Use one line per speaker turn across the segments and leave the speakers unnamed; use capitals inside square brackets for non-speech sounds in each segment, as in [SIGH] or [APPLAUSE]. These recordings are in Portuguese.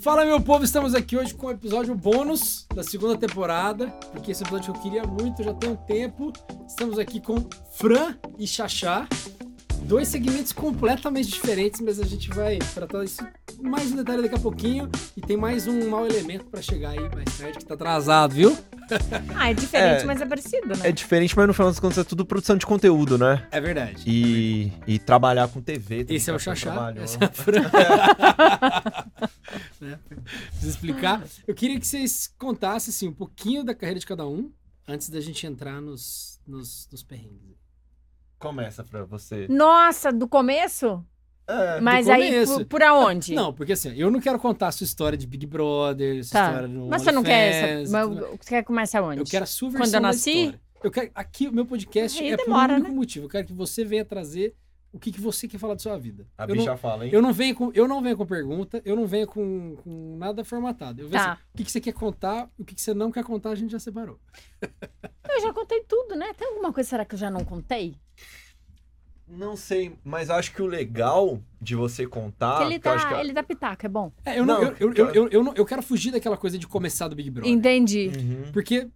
Fala, meu povo, estamos aqui hoje com o um episódio bônus da segunda temporada, porque esse episódio que eu queria muito já tem um tempo. Estamos aqui com Fran e Xaxá, dois segmentos completamente diferentes, mas a gente vai tratar isso mais em detalhe daqui a pouquinho. E tem mais um mau elemento pra chegar aí mais tarde que tá atrasado, viu?
Ah, é diferente,
É.
mas é parecido, né?
É diferente, mas no final das contas é tudo produção de conteúdo, né?
É verdade.
E, e trabalhar com TV. também tá
Esse é o
pra quem
Xaxá,
trabalhou.
essa é a Fran. Né? Preciso explicar. Eu queria que vocês contassem assim, um pouquinho da carreira de cada um, antes da gente entrar nos, nos, nos perrengues.
Começa pra você.
Nossa, do começo?
É,
mas
do
aí,
começo.
por, por aonde?
Não, porque assim, eu não quero contar a sua história de Big Brother, sua
tá.
história no
Mas você não quer
OnlyFans,
essa.
tudo
Mas é
mais.
você quer começar onde?
Eu quero a sua
Quando
versão
eu
da
nasci?
história. Eu quero, aqui, o meu podcast
Aí
é por
demora, né?
um único motivo. Eu quero que você venha trazer o que, que você quer falar da sua vida.
a
eu,
bicha
não,
fala, hein?
eu, não venho com, eu não venho com pergunta, eu não venho com, com nada formatado. Eu venho
Tá.
assim, o que, que você quer contar, o que, que você não quer contar, a gente já separou.
Eu já contei tudo, né? Tem alguma coisa, será que eu já não contei?
Não sei, mas acho que o legal de você
Ah,
contar.
que ele
porque eu acho
dá,
que-
ele dá pitaco, é bom.
É, eu, não,
Não,
eu, eu, eu,
cara.
eu, eu não- eu quero fugir daquela coisa de começar do Big Brother.
Entendi.
Uhum.
Porque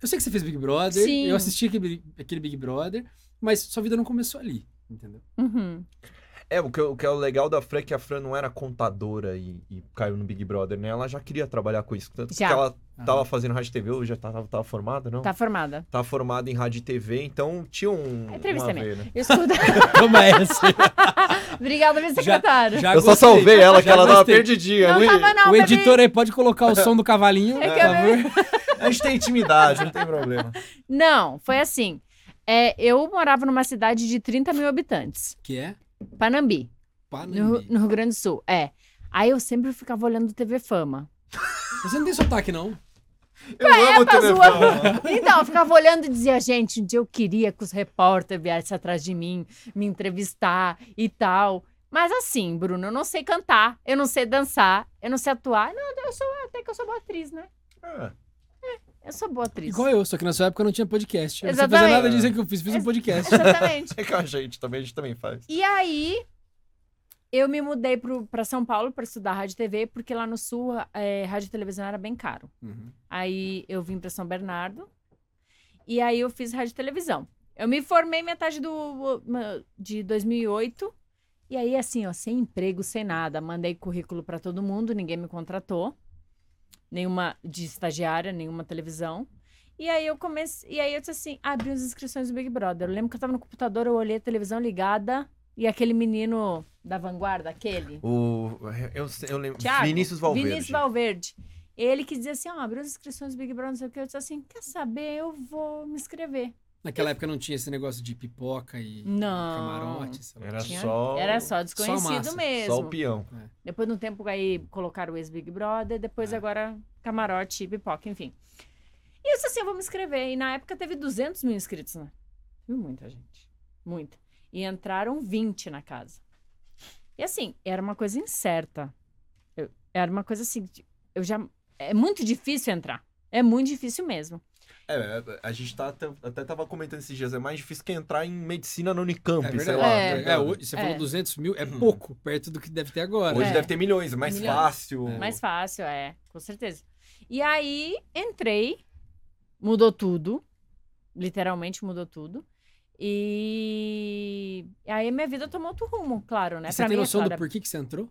eu sei que você fez Big Brother,
Sim.
eu assisti aquele, aquele Big Brother, mas sua vida não começou ali,
[LAUGHS]
entendeu?
Uhum.
Então.
É, o que, o que é o legal da Fran é que a Fran não era contadora e, e caiu no Big Brother, né? Ela já queria trabalhar com isso. Tanto
Já.
que ela
Ah.
tava fazendo rádio e TV, ou já tá, tava, tava formada, não?
Tá formada.
Tava formada em rádio e TV, então tinha um.
É entrevista
uma
mesmo.
veia, né?
Eu
[LAUGHS]
estudo.
Toma essa.
Obrigada, meu
Já-
secretário.
é, já
Eu só
gostei.
salvei ela, que
Já
ela tava
gostei.
perdidinha.
Não
né?
tava, não,
o
bebê.
editor aí pode colocar o som do cavalinho,
É
por
que eu
favor.
A gente tem intimidade, não
[LAUGHS]
tem problema.
Não, foi assim. É, eu morava numa cidade de 30 mil habitantes,
Que é
Panambi. No,
Panambi.
no Rio Grande do Sul, é. Aí eu sempre ficava olhando TV Fama.
Você não tem sotaque, não.
Eu amo o
tá
telefone.
Então, eu ficava olhando e dizia, gente, um dia eu queria que os repórteres viessem atrás de mim, me entrevistar e tal. Mas assim, Bruno, eu não sei cantar, eu não sei dançar, eu não sei atuar. Não, eu sou até que eu sou boa atriz, né?
Ah,
Eu sou boa atriz.
Igual eu, só que na sua época eu não tinha podcast. Eu não sei fazer
Exatamente.
nada disso que eu fiz, fiz um podcast.
Exatamente.
É que a gente também, a gente também faz.
E aí, eu me mudei pro, pra São Paulo pra estudar rádio e TV, porque lá no Sul, é, rádio e televisão era bem caro.
Uhum.
Aí eu vim para São Bernardo e aí eu fiz rádio e televisão. Eu me formei metade do de 2008 e aí assim, ó, sem emprego, sem nada, mandei currículo para todo mundo, ninguém me contratou. Nenhuma de estagiária, nenhuma televisão. E aí eu comecei, e aí eu disse assim, abri as inscrições do Big Brother. Eu lembro que eu tava no computador, eu olhei a televisão ligada e aquele menino da vanguarda, aquele
O, eu, eu lembro.
Thiago,
Vinícius Valverde.
Vinícius Valverde. Ele que dizia assim, ó, abriu as inscrições do Big Brother, não sei o que. Eu disse assim, quer saber, eu vou me inscrever.
Naquela época não tinha esse negócio de pipoca e
Não.
camarote. Sei lá. É
Era
Tinha-
só.
Era só desconhecido
só massa,
mesmo.
Só o peão.
Depois de um tempo aí colocaram o ex-Big Brother, depois
É.
agora camarote, pipoca, enfim. E eu disse assim, eu vou me inscrever. E na época teve 200 mil inscritos, né? Viu muita gente. Muita. E entraram 20 na casa. E assim, era uma coisa incerta. Eu- era uma coisa assim, de- eu já... É muito difícil entrar. É muito difícil mesmo.
É, a gente tá, até, até tava comentando esses dias, é mais difícil que entrar em medicina na Unicamp,
É
sei
verdade.
lá.
É.
tá
É,
ligado?
hoje- você falou
É.
200 mil, é pouco, perto do que deve ter agora.
Uhum. Hoje
É.
deve ter milhões, é mais
Milhões.
fácil.
Mais fácil, é, com certeza. E aí entrei, mudou tudo, literalmente mudou tudo. E aí minha vida tomou outro rumo, claro, né?
E você tem
mim, é
noção do
claro.
porquê que você
[LAUGHS]
entrou?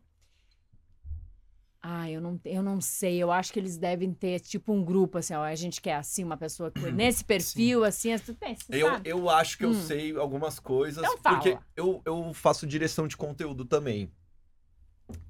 Ah, eu não, eu não sei. Eu acho que eles devem ter tipo um grupo assim, ó, a gente quer assim uma pessoa
Uhum.
que, nesse perfil assim, assim, tu pensa,
Eu,
sabe?
eu acho que eu
Hum.
sei algumas coisas,
Então fala.
porque eu, eu faço direção de conteúdo também.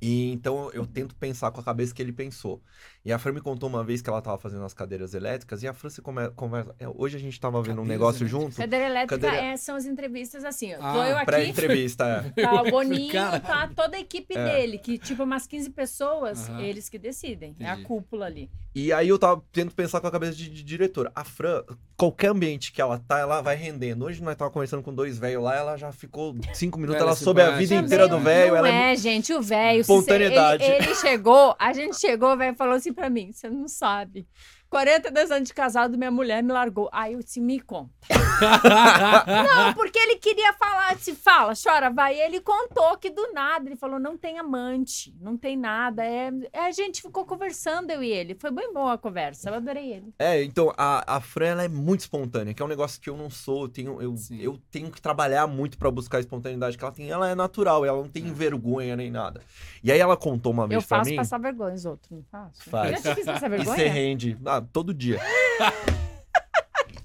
E então eu tento pensar com a cabeça que ele pensou. E a Fran me contou uma vez que ela tava fazendo as cadeiras elétricas, e a Fran se come- conversa. é, Hoje a gente tava vendo um
Cadeiras
negócio
elétricas.
junto.
Cadeira elétrica
Cadeira-
é, são as entrevistas assim, ó,
Ah,
tô eu aqui,
Pré-entrevista,
[LAUGHS]
é.
tá o Boninho,
Cara. É.
tá toda a equipe dele, que tipo umas 15 pessoas,
Aham.
eles que decidem, é a
Entendi.
cúpula ali.
E aí eu tava tendo pensar com a cabeça de, de diretora. A Fran, qualquer ambiente que ela tá, ela vai rendendo. Hoje nós tava conversando com dois velhos lá, ela já ficou
[LAUGHS]
cinco minutos,
Ela
ela
se
soube a
conhece.
vida
Também
inteira do
não
velho. Ela é...
é, gente, o velho. se você-
Espontaneidade.
Ele, ele chegou, a gente chegou, o velho falou assim pra mim: você não sabe. 42 anos de casado, minha mulher me largou. Aí eu disse, me conta. Não, porque ele queria falar, se fala, chora, vai. E Ele contou que do nada, ele falou, não tem amante, não tem nada. É, é, a gente ficou conversando, eu e ele. Foi bem boa a conversa, eu adorei ele.
É, então a, a Fran ela é muito espontânea, que é um negócio que eu não sou. Eu tenho, eu,
Sim.
eu tenho que trabalhar muito pra buscar a espontaneidade que ela tem. Ela é natural, ela não tem vergonha nem nada. E aí ela contou uma
Eu
vez pra
faço
mim.
passar vergonha, os outros não faço. Eu
Faz.
já te fiz passar
[LAUGHS] E você
vergonha?
rende ah, todo dia. [LAUGHS]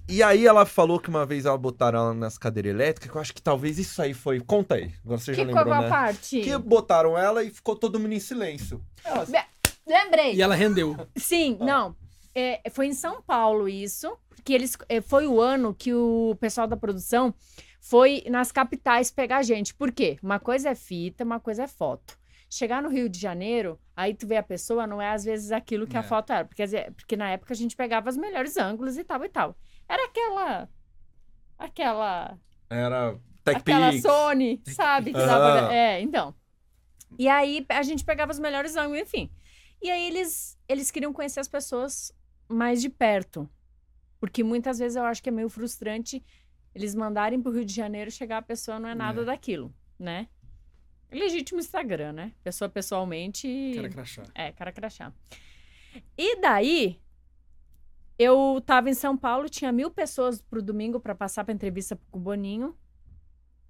e aí ela falou que uma vez ela botaram ela nas cadeiras elétricas, que eu acho que talvez isso aí foi. Conta aí. Agora você já
Que
lembrou,
qual a
né?
parte?
Que botaram ela e ficou todo mundo em silêncio. Ela-
Lembrei.
E ela rendeu.
Sim,
Ah.
não. É, foi em São Paulo isso, que eles é, foi o ano que o pessoal da produção foi nas capitais pegar gente. Por quê? Uma coisa é fita, uma coisa é foto. Chegar no Rio de Janeiro, aí tu vê a pessoa, não é às vezes aquilo que
É.
a foto era, porque, às ve- porque na época a gente pegava os melhores ângulos e tal e tal. Era aquela aquela
Era Tech
aquela
Pix.
Sony, sabe? Que
Ah.
dava- É, então. E aí a gente pegava os melhores ângulos, enfim. E aí eles, eles queriam conhecer as pessoas mais de perto. Porque muitas vezes eu acho que é meio frustrante eles mandarem pro Rio de Janeiro chegar a pessoa não é nada
É.
daquilo, né? Legítimo Instagram, né? Pessoa pessoalmente.
Cara crachá.
É, cara crachá. E daí, eu tava em São Paulo, tinha mil pessoas pro domingo pra passar pra entrevista com o Boninho.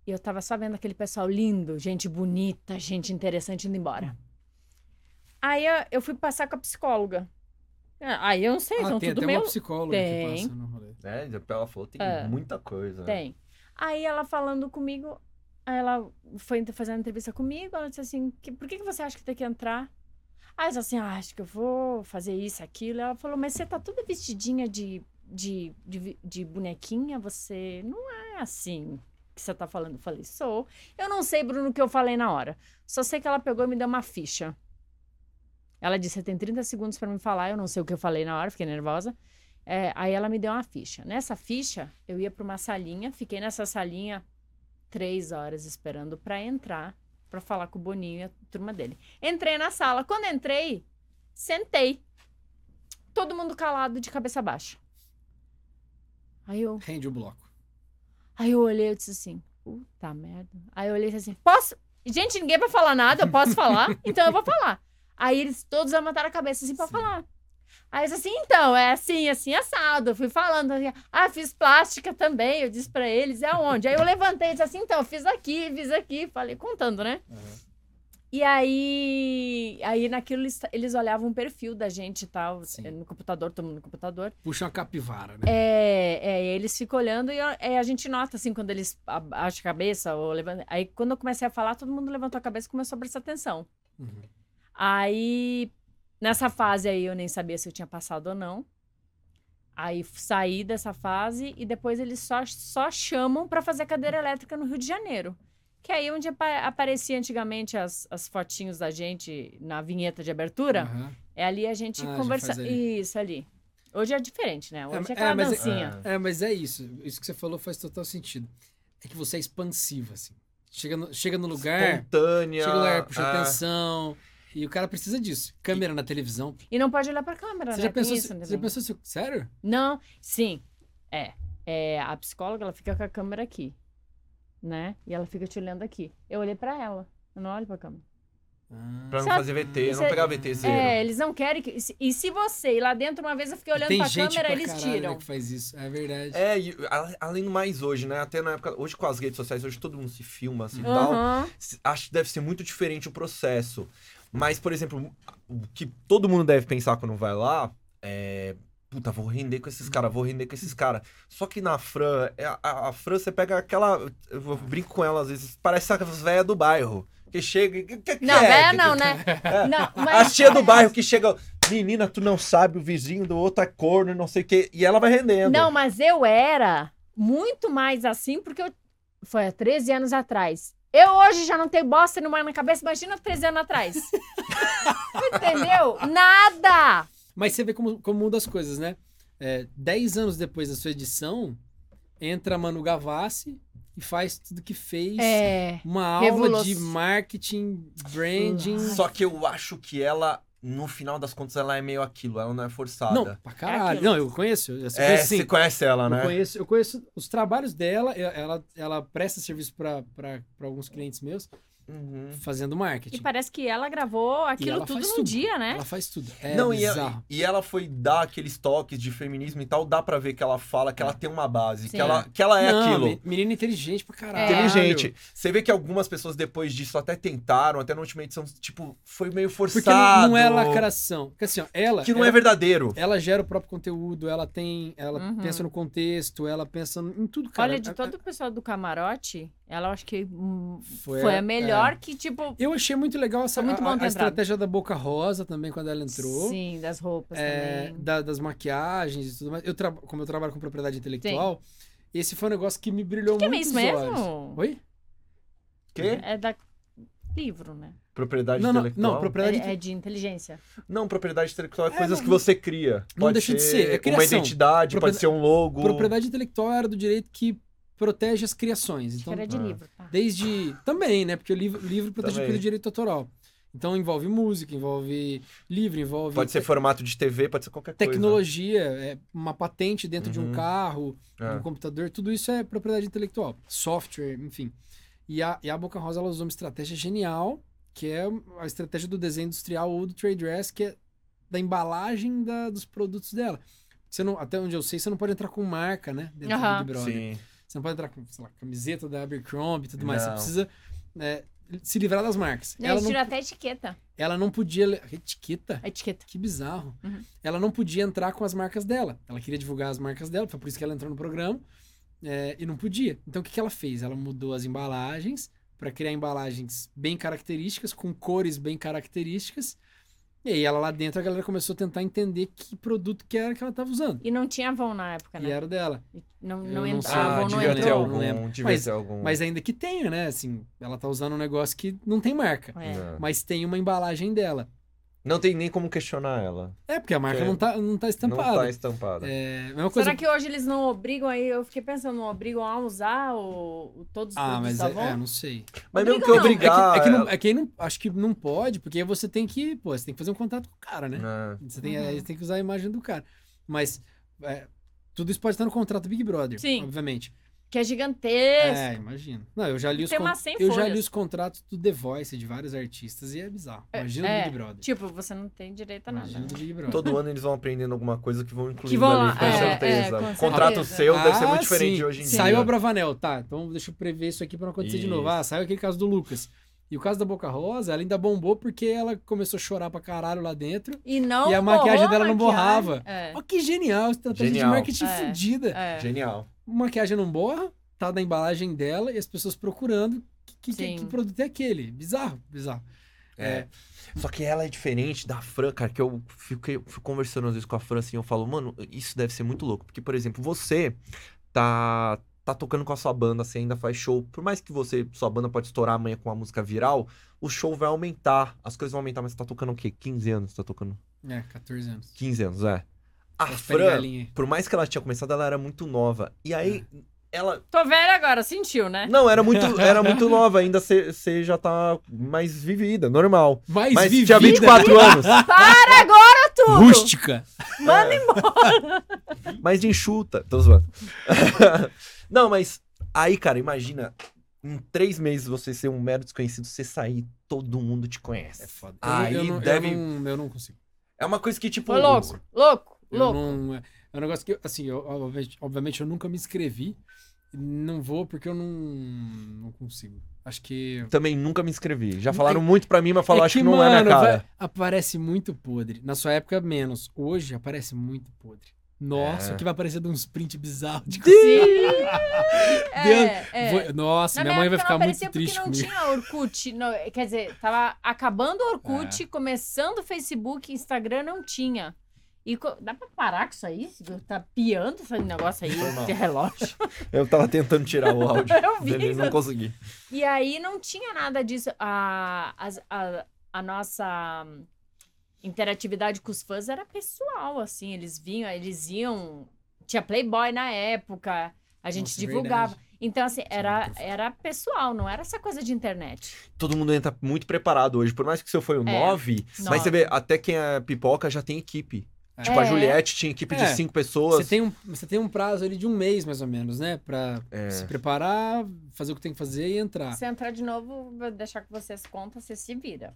E eu tava só vendo aquele pessoal lindo, gente bonita, gente interessante indo embora. Aí eu, eu fui passar com a psicóloga. É, Aí eu não sei,
Ah,
são
tem
tudo
até
meio.
uma psicóloga
Tem.
que passa no rolê.
Né? Ela falou, tem
É.
muita coisa. né?
Tem. Aí ela falando comigo, aí ela foi fazendo entrevista comigo, ela disse assim, "Que- por que, que você acha que tem que entrar? Aí eu disse assim, ah, acho que eu vou fazer isso, aquilo. Ela falou, mas você tá toda vestidinha de, de, de, vi- de bonequinha, você não é assim que você tá falando. Eu falei, sou. Eu não sei, Bruno, o que eu falei na hora. Só sei que ela pegou e me deu uma ficha. Ela disse, você tem 30 segundos pra me falar, eu não sei o que eu falei na hora, fiquei nervosa. É, aí ela me deu uma ficha. Nessa ficha, eu ia para uma salinha, fiquei nessa salinha três horas esperando para entrar, para falar com o Boninho e a turma dele. Entrei na sala. Quando entrei, sentei. Todo mundo calado, de cabeça baixa. Aí eu,
Rende o bloco.
aí eu olhei e disse assim, puta merda. Aí eu olhei e disse assim, posso? Gente, ninguém vai falar nada, eu posso
[LAUGHS]
falar? Então eu vou falar. Aí eles todos levantaram a cabeça assim pra
Sim.
falar. Aí eu disse assim, então, é assim, assim, assado. Eu fui falando, assim, ah, fiz plástica também, eu disse pra eles, é onde? Aí eu levantei e disse assim, então, fiz aqui, fiz aqui, falei, contando, né?
Uhum.
E aí, aí naquilo eles, eles olhavam o perfil da gente e tal,
Sim.
no computador, todo mundo no computador.
Puxa uma capivara, né?
É, é, eles ficam olhando e eu- é, a gente nota, assim, quando eles abaixam a cabeça ou levantam. Aí, quando eu comecei a falar, todo mundo levantou a cabeça e começou a prestar atenção.
Uhum.
Aí, nessa fase aí, eu nem sabia se eu tinha passado ou não. Aí, f- saí dessa fase e depois eles só, só chamam pra fazer cadeira elétrica no Rio de Janeiro. Que é aí, onde apa aparecia antigamente as, as fotinhos da gente na vinheta de abertura,
Aham.
é ali a gente
Ah, já faz
conversa.
ali.
Isso, ali. Hoje é diferente, né? Hoje é,
É,
aquela
é, mas é-
dancinha.
É, mas é isso. Isso que você falou faz total sentido. É que você é expansiva, assim. Chega no, chega no lugar,
Espontânea.
chega no lugar, puxa
é.
atenção. E o cara precisa disso. Câmera na televisão.
E não pode olhar pra câmera,
é. Você
né?
já pensou,
Tem
se-
isso
você já
também.
pensou se... Sério?
Não, sim. É. É, A psicóloga, ela fica com a câmera aqui, né? E ela fica te olhando aqui. Eu olhei pra ela. Eu não olho pra câmera.
Ah,
Pra não
Sabe-
fazer VT,
Você-
não pegar VT zero.
É, eles não querem que... e se- E se você ir lá dentro uma vez eu fiquei olhando
Tem
pra
gente
câmera,
pra
eles
caralho, né,
tiram.
que faz isso. É verdade.
É, e a- além do mais hoje, né? Até na época. Hoje com as redes sociais, hoje todo mundo se filma, assim e tal.
Aham.
S- Acho que deve ser muito diferente o processo. Mas, por exemplo, o que todo mundo deve pensar quando vai lá é. Puta, vou render com esses caras, vou render com esses caras. Só que na Fran, é a, a a Fran, você pega aquela. Eu brinco com ela às vezes, parece as velhas do bairro. Que chega. e- Que, que
Não,
é?
véia
Que-
não, né?
[LAUGHS]
Não,
A
mas...
tia do bairro que chega, menina, tu não sabe, o vizinho do outro é corno, não sei o quê. E ela vai rendendo.
Não, mas eu era muito mais assim, porque eu... foi há 13 anos atrás. Eu hoje já não tenho bosta nenhuma na cabeça, imagina 13
[LAUGHS]
anos atrás. Entendeu? Nada!
Mas você vê como, como muda as coisas, né? É, dez anos depois da sua edição, entra a Manu Gavassi e faz tudo que fez.
É.
Uma aula
Revolu-
de marketing, branding.
Só que eu acho que ela no final das contas, ela é meio aquilo, ela não é forçada.
Não, pra caralho.
aquilo.
não, eu conheço. Eu já
É,
conheço, sim.
você conhece ela, né?
Eu conheço, eu conheço os trabalhos dela, e- ela, ela presta serviço pra pra- pra alguns clientes meus,
Uhum.
fazendo marketing.
E parece que ela gravou aquilo
Tipo, ela
tudo
faz
num
tudo.
dia, né?
Ela faz tudo. É
não, e
bizarro.
ela, e ela foi dar aqueles toques de feminismo e tal, dá pra ver que ela fala que ela tem uma
Sim.
base,
É.
que ela, que ela é
Não,
aquilo.
me- Menina inteligente pra caralho.
Inteligente. Você vê que algumas pessoas depois disso até tentaram, até na última edição, tipo, foi meio
Porque
forçado.
não, não é lacração. Porque assim, ó, ela.
Que não
ela,
é verdadeiro.
ela gera o próprio conteúdo, ela tem. Ela
Uhum.
pensa no contexto, ela pensa em tudo, cara.
Olha, de todo o pessoal do camarote, ela eu acho que hum,
Foi
foi,
a- é.
a melhor que, tipo.
Eu achei muito legal essa
Foi muito
a-
bom
a,
ter
a
entrado.
estratégia da Boca Rosa também, quando ela entrou.
Sim, das roupas
é,
também.
da- das maquiagens e tudo mais. Eu tra- Como eu trabalho com propriedade intelectual, esse foi um negócio que me brilhou
Que é
muito.
isso
os olhos.
mesmo?
Oi?
Quê?
É da livro, né?
Propriedade
Não, não,
intelectual.
não, propriedade.
É, é de inteligência.
Não, propriedade intelectual é,
É,
coisas
não-
que você cria.
não
pode
deixa de ser, é
uma
criação.
identidade,
Propriedade-
pode ser um logo.
Propriedade intelectual era do direito que protege as criações.
Acho que
Então,
era de
Ah.
livro, tá?
Desde. Também, né? Porque o livro, livro protege
Também.
pelo direito autoral. Então envolve música, envolve livro, envolve
Pode ser
te-
formato de TV, pode ser qualquer
tecnologia, é uma patente dentro de um
Uhum.
carro,
coisa.
um computador, tudo isso é propriedade intelectual, software, enfim. E a, e a Boca Rosa ela usou uma estratégia genial, que é a estratégia do desenho industrial ou do trade dress, que é da embalagem da- dos produtos dela. Você não, até onde eu sei, você não pode entrar com marca, né? Dentro
Aham.
do Big
É.
Brother.
Sim.
Você não pode entrar com, sei lá, camiseta da Abercrombie e tudo mais. Você
Não.
precisa né, se livrar das marcas.
Não,
ela,
eles
não,
tiram até a etiqueta.
ela não podia. le- Etiqueta?
A etiqueta.
Que bizarro.
Uhum.
Ela não podia entrar com as marcas dela. Ela queria divulgar as marcas dela, foi por isso que ela entrou no programa é, e não podia. Então o que, que ela fez? Ela mudou as embalagens para criar embalagens bem características, com cores bem características. E aí ela lá dentro, a galera começou a tentar entender que produto que era que ela estava usando.
E não tinha vão na época,
E
né?
era o dela.
Não,
Eu
não
não sei.
entrava,
Ah,
não
devia ter
entrou.
algum- não lembro.
devia
Mas-
ter algum.
Mas ainda que tenha, né? Assim, ela tá usando um negócio que não tem marca,
É.
Não.
mas tem uma embalagem dela.
Não tem nem como questionar ela.
É, porque a marca
É.
não tá, não tá
Não
estampada.
tá estampada.
É, mesma coisa.
Será que hoje eles não obrigam aí? Eu fiquei pensando, não obrigam a usar o, o- todos os
Ah,
produtos
mas
da
é,
Avon?
é, não sei.
Mas mesmo que
Obrigado.
obrigar.
é que, é que não,
ela-
é que aí não- acho que não pode, porque aí você tem que, pô, você tem que fazer um contato com o cara, né?
Ah,
Você tem,
Uhum.
aí você tem que usar a imagem do cara. Mas é, tudo isso pode estar no contrato Big Brother,
Sim.
obviamente.
Que é gigantesco.
É, imagino. Não, eu já li os
Tem
con-
umas 100
eu já
folhas.
li os contratos do The Voice de vários artistas e é bizarro. Imagina
é.
do Big Brother.
Tipo, você não tem direito a nada.
Imagina do Big Brother.
Todo ano eles vão aprendendo alguma coisa que vão incluindo
vão
ali,
lá,
com
é,
certeza.
é, com
o contrato
certeza.
seu deve ser
Ah,
muito diferente
sim.
hoje em dia.
Saiu a Bravanel, tá. Então deixa eu prever isso aqui pra não acontecer de novo. Ah, saiu aquele caso do Lucas. E o caso da Boca Rosa, ela ainda bombou porque ela começou a chorar pra caralho lá dentro.
E não
E a maquiagem
borrou
dela não
maquiagem.
borrava.
É,
Ó, que genial, estratégia
Genial.
de marketing
É.
fodida.
é.
Genial.
Maquiagem não borra, tá na embalagem dela e as pessoas procurando que, que- que,
Sim.
que produto é aquele. Bizarro, bizarro.
É. Só que ela é diferente da Fran, cara, que eu fiquei fui conversando às vezes com a Fran assim, eu falo, mano, isso deve ser muito louco. Porque, por exemplo, você tá tá tocando com a sua banda, você ainda faz show. Por mais que você, sua banda pode estourar amanhã com uma música viral, o show vai aumentar, as coisas vão aumentar, mas você tá tocando o quê? 15 anos, você tá tocando.
É, 14 anos.
15 anos, é. A
As
Fran,
galinha aí.
por mais que ela tinha começado, ela era muito nova. E aí,
É.
ela
Tô velha agora, sentiu, né?
Não, era muito, era muito nova, ainda você já tá mais vivida, normal.
Mais
Mas
vivida,
tinha
[LAUGHS]
24 anos,
Para agora tudo!
rústica.
Manda embora!
É. [LAUGHS] mas enxuta. Tô zoando. [LAUGHS] Não, mas aí, cara, imagina, em três meses você ser um mero desconhecido, você sair, todo mundo te
É
conhece.
foda.
Aí
eu, não, eu
deve-
não- eu não consigo.
É uma coisa que, tipo...
Foi louco, louco,
Eu
louco.
não- é é um negócio que, eu- assim, eu, obviamente, obviamente eu nunca me inscrevi. Não vou porque eu não, não consigo. Acho que.
Também nunca me inscrevi. Já falaram muito pra mim, mas falaram,
É
acho que não
né,
é minha cara.
vai- aparece muito podre. Na sua época, menos. Hoje aparece muito podre. Nossa,
É.
que vai aparecer de uns print bizarros. De...
Sim!
[LAUGHS] Deus,
É, é.
Vou- Nossa,
Na
minha mãe vai
época
ficar
não aparecia
muito
porque
triste
não
comigo.
tinha Orkut. não, quer dizer, tava acabando o Orkut,
É.
começando o Facebook, Instagram não tinha. E co- dá pra parar com isso aí? Tá piando esse negócio aí
Foi mal.
de
[LAUGHS]
relógio. [LAUGHS]
Eu tava tentando tirar o áudio.
Eu vi
Beleza, não
isso.
consegui.
E aí não tinha nada disso. A, as- a, a nossa hum, interatividade com os fãs era pessoal, assim. Eles vinham, eles iam. Tinha Playboy na época, a gente
Nossa, é
divulgava.
verdade.
Então, assim, era, era pessoal, não era essa coisa de internet.
Todo mundo entra muito preparado hoje. Por mais que o seu foi um
É,
9, mas você
nove.
vê, até quem é pipoca já tem equipe.
É.
Tipo, a
É.
Juliette tinha equipe
É.
de cinco pessoas.
Você tem, um, você tem um prazo ali de um mês, mais ou menos, né? Pra
É.
se preparar, fazer o que tem que fazer e entrar.
Se entrar de novo, vou deixar que vocês contam, você se vira.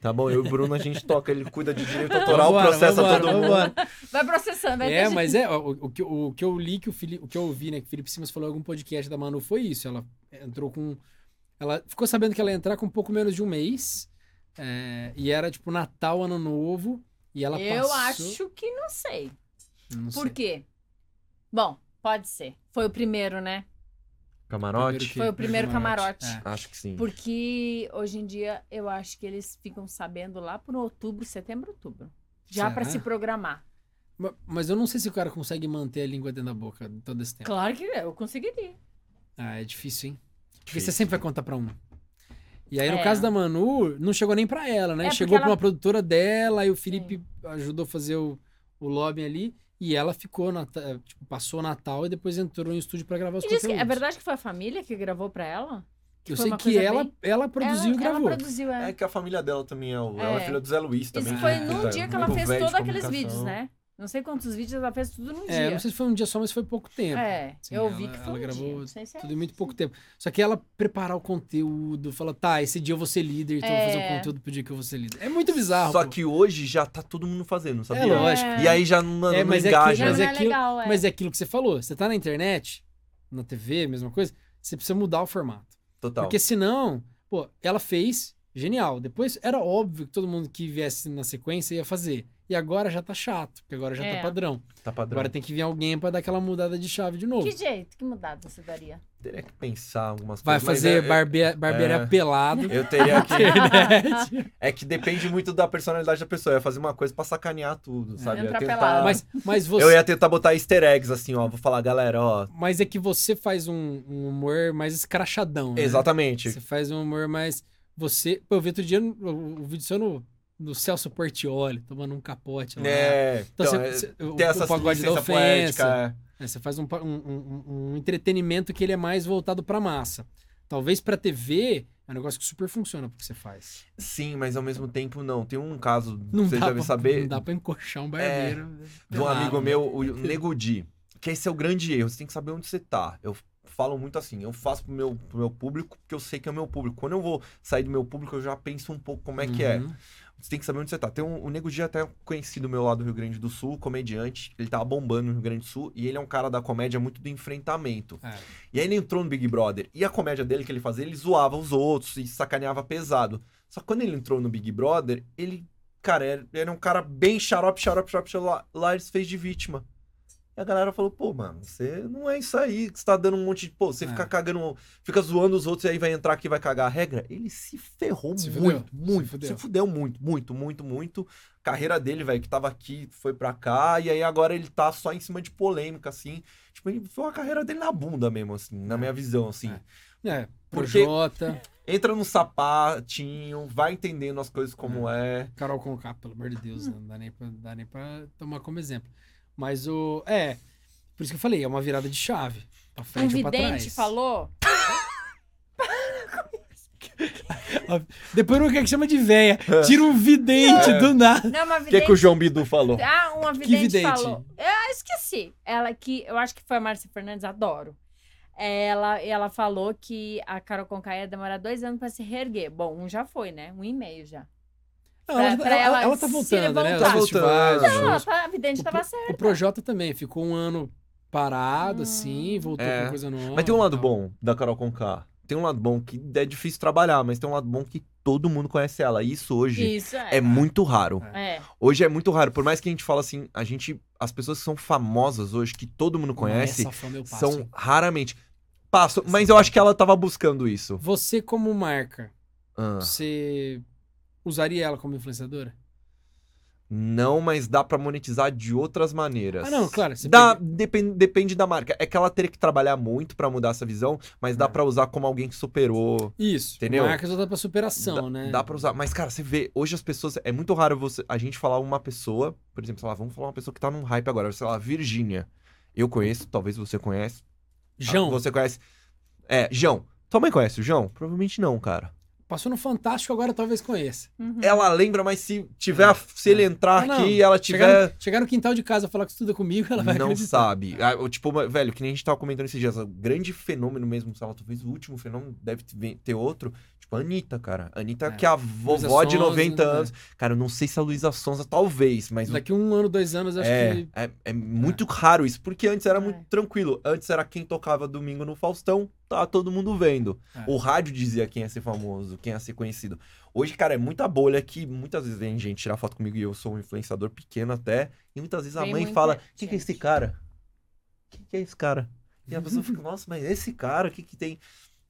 Tá bom, eu e o Bruno, a gente toca, ele cuida de direito autoral,
Vambora,
processa
vambora,
todo mundo.
vambora.
Vai processando, vai
É,
deixa-
mas é, ó, o, o que, o que eu li, que o, Fili- o que eu ouvi, né, que o Felipe Simas falou em algum podcast da Manu foi isso. Ela entrou com. Ela ficou sabendo que ela ia entrar com um pouco menos de um mês. é, e era tipo Natal, Ano Novo. E ela
Eu
passou.
acho que não sei.
Não sei.
Por quê? Bom, pode ser. Foi o primeiro, né?
Primeiro
Camarote?
que-
Foi o primeiro camarote.
Acho que sim.
Porque hoje em dia eu acho que eles ficam sabendo lá por outubro, setembro, outubro. Já pra
É. Será?
se programar.
Ma- Mas eu não sei se o cara consegue manter a língua dentro da boca todo esse tempo.
Claro que eu conseguiria.
Ah, é difícil, hein? Porque você
Difícil.
sempre vai contar pra um. E aí, no
É.
caso da Manu, não chegou nem pra ela, né?
É,
chegou
porque
pra
ela-
uma produtora dela, aí o Felipe ajudou a fazer o, o lobby ali. E ela ficou, na, tipo, passou o Natal e depois entrou no estúdio pra gravar os
E diz que é
conteúdos.
verdade que foi a família que gravou pra ela?
Eu
foi
sei
uma
que
coisa
ela,
bem-
ela produziu
ela,
e gravou.
Ela produziu, é.
É que a família dela também é o... Ela é
É.
filha do Zé Luiz também.
Isso
também,
foi
né?
num
Puta,
dia que
muito
ela fez
velho de
todos aqueles vídeos,
comunicação.
né? Não sei quantos vídeos ela fez tudo
É,
num
eu
dia.
não sei se foi um dia só, mas foi pouco tempo.
É,
Sim,
eu
ela-
ouvi que foi
ela
um
gravou
dia. Não sei se é
Tudo em muito pouco tempo. Só que ela preparar o conteúdo, fala, tá, esse dia eu vou ser líder, então eu vou fazer
É.
o conteúdo pro dia que eu vou ser líder. É muito bizarro.
Só
pô.
que hoje já tá todo mundo fazendo, sabia?
É lógico.
É.
E aí já não,
É,
não
mas é que-
engaja. né?
Já
mas
não
é
é,
aquilo-
legal, é.
Mas é aquilo que você falou. Você tá na internet, na TV, mesma coisa, você precisa mudar o formato.
Total.
Porque senão, pô, ela fez, genial. Depois era óbvio que todo mundo que viesse na sequência ia fazer. E agora já tá chato, porque agora já
É.
tá padrão.
Tá padrão.
Agora tem que vir alguém pra dar aquela mudada de chave de novo.
Que jeito, que mudada você
[LAUGHS]
daria?
Teria que pensar algumas
Vai
coisas. mas
fazer
é-
barbe... barbearia
[LAUGHS] é.
pelado. né?
Eu teria que.
[LAUGHS]
Internet.
É que depende muito da personalidade da pessoa. Eu ia fazer uma coisa pra sacanear tudo, sabe? Eu
É,
ia
Entrar
tentar...
pelado.
mas, mas
Eu
você.
ia tentar botar easter eggs, assim, ó. Vou falar, galera, ó.
Mas é que você faz um, um humor mais escrachadão. Né?
Exatamente.
Você faz um humor mais. Você. Pô, eu vi outro dia no- o, o vídeo seu no, no Celso Portioli, tomando um capote lá.
É,
Então,
então,
você,
é,
você- o,
tem essa
o pagode da
licença
ofensa.
poética, é.
É, você faz um, pa- um- um- um entretenimento que ele é mais voltado pra massa. Talvez pra TV é um negócio que super funciona porque você faz.
Sim, mas ao mesmo tempo não. Tem um caso,
Não,
você
dá,
já
pra,
deve saber, É,
não dá pra encoxar um barbeiro.
de um
pelado,
amigo
né?
meu, o Nego Di. Que esse é o grande erro, você tem que saber onde você tá. Eu falo muito assim, eu faço pro meu, pro meu público, porque eu sei que é o meu público. Quando eu vou sair do meu público, eu já penso um pouco como é que é.
Uhum.
Você tem que saber onde você tá. Tem um, o Nego Di até conhecido meu lá do Rio Grande do Sul, comediante. Ele tava bombando no Rio Grande do Sul e ele é um cara da comédia muito do enfrentamento.
É.
E aí ele entrou no Big Brother. E a comédia dele que ele fazia, ele zoava os outros e sacaneava pesado. Só que quando ele entrou no Big Brother, ele, cara, era, era um cara bem xarope, xarope, xarope, xarope. Lá ele se fez de vítima. E a galera falou, pô, mano, você não é isso aí, que você tá dando um monte de. Pô, você
É.
fica cagando, fica zoando os outros e aí vai entrar aqui e vai cagar a regra. Ele se ferrou
Se fudeu,
muito,
se
muito. Se
fudeu.
fudeu. muito, muito, muito, muito. Carreira dele, velho, que tava aqui, foi pra cá, e aí agora ele tá só em cima de polêmica, assim. Tipo, ele- foi uma carreira dele na bunda mesmo, assim, na minha visão, assim.
É. É,
Porque-
Projota,
Entra no sapatinho, vai entendendo as coisas como é.
Carol Conká, pelo amor de
Hum.
Deus, né? não dá nem, pra, não dá nem pra tomar como exemplo. Mas o. É, por isso que eu falei, é uma virada de chave. Pra
Um
frente ou pra
vidente
trás. [LAUGHS]
falou?
Depois não quer que chama de véia. Tira um vidente
É.
do nada.
Não, uma
O
vidente.
que, que o João Bidu falou?
Ah, uma
Que
vidente,
vidente?
falou. Eu esqueci. Ela que, eu acho que foi a Márcia Fernandes, adoro. Ela, ela falou que a Carol Conká ia demorar dois anos pra se reerguer. Bom, um já foi, né? Um e meio já.
Não, ela,
É, pra
ela-
ela
ela tá
se
voltando, né? Os
levantar.
festivais, os
Não,
shows.
tá, a vidente
O
tava
pro-
certa. Hum.
O Projota também ficou um ano parado, assim, voltou
É.
com coisa nova.
Mas tem um lado
e tal.
bom da Carol Conká. Tem um lado bom que é difícil trabalhar, mas tem um lado bom que todo mundo conhece ela. E isso hoje
Isso,
é
é.
muito raro.
É.
Hoje é muito raro. Por mais que a gente fala assim, a gente. As pessoas que são famosas hoje, que todo mundo conhece,
Essa fama eu passo.
são raramente. Passo, mas eu acho que ela tava buscando isso.
Você, como marca,
Ah,
você usaria ela como influenciadora?
não, mas dá pra monetizar de outras maneiras.
Ah, não, claro. Você
Dá,
pega-
depende, depende da marca. É que ela teria que trabalhar muito pra mudar essa visão, mas dá
É.
pra usar como alguém que superou.
Isso.
Entendeu?
Marcas voltadas tá pra superação,
dá,
né?
Dá pra usar. Mas, cara, você vê, hoje as pessoas. É muito raro você, a gente falar uma pessoa. Por exemplo, sei lá, vamos falar uma pessoa que tá num hype agora. Sei lá, Virgínia. Eu conheço, talvez você conhece. Ah,
João.
Você conhece. É, João. Tua mãe conhece o João? Provavelmente não, cara.
Passou no Fantástico, agora talvez conheça.
Uhum.
Ela lembra, mas se tiver, a- se ele entrar
Ah, não.
aqui e ela
Chegar,
tiver.
no, chegar no quintal de casa falar que estuda comigo, [LAUGHS] ela vai
não
acreditar.
sabe. Ah, eu, tipo, uma- velho, que nem a gente tava comentando esses dias, o grande fenômeno mesmo, sei lá, talvez o último fenômeno deve te- ter outro. Tipo, a Anitta, cara. A Anitta
É.
que é a vovó de
Sonza,
90
né?
anos. Cara, eu não sei se a Luísa Sonza, talvez, mas. o-
Daqui um ano, dois anos, acho
É,
que.
é, é muito raro isso, porque antes era muito
É.
tranquilo. Antes era quem tocava domingo no Faustão, tá todo mundo vendo.
É.
O rádio dizia quem ia ser famoso, quem ia ser conhecido. Hoje, cara, é muita bolha que muitas vezes vem gente tirar foto comigo e eu sou um influenciador pequeno até. E muitas vezes a
Vem
mãe
muita
fala: quem que é
gente."
esse cara? Quem que é esse cara? E a pessoa
[LAUGHS]
fica, nossa, mas esse cara, o que que tem?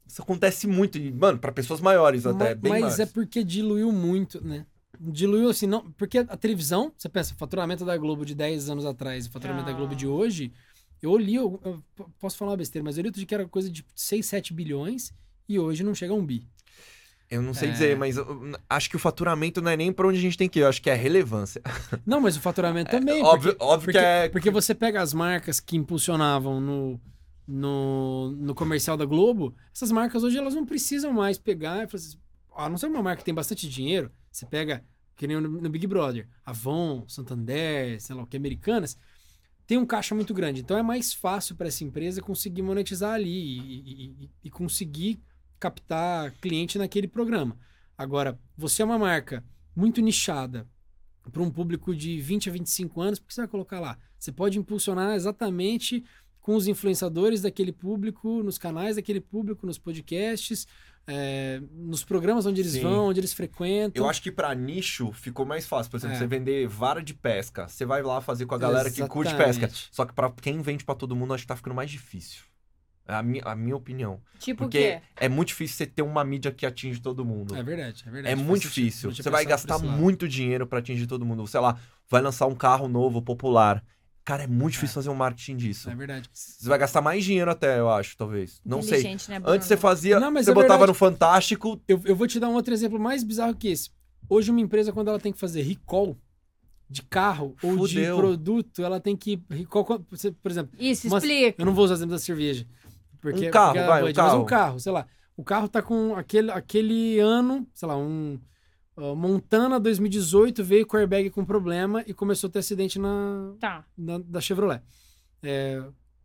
Isso acontece muito, e, mano, pra pessoas maiores até,
Ma-
bem
mas
mais.
é porque diluiu muito, né? Diluiu assim, não. Porque a televisão, você pensa, faturamento da Globo de 10 anos atrás e faturamento da
Ah.
Globo de hoje. Eu li, eu, eu p- posso falar uma besteira, mas eu li outro dia que era coisa de 6, 7 bilhões e hoje não chega a um
[LAUGHS]
bi.
Eu não sei
É.
dizer, mas eu- eu acho que o faturamento não é nem pra onde a gente tem que ir, eu acho que é a relevância.
Não, mas o faturamento também. porque-
É, [LAUGHS] óbvio óbvio
Porque,
que é
porque você pega as marcas que impulsionavam no, no, no comercial da Globo, essas marcas hoje elas não precisam mais pegar. e falar assim, A não ser uma marca que tem bastante dinheiro, você pega, que nem no, no Big Brother, Avon, Santander, sei lá o que, Americanas, tem um caixa muito grande. Então é mais fácil para essa empresa conseguir monetizar ali e- e- e- e conseguir captar cliente naquele programa. Agora, você é uma marca muito nichada para um público de 20 a 25 anos, porque você vai colocar lá. Você pode impulsionar exatamente com os influenciadores daquele público, nos canais daquele público, nos podcasts, eh, nos programas onde eles
Sim.
vão, onde eles frequentam.
Eu acho que pra nicho ficou mais fácil. Por exemplo,
É.
você vender vara de pesca. Você vai lá fazer com a galera que curte pesca.
Exatamente.
Só que pra quem vende pra todo mundo, acho que tá ficando mais difícil. É a, mi a minha opinião.
Tipo o
Porque
quê?
é muito difícil você ter uma mídia que atinge todo mundo.
É verdade, é verdade.
É
Faz
muito
sentido.
difícil.
Não tinha
Você vai
pensado por
gastar
esse lado.
muito dinheiro pra atingir todo mundo. Sei lá, vai lançar um carro novo, popular. Cara, é muito
É.
difícil fazer um marketing disso.
É verdade.
Você vai gastar mais dinheiro até, eu acho, talvez. Não sei.
Inteligente, né, Bruno?
Antes você fazia,
Não, mas
você
é
botava
verdade.
no Fantástico.
Eu, eu vou te dar um outro exemplo mais bizarro que esse. Hoje, uma empresa, quando ela tem que fazer recall de carro ou
Fudeu.
de produto, ela tem que. Recall, quando- você- por exemplo,
Isso,
Mas-
explica.
Eu não vou usar exemplo da cerveja. Porque,
Um carro,
porque ela
vai, um
pode, mas
carro.
um carro, sei lá. O carro tá com aquele, aquele ano, sei lá, um ah, Montana 2018 veio com airbag com problema e começou a ter acidente na,
Tá.
na- da Chevrolet. É,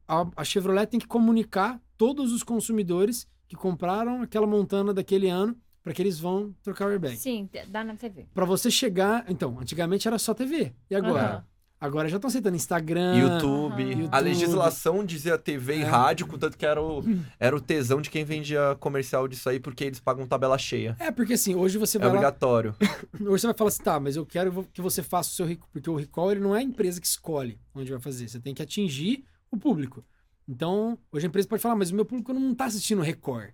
a, a Chevrolet tem que comunicar todos os consumidores que compraram aquela Montana daquele ano para que eles vão trocar o airbag.
Sim, te- dá na TV.
Para você chegar, então, antigamente era só TV. E agora?
Aham.
Agora já estão aceitando Instagram,
YouTube.
YouTube.
A legislação dizia TV e
Ah, É.
rádio, contanto que era o, era o tesão de quem vendia comercial disso aí, porque eles pagam tabela cheia.
É, porque assim, hoje você
É
vai lá,
obrigatório.
Hoje você vai falar assim, tá, mas eu quero que você faça o seu recall, porque o recall ele não é a empresa que escolhe onde vai fazer, você tem que atingir o público. Então, hoje a empresa pode falar, mas o meu público não tá assistindo o Record.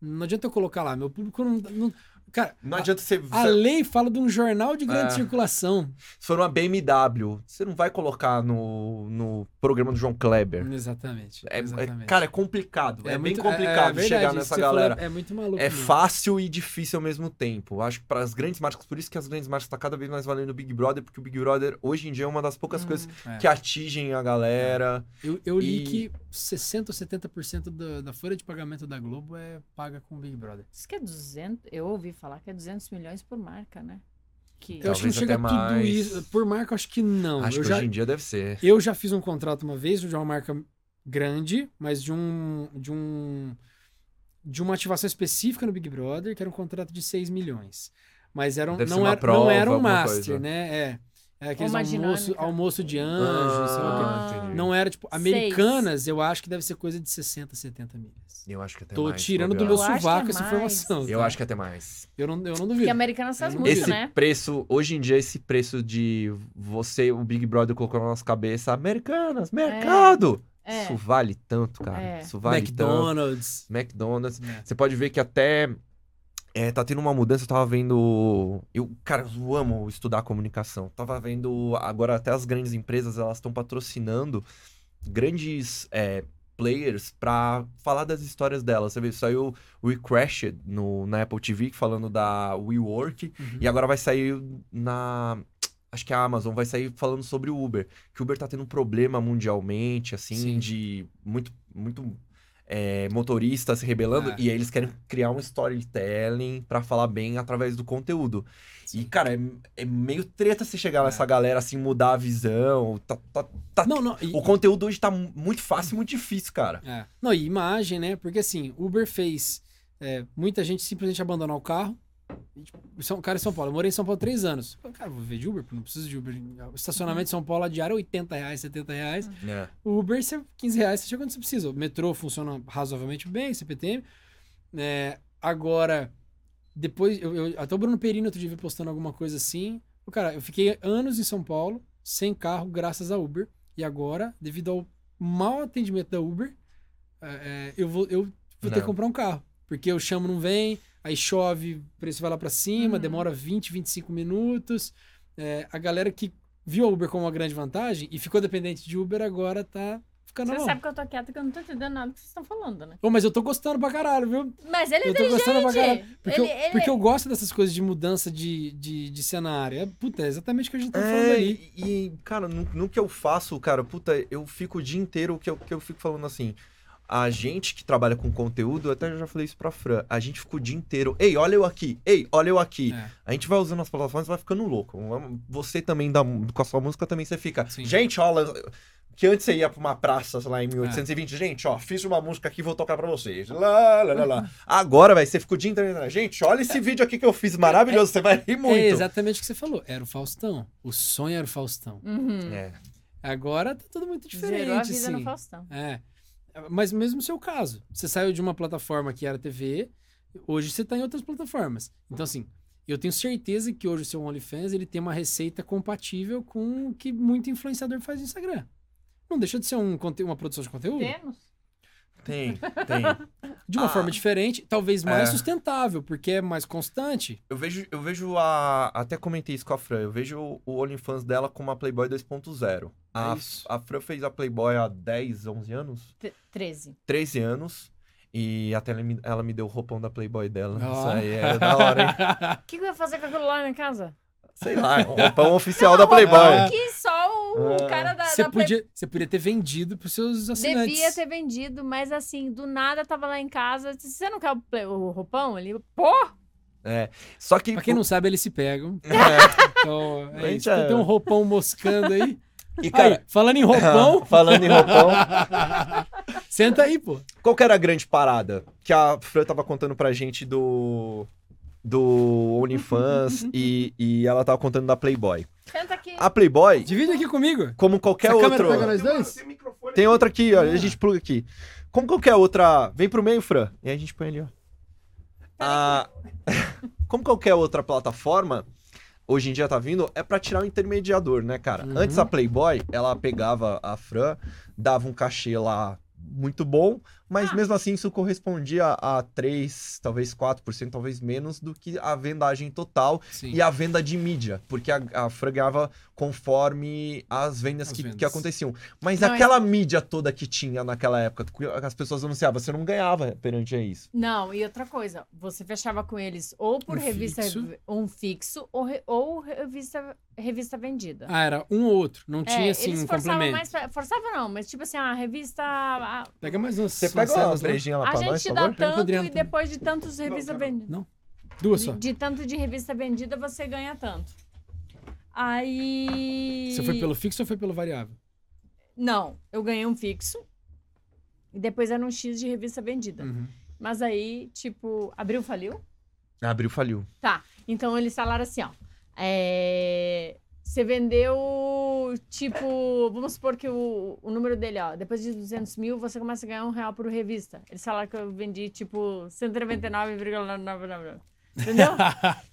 Não adianta eu colocar lá, meu público não. não- Cara,
Não adianta você.
a lei fala de um jornal de grande
É.
circulação.
Se for uma BMW, você não vai colocar no, no programa do João Kleber.
Exatamente.
É, é-
exatamente.
cara, é complicado. É, bem
muito-
complicado
é verdade,
chegar
isso
nessa
que você falou
galera.
É, é muito maluco.
É
mesmo.
fácil e difícil ao mesmo tempo. Acho que para as grandes marcas, por isso que as grandes marcas estão cada vez mais valendo o Big Brother, porque o Big Brother hoje em dia é uma das poucas
Hum.
coisas
É.
que atingem a galera.
Eu, eu li
E-
que 60 ou 70% da, da folha de pagamento da Globo é paga com o Big Brother.
Diz que é 200... Eu ouvi falar que é 200 milhões por marca, né? Que...
Eu acho que não
Talvez
chega
até
a tudo
mais.
isso. Por marca, eu acho que não.
Acho
eu,
que
já,
hoje em dia deve ser.
eu já fiz um contrato uma vez de uma marca grande, mas de um. de um. de uma ativação específica no Big Brother, que era um contrato de 6 milhões. Mas era, um-
Deve ser
não,
uma
era, não
prova,
era um
alguma
master,
coisa.
né? É. É aqueles
Uma
almoço,
dinâmica.
almoço de anjos, sei lá o quê.
Ah, entendi.
Não era, tipo,
Seis.
americanas, eu acho que deve ser coisa de 60, 70 milhas.
Eu acho que até
Tô
mais.
tirando do
Fabiano.
meu
Eu acho que é
sovaco essa
mais.
informação.
Eu
tá?
acho que até mais.
Eu não, eu não
Porque
duvido.
a americana faz
Hum. Esse-
muito,
esse
né?
preço, hoje em dia, esse preço de você, o Big Brother colocou na nossa cabeça, americanas, mercado!
É.
Isso vale tanto, cara.
É.
Isso vale
McDonald's.
tanto. McDonald's.
É.
Você pode ver que até é, tá tendo uma mudança, eu tava vendo. Eu, cara, eu amo estudar comunicação. Tava vendo. Agora até as grandes empresas elas estão patrocinando grandes é, players pra falar das histórias delas. Você vê, saiu o We Crashed no, na Apple TV falando da WeWork.
Uhum.
E agora vai sair na. Acho que é a Amazon vai sair falando sobre o Uber. Que o Uber tá tendo um problema mundialmente, assim,
Sim.
de muito, muito é, motorista se rebelando.
É.
E aí eles querem criar um storytelling pra falar bem através do conteúdo. E, cara, é, é meio treta você chegar nessa galera assim, mudar a visão. Tá- tá- tá-
Não, não. e-
O conteúdo hoje tá mu- muito fácil e muito difícil, cara.
É. Não, e imagem, né? Porque assim, Uber fez é, muita gente simplesmente abandonar o carro. E, tipo, São, cara, em São Paulo, eu morei em São Paulo três anos. Falei, Cara, eu vou viver de Uber, porque não preciso de Uber. O estacionamento de São Paulo a diária é 80 reais, 70 reais.
né?
O Uber, você, 15 reais, você chega onde você precisa. O metrô funciona razoavelmente bem, CPTM. É, agora, depois, eu, eu- até o Bruno Perino outro dia veio postando alguma coisa assim. Falei, Cara, eu fiquei anos em São Paulo, sem carro, graças a Uber. E agora, devido ao mau atendimento da Uber, é, é, eu vou, eu vou ter
Não.
que comprar um carro. Porque eu chamo, não vem, aí chove, o preço vai lá pra cima,
Uhum.
demora 20, 25 minutos. É, a galera que viu a Uber como uma grande vantagem e ficou dependente de Uber agora tá ficando
Você
mal.
sabe que eu tô quieta que eu não tô entendendo nada que vocês estão falando, né?
Ô, mas eu tô gostando pra caralho, viu?
Mas ele é
eu tô gostando pra caralho.
inteligente.
Porque,
ele, é-
eu,
ele-
porque eu gosto dessas coisas de mudança de, de, de cenário. É, puta, é exatamente o que a gente tá falando
É,
ali.
E, e, cara, no, no que eu faço, cara, puta, eu fico o dia inteiro que eu, que eu fico falando assim. A gente que trabalha com conteúdo, eu até já falei isso pra Fran, a gente fica o dia inteiro. Ei, olha eu aqui, ei, olha eu aqui.
É.
A gente vai usando as plataformas e vai ficando louco. Você também, dá, com a sua música, também você fica.
Sim.
Gente, olha. Que antes você ia pra uma praça, sei lá, em 1820. Gente, ó, fiz uma música aqui vou tocar pra vocês. Lá, lá, lá, [LAUGHS] lá. Agora, vai você fica o dia inteiro. né? Gente, olha esse vídeo aqui que eu fiz maravilhoso. Você vai rir muito.
É exatamente o que você falou. Era o Faustão. O sonho era o Faustão.
Uhum.
É.
Agora tá tudo muito diferente.
Zerou a vida
assim.
no Faustão.
É. Mas mesmo o seu caso. Você saiu de uma plataforma que era TV, hoje você tá em outras plataformas. Então, assim, eu tenho certeza que hoje o seu OnlyFans ele tem uma receita compatível com o que muito influenciador faz no Instagram. Não deixa de ser um, conte- uma produção de conteúdo.
Temos?
Tem, tem.
De uma
Ah.
forma diferente, talvez mais
É.
sustentável, porque é mais constante.
[LAUGHS] Eu vejo, eu vejo a. Até comentei isso com a Fran. Eu vejo o OnlyFans dela como a Playboy 2.0. A,
É isso.
a Fran fez a Playboy há 10, 11 anos?
T 13.
13 anos. E até ela me, ela me deu o roupão da Playboy dela.
Ó.
Isso aí é da
[LAUGHS]
hora, hein?
O que, que eu ia fazer com aquilo lá na casa?
Sei lá, é o roupão oficial da
Ah.
Playboy.
Que só o, o
Ah.
cara da,
Você
da Play-
podia, você podia ter vendido pros seus assinantes.
devia ter vendido, mas assim, do nada tava lá em casa. disse, Você não quer o, play- o roupão ali? Pô!
Só que.
Pra quem não sabe, eles se pegam.
[LAUGHS] É,
Então, é
Tipo Gente,
isso. Então,
é-
Tem um roupão moscando aí.
e, cara,
Aí, falando em roupão,
[LAUGHS] falando em roupão,
Senta aí, pô.
qual que era a grande parada que a Fran tava contando pra gente do.
[LAUGHS]
Do OnlyFans e, e ela tava contando da Playboy.
Senta aqui.
A Playboy,
Divide aqui comigo.
como qualquer
Essa câmera tá
outro.
pega nós dois?
Tem outra aqui, ó.
Ah.
A gente pluga aqui. Como qualquer outra. Vem pro meio, Fran. E aí a gente põe ali, ó. Ah, [LAUGHS] Como qualquer outra plataforma, hoje em dia tá vindo, é pra tirar o intermediador, né, cara?
Uhum.
Antes a Playboy, ela pegava a Fran, dava um cachê lá muito bom, mas
Ah.
mesmo assim isso correspondia a 3, talvez 4%, talvez menos do que a vendagem total
Sim.
e a venda de mídia, porque a, a Fran ganhava conforme as vendas,
As
que,
vendas.
que aconteciam. Mas
Não, é
aquela mídia toda que tinha naquela época, que as pessoas anunciavam, você não ganhava perante a isso.
Não, e outra coisa, você fechava com eles ou por
Um
revista
fixo.
um fixo ou, re- ou revista, revista vendida.
Ah, era um ou outro. Não
É,
tinha, assim,
eles
um
forçavam
complemento.
mais pra- forçavam não, mas tipo assim, a revista. A,
Pega mais uns.
Você
umas
pega uma
celas, né?
brejinha lá
a
pra tá
gente
nós,
te
por
dá
favor?
Pega pro
tanto
Adriano
e
também.
depois de tantos revistas
tá
quero
vendidas.
Duas
De,
só.
de tanto de revista vendida, você ganha tanto. Aí.
Você foi pelo fixo ou foi pelo variável?
Não, eu ganhei um fixo. E depois era um X de revista vendida.
Hum.
Uhum.
[LAUGHS]
Mas aí, tipo, abriu, faliu?
Abriu, faliu.
Tá. Então eles falaram assim, ó. é, Você vendeu, tipo, vamos supor que o, o número dele, ó, depois de 200 mil, você começa a ganhar um real por revista. Eles falaram que eu vendi, tipo, 199,99. Entendeu?
[LAUGHS]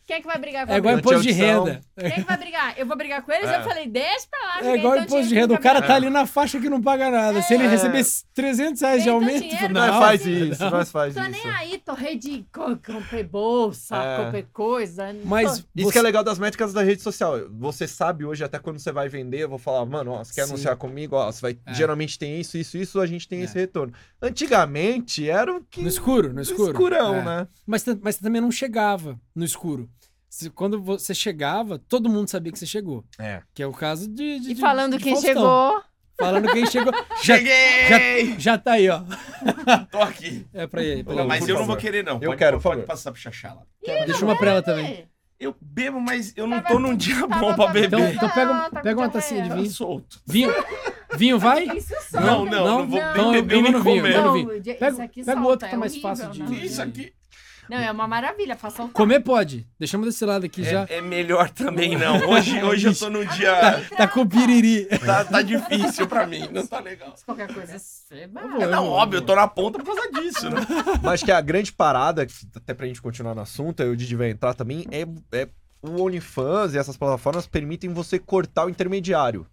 Quem é que vai brigar com
É igual
Não
ele?
tinha
imposto de
opção.
renda.
Quem é que vai brigar? Eu vou brigar com eles?
É.
Eu falei, deixa pra lá. então,
É
fica
igual
aí teu
imposto de
dinheiro,
renda. O
fica
cara
pra
tá
lá.
ali na faixa que não paga nada. Se ele
É.
receber 300 reais de
Então
aumento,
dinheiro,
não,
Nós
Não,
faz
filho,
isso,
não.
nós faz
Tô
isso.
nem aí, torrei de... co- Comprei bolsa,
É.
comprei coisa.
Mas
Isso
você-
que é legal das métricas da rede social. Você sabe hoje, até quando você vai vender, eu vou falar, mano, ó, você quer
Sim.
anunciar comigo? Ó, você vai,
É.
Geralmente tem isso, isso, isso, a gente tem
É.
esse retorno. Antigamente era o que.
No escuro, no escuro.
Escurão,
É.
né?
Mas, tam- mas você também não chegava no escuro. Se- Quando você chegava, todo mundo sabia que você chegou.
É.
Que é o caso de. de-
E
de-
falando
de
quem
Faustão.
chegou,
Falando quem
[LAUGHS]
chegou. Já,
Cheguei!
já tá aí, ó.
Tô aqui.
É pra ele. Pra
Ô,
ela.
Mas
por
eu não vou
favor.
querer, não.
Eu quero, por
pode
favor.
passar pro Xaxala.
Deixa uma pra ela também.
É.
Eu bebo, mas eu não
Tava-
tô num dia
tava
bom pra
bebendo.
Então,
beber.
então pega, um-
Não, tá
pega uma
com
tacinha de
diarreia.
Tá
vinho.
solto.
Vinho, vinho vai?
Isso solta.
Não, não, não,
não,
vou
não.
Então
nem
eu-
beber
eu
nem
não vi, eu
comer.
não vi. Pega-
isso aqui
pega o
solta,
outro que é
é
mais
horrível,
fácil de-
Não.
Isso aqui
não, é uma maravilha, pra soltar.
Comer pode. Deixamos desse lado aqui já.
é, é melhor também, não. Hoje, hoje eu tô num dia.
Tá com piriri.
Tá, tá difícil pra mim, não tá legal.
Se Qualquer coisa, você vai.
vou-
É, não, óbvio, eu tô na ponta por causa disso, né?
Mas que a grande parada, que até pra gente continuar no assunto, aí o Didi vai entrar também, é, é o OnlyFans e essas plataformas permitem você cortar o intermediário.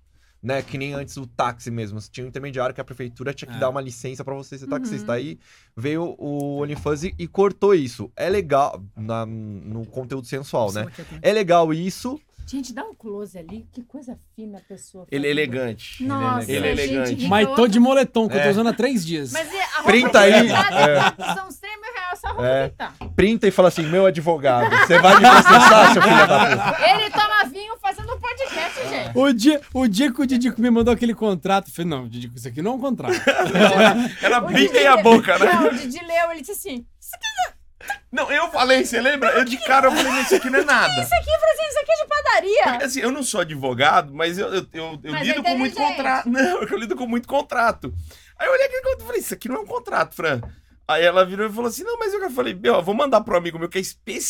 Né? Que nem antes o táxi mesmo. Você tinha um intermediário que a prefeitura tinha que
Ah.
dar uma licença pra você ser taxista. Aí veio o OnlyFans e, e cortou isso. É legal na- no conteúdo sensual, né? É legal isso.
Gente, dá um close ali. Que coisa fina a pessoa.
Ele é
faz.
elegante.
Nossa,
Ele é elegante.
gente,
Mas tô
rigoroso.
de moletom, que eu tô
É.
usando há três dias.
Mas e a roupa
Printa aí.
É.
usada, São os 3 mil reais só a roupa
É.
que tá.
Printa e fala assim: meu advogado, você vai me processar, seu filho da puta.
Ele toma vinho fazendo podcast, gente.
O dia, o dia que o Didico me mandou aquele contrato, eu falei, não, Didico, isso aqui não é um
[LAUGHS]
contrato.
Ela
O
brinca
Didi
aí Ah. a
leu-
boca, né?
Não, o Didi leu, ele disse assim, isso aqui,
Não, eu falei, você lembra? Eu de cara eu falei, isso aqui não é nada.
isso aqui, eu falei assim, isso aqui é de padaria.
Porque, assim, eu não sou advogado, mas eu, eu, eu, eu
Mas é
lido com muito
inteligente.
contrato. Não, [LAUGHS] eu lido com muito contrato. Aí eu olhei aquele contrato e falei, isso aqui não é um contrato, Fran. Aí ela virou e falou assim, não, mas eu falei, meu, eu vou mandar pro amigo meu que é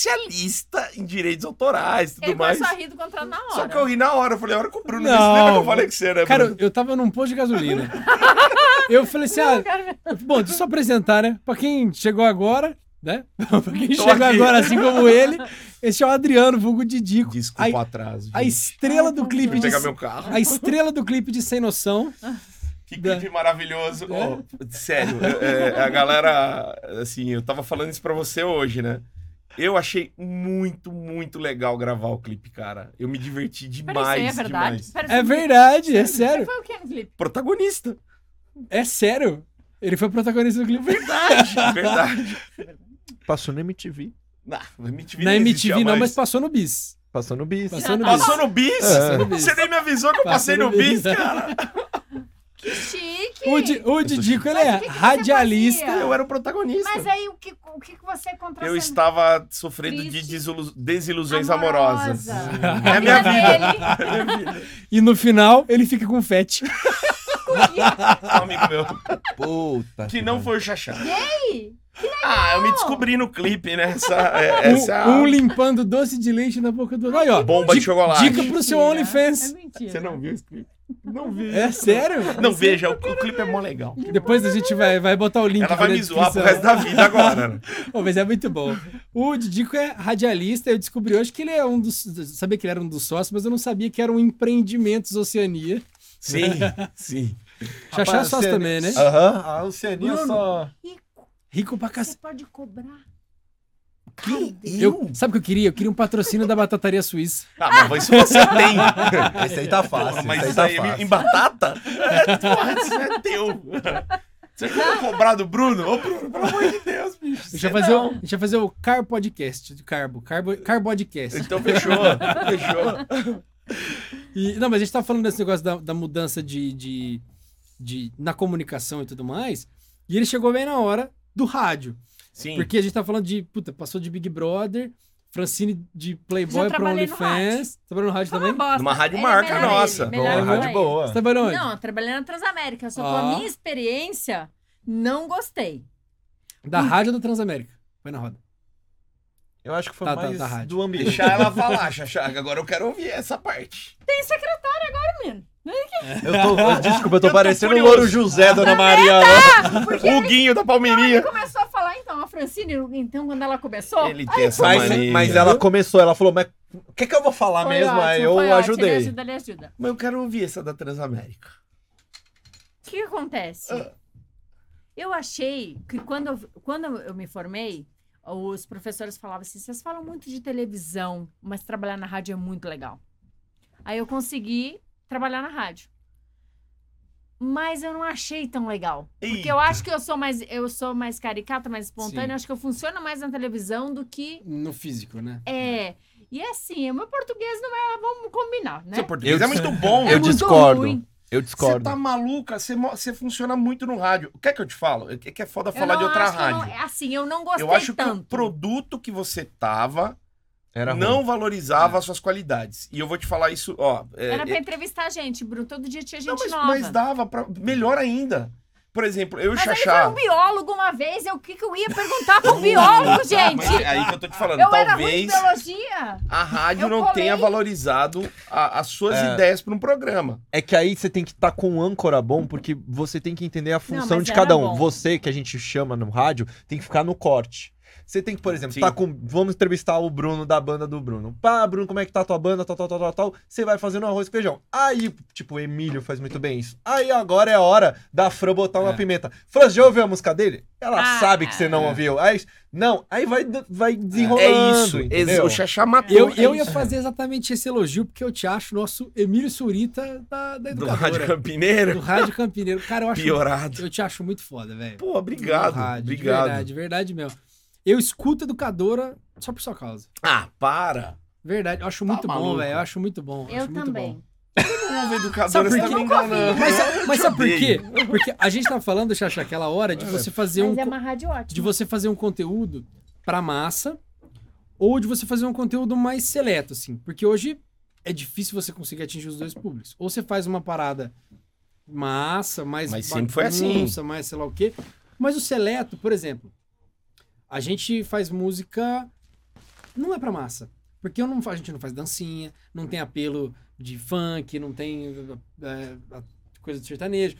especialista em direitos autorais e tudo
Ele
mais.
começou a rir do contrato na hora.
Só que eu ri na hora, eu falei, a hora que o
Não.
Bruno disse, lembra que eu falei que você era,
Cara,
Bruno?
eu tava num posto de gasolina.
[LAUGHS]
Eu falei assim, ah,
Cara,
Bom, deixa eu só apresentar, né? Pra quem chegou agora, né? [LAUGHS] pra quem
Tô
chegou
aqui.
agora, assim como ele, esse é o Adriano, vulgo Didico.
Desculpa
Aí-
o atraso.
A
gente.
estrela do clipe
Fui
de...
pegar meu carro.
A estrela do clipe de Sem
[LAUGHS]
Noção.
Que clipe maravilhoso. Ó, sério, é, é, a galera, assim, eu tava falando isso pra você hoje, né? Eu achei muito, muito legal gravar o clipe, cara. Eu me diverti
Peraí,
demais,
isso aí é verdade?
demais.
Pera,
É
você-
verdade, é
Você
sério.
foi o que no clipe?
Protagonista.
É sério. Ele foi o protagonista do clipe.
[LAUGHS] Verdade, verdade.
Passou no MTV.
Na MTV,
Na
não existia
MTV não,
mais.
mas passou no bis.
Passou no bis.
Passou no bis.
Passou no bis?
Passou
no bis.
É, Você nem me avisou que eu
Passou
passei
no
no bis, é.
bis.
cara.
Que chique.
O, Di- o Didico, ele é
Mas o que que você
radialista.
fazia?
Eu era o protagonista.
Mas aí, o que, o que que você contracenou?
Eu estava sofrendo de
Triste.
desilu- desilusões amorosas.
Amorosa.
É a
Vida
minha vida.
dele.
É a minha vida.
E no final, ele fica com fete.
Um amigo meu.
Puta.
Que não foi o Xaxá. [LAUGHS]
Gay?
Ah, eu me descobri no clipe, né? Essa, é,
Um,
essa é a-
um limpando doce de leite na boca do outro. Aí, ó.
Bomba de
di-
chocolate.
Dica pro seu
É
OnlyFans.
mentira.
Você não viu esse clipe? Não vi.
É sério?
Não veja, o, o clipe é mó legal.
Depois a gente vai, vai botar o link
Ela vai
na
me zoar pro
descrição.
resto da vida agora. né?
Ô, mas é muito bom. O Didico é radialista, eu descobri hoje que ele é um dos. Sabia que ele era um dos sócios, mas eu não sabia que era um empreendimentos Oceania.
Sim, sim.
Xaxá é sócio também, né?
Aham, a Oceania
Bruno.
só.
Rico,
Rico pra
você
cacete.
pode cobrar.
Eu, sabe o que eu queria? Eu queria um patrocínio da Batataria Suíça.
Ah, mas isso você tem.
Esse aí tá fácil.
mas
esse aí
isso
tá
aí é
fácil.
em batata? É, porra, isso é teu. Você quer cobrar do Bruno? Ô, Bruno, pelo amor de Deus, bicho.
Deixa eu
você
fazer,
não.
o- a gente vai fazer o Car Podcast, do Carbo, Carbo, Car Podcast.
Então fechou, fechou.
E, não, mas a gente tava falando desse negócio da, da mudança de, de, de- na comunicação e tudo mais, e ele chegou bem na hora do rádio.
Sim.
Porque a gente tá falando de, puta, passou de Big Brother, Francine de Playboy
Já
pra
trabalhei no
OnlyFans. Trabalhou no rádio também?
Bosta.
Numa rádio
Ele
marca
melhor
nossa.
ele,
Pô,
melhor
Uma
ele.
rádio boa.
Você trabalhou onde?
Não, trabalhei na Transamérica,
Ah.
só que a minha experiência, não gostei.
Da rádio ou da Transamérica? Foi na roda.
Eu acho que foi
Tá, tá,
mais
tá, rádio.
do ambiente.
Deixar ela falar, Xaxá, que agora eu quero ouvir essa parte.
Tem secretário agora, menino.
[LAUGHS] Eu tô, eu- desculpa, eu tô
Eu tô
parecendo o
curioso.
Louro José, Dona Maria. né?
O Guinho da Palmeirinha.
Começou a falar, então, a Francine, então, quando ela começou...
Ele tem essa
Mas,
mania.
mas ela começou, ela falou, mas o que, que eu vou falar
foi
mesmo?
ótimo,
Aí eu
foi ótimo, né?
ajudei.
Ele ajuda, ele ajuda.
Mas eu quero ouvir essa da Transamérica.
O que que acontece?
Ah.
Eu achei que quando eu, quando eu me formei, os professores falavam assim: vocês falam muito de televisão, mas trabalhar na rádio é muito legal. Aí eu consegui trabalhar na rádio. Mas eu não achei tão legal. Porque é eu acho que eu sou mais, eu sou mais caricata, mais espontânea,
Sim.
acho que eu funciono mais na televisão do que.
No físico, né?
É. E assim, o meu português não é. Vamos combinar, né?
Seu
[LAUGHS]
português
Eu-
é muito bom.
eu
muito
discordo.
ruim.
Eu
Você
discordo.
tá maluca? Você mo- você funciona muito no rádio. O que é que eu te falo? É que é foda
Eu
falar de
não
outra
acho que eu não-
rádio.
é assim, eu não gostei
Eu acho que o
tanto.
produto que você tava
Era ruim. É.
não valorizava as suas qualidades. E eu vou te falar isso, ó. é,
Era pra
é-
entrevistar a gente, Bruno. Todo dia tinha gente
não, mas,
nova.
mas dava pra. Melhor ainda. Por exemplo, eu e o
Mas ele
Xaxá.
foi um biólogo uma vez. eu- O que, que eu ia perguntar
[LAUGHS]
pro biólogo,
Mas
gente?
é aí que eu tô te falando.
Eu era ruim de
Talvez
biologia.
a rádio
Eu
não
colei.
tenha valorizado a- as suas
É.
ideias pra um programa.
É que aí você tem que estar com um âncora bom, porque você tem que entender a função
mas
de
era
cada um.
bom.
Você, que a gente chama no rádio, tem que ficar no corte. Você tem que, por exemplo,
Sim.
tá com. Vamos entrevistar o Bruno da banda do Bruno. Pá, Bruno, como é que tá a tua banda? Tal, tal, tal, tal, tal. Você vai fazendo arroz e feijão. Aí, tipo, o Emílio faz muito bem isso. Aí agora é a hora da Fran botar uma
É.
pimenta. Fran, já ouviu a música dele? Ela
Ah,
sabe que você não
é.
ouviu. Aí, não, aí vai, vai desenrolando.
é isso. ex-
entendeu?
O Xaxá matou.
Eu,
é
eu ia
isso.
fazer exatamente esse elogio, porque eu te acho nosso Emílio Surita da, da
Do
educadora.
Rádio Campineiro.
Do Rádio Campineiro. Cara, eu acho.
Piorado.
Eu te acho muito foda, velho.
Pô, obrigado.
Do rádio, de
obrigado.
verdade, de verdade mesmo. Eu escuto educadora só por sua causa.
Ah, para.
Verdade, eu acho
Tá
muito bom,
maluco.
velho. Eu acho muito bom.
Eu
acho muito
também.
bom.
Novo
Sabe
educador,
por
você tá
quê?
me enganando.
Mas, sa- mas sabe por quê?
odeio.
Porque a gente tava falando, Xaxá, aquela hora de você fazer um.
Mas é
co-
uma
de
rádio ótima.
você fazer um conteúdo pra massa ou de você fazer um conteúdo mais seleto, assim. Porque hoje é difícil você conseguir atingir os dois públicos. Ou você faz uma parada massa, mais
Mas sempre foi assim.
bagunça, mais sei lá o quê. Mas o seleto, por exemplo, a gente faz música não é pra massa. Porque eu não, fa- a gente não faz dancinha, não tem apelo de funk, não tem eh, a coisa de sertanejo.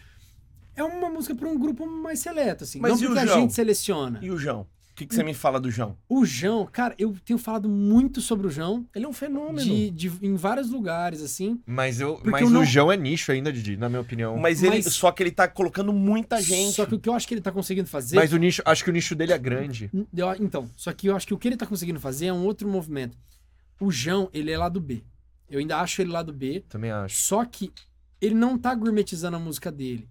É uma música pra um grupo mais seleto, assim.
Mas
não
e o
porque a
João?
gente seleciona.
E o João? O que, que você me fala do João?
O João, cara, eu tenho falado muito sobre o João
Ele é um fenômeno.
de, de- em vários lugares, assim.
Mas, eu,
Porque
mas
eu
o
não-
João é nicho ainda, Didi, na minha opinião.
Mas ele,
Mas-
só que ele tá colocando muita gente.
Só que o que eu acho que ele tá conseguindo fazer.
Mas o nicho, acho que o nicho dele é grande.
Eu- então, só que eu acho que o que ele tá conseguindo fazer é um outro movimento. O João, ele é lá do B. Eu ainda acho ele lá do B.
Também acho.
Só que ele não tá gourmetizando a música dele.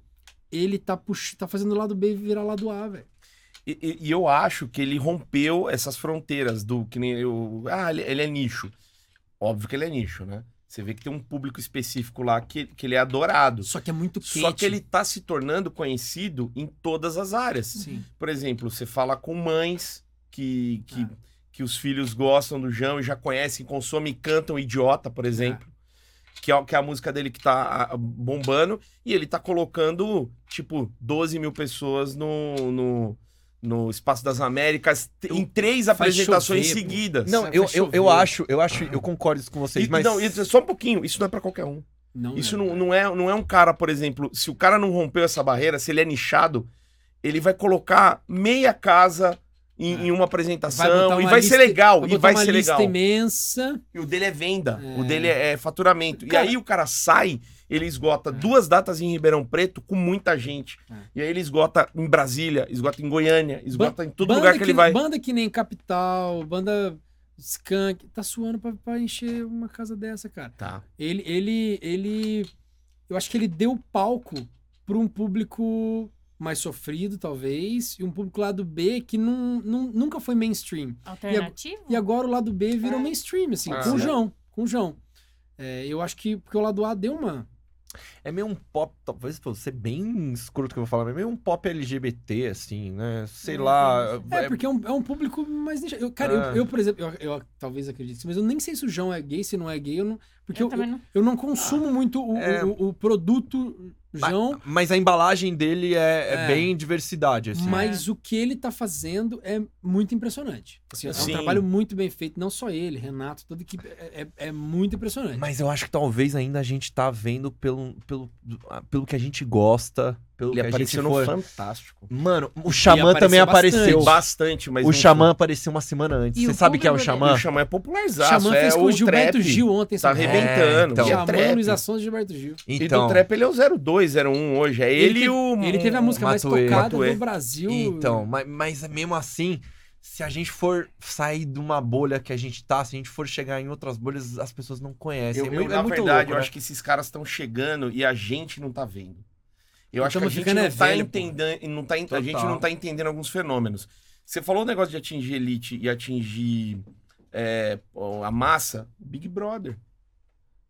Ele tá, pux... tá fazendo o lado B virar lado A, velho.
E- E, e eu acho que ele rompeu essas fronteiras do que nem eu. Ah, ele, ele é nicho. Óbvio que ele é nicho, né? Você vê que tem um público específico lá que, que ele é adorado.
Só que é muito quente.
Só que ele tá se tornando conhecido em todas as áreas.
Sim.
Por exemplo, você fala com mães que, que,
Ah.
que os filhos gostam do Jão e já conhecem, consomem e cantam Idiota,
Ah.
por exemplo. Que é, o- que é a música dele que tá ah, bombando. E ele tá colocando, tipo, 12 mil pessoas no, no, no Espaço das Américas te- em três
Faz
apresentações
chover, pô.
seguidas.
Não,
Vai
eu, eu, eu
chover.
acho, eu acho, eu concordo com vocês,
E-
mas.
não, isso é só um pouquinho. Isso não é pra qualquer um.
Não
Isso
é,
não,
velho.
não, é, não é um cara, por exemplo, se o cara não rompeu essa barreira, se ele é nichado, ele vai colocar meia casa em,
É.
em uma apresentação
botar
e
uma
vai
lista-
ser legal,
Vai
e
botar
vai
uma
ser
lista
legal.
imensa.
E o dele é venda,
É.
o dele é, é faturamento.
Cara-
E aí o cara sai, ele esgota
É.
duas datas em Ribeirão Preto com muita gente.
É.
E aí ele esgota em Brasília, esgota em Goiânia, esgota em todo
Banda
lugar que, ele vai.
Banda que nem Capital, banda Skank, tá suando pra, pra encher uma casa dessa, cara.
Tá.
Ele, ele, ele, eu acho que ele deu palco pra um público mais sofrido, talvez, e um público lado B que não, não, nunca foi mainstream.
Alternativo?
E agora o lado B virou mainstream, assim,
Ah,
é.
com o
sim.
João, com o João. É, eu acho que porque o lado A deu uma...
É meio um pop, talvez pra ser bem escroto que eu vou falar, mas é meio um pop LGBT, assim, né? Sei
Não,
lá.
não
É,
é-
porque é um, é um público mais... nicho. Eu, cara,
Ah.
eu, eu, por exemplo, eu, eu talvez acredite, mas eu nem sei se o João é gay, se não é gay, eu não... Porque
eu,
eu,
também não.
Eu não consumo
Ah,
muito o,
é.
o- o produto João,
Mas a embalagem dele é, é
É.
bem diversidade, assim.
mas o que ele tá fazendo é muito impressionante. Assim, é
Sim.
um trabalho muito bem feito, não só ele, Renato, toda a equipe. É, é- é muito impressionante.
Mas eu acho que talvez ainda a gente tá vendo pelo, pelo, ah, pelo que a gente gosta, pelo que
Ele
a gente
apareceu no
for.
Fantástico.
Mano, o Xamã
apareceu
também
bastante.
apareceu.
Bastante, mas.
O
não
Xamã apareceu uma semana antes.
E
Você
o
sabe quem é o
público
foi.
Xamã?
O Xamã é popularizado.
Xamã fez
é
com o
o
Gilberto
trap.
Gil ontem.
Tá
sabe?
arrebentando.
então.
que é
Xamã,
trap.
Luiz Assunção e Gilberto Gil.
E do trap ele é o 02, 01 hoje. É ele,
teve-
e o.
Ele teve a música mais
Matuê.
tocada
Matuê.
do Brasil.
Então, ma- mas, mesmo assim, se a gente for sair de uma bolha que a gente tá, se a gente for chegar em outras bolhas, as pessoas não conhecem.
Eu,
É
eu,
meio- é
na
muito
verdade,
louco,
eu
né?
acho que esses caras estão chegando e a gente não tá vendo. Eu acho que a
Estamos
gente
ficando
não
é
tá
velho, pô.
entendendo, não tá, en- a
Total.
gente não tá entendendo alguns fenômenos. Você falou o negócio de atingir elite e atingir é, a massa, Big Brother.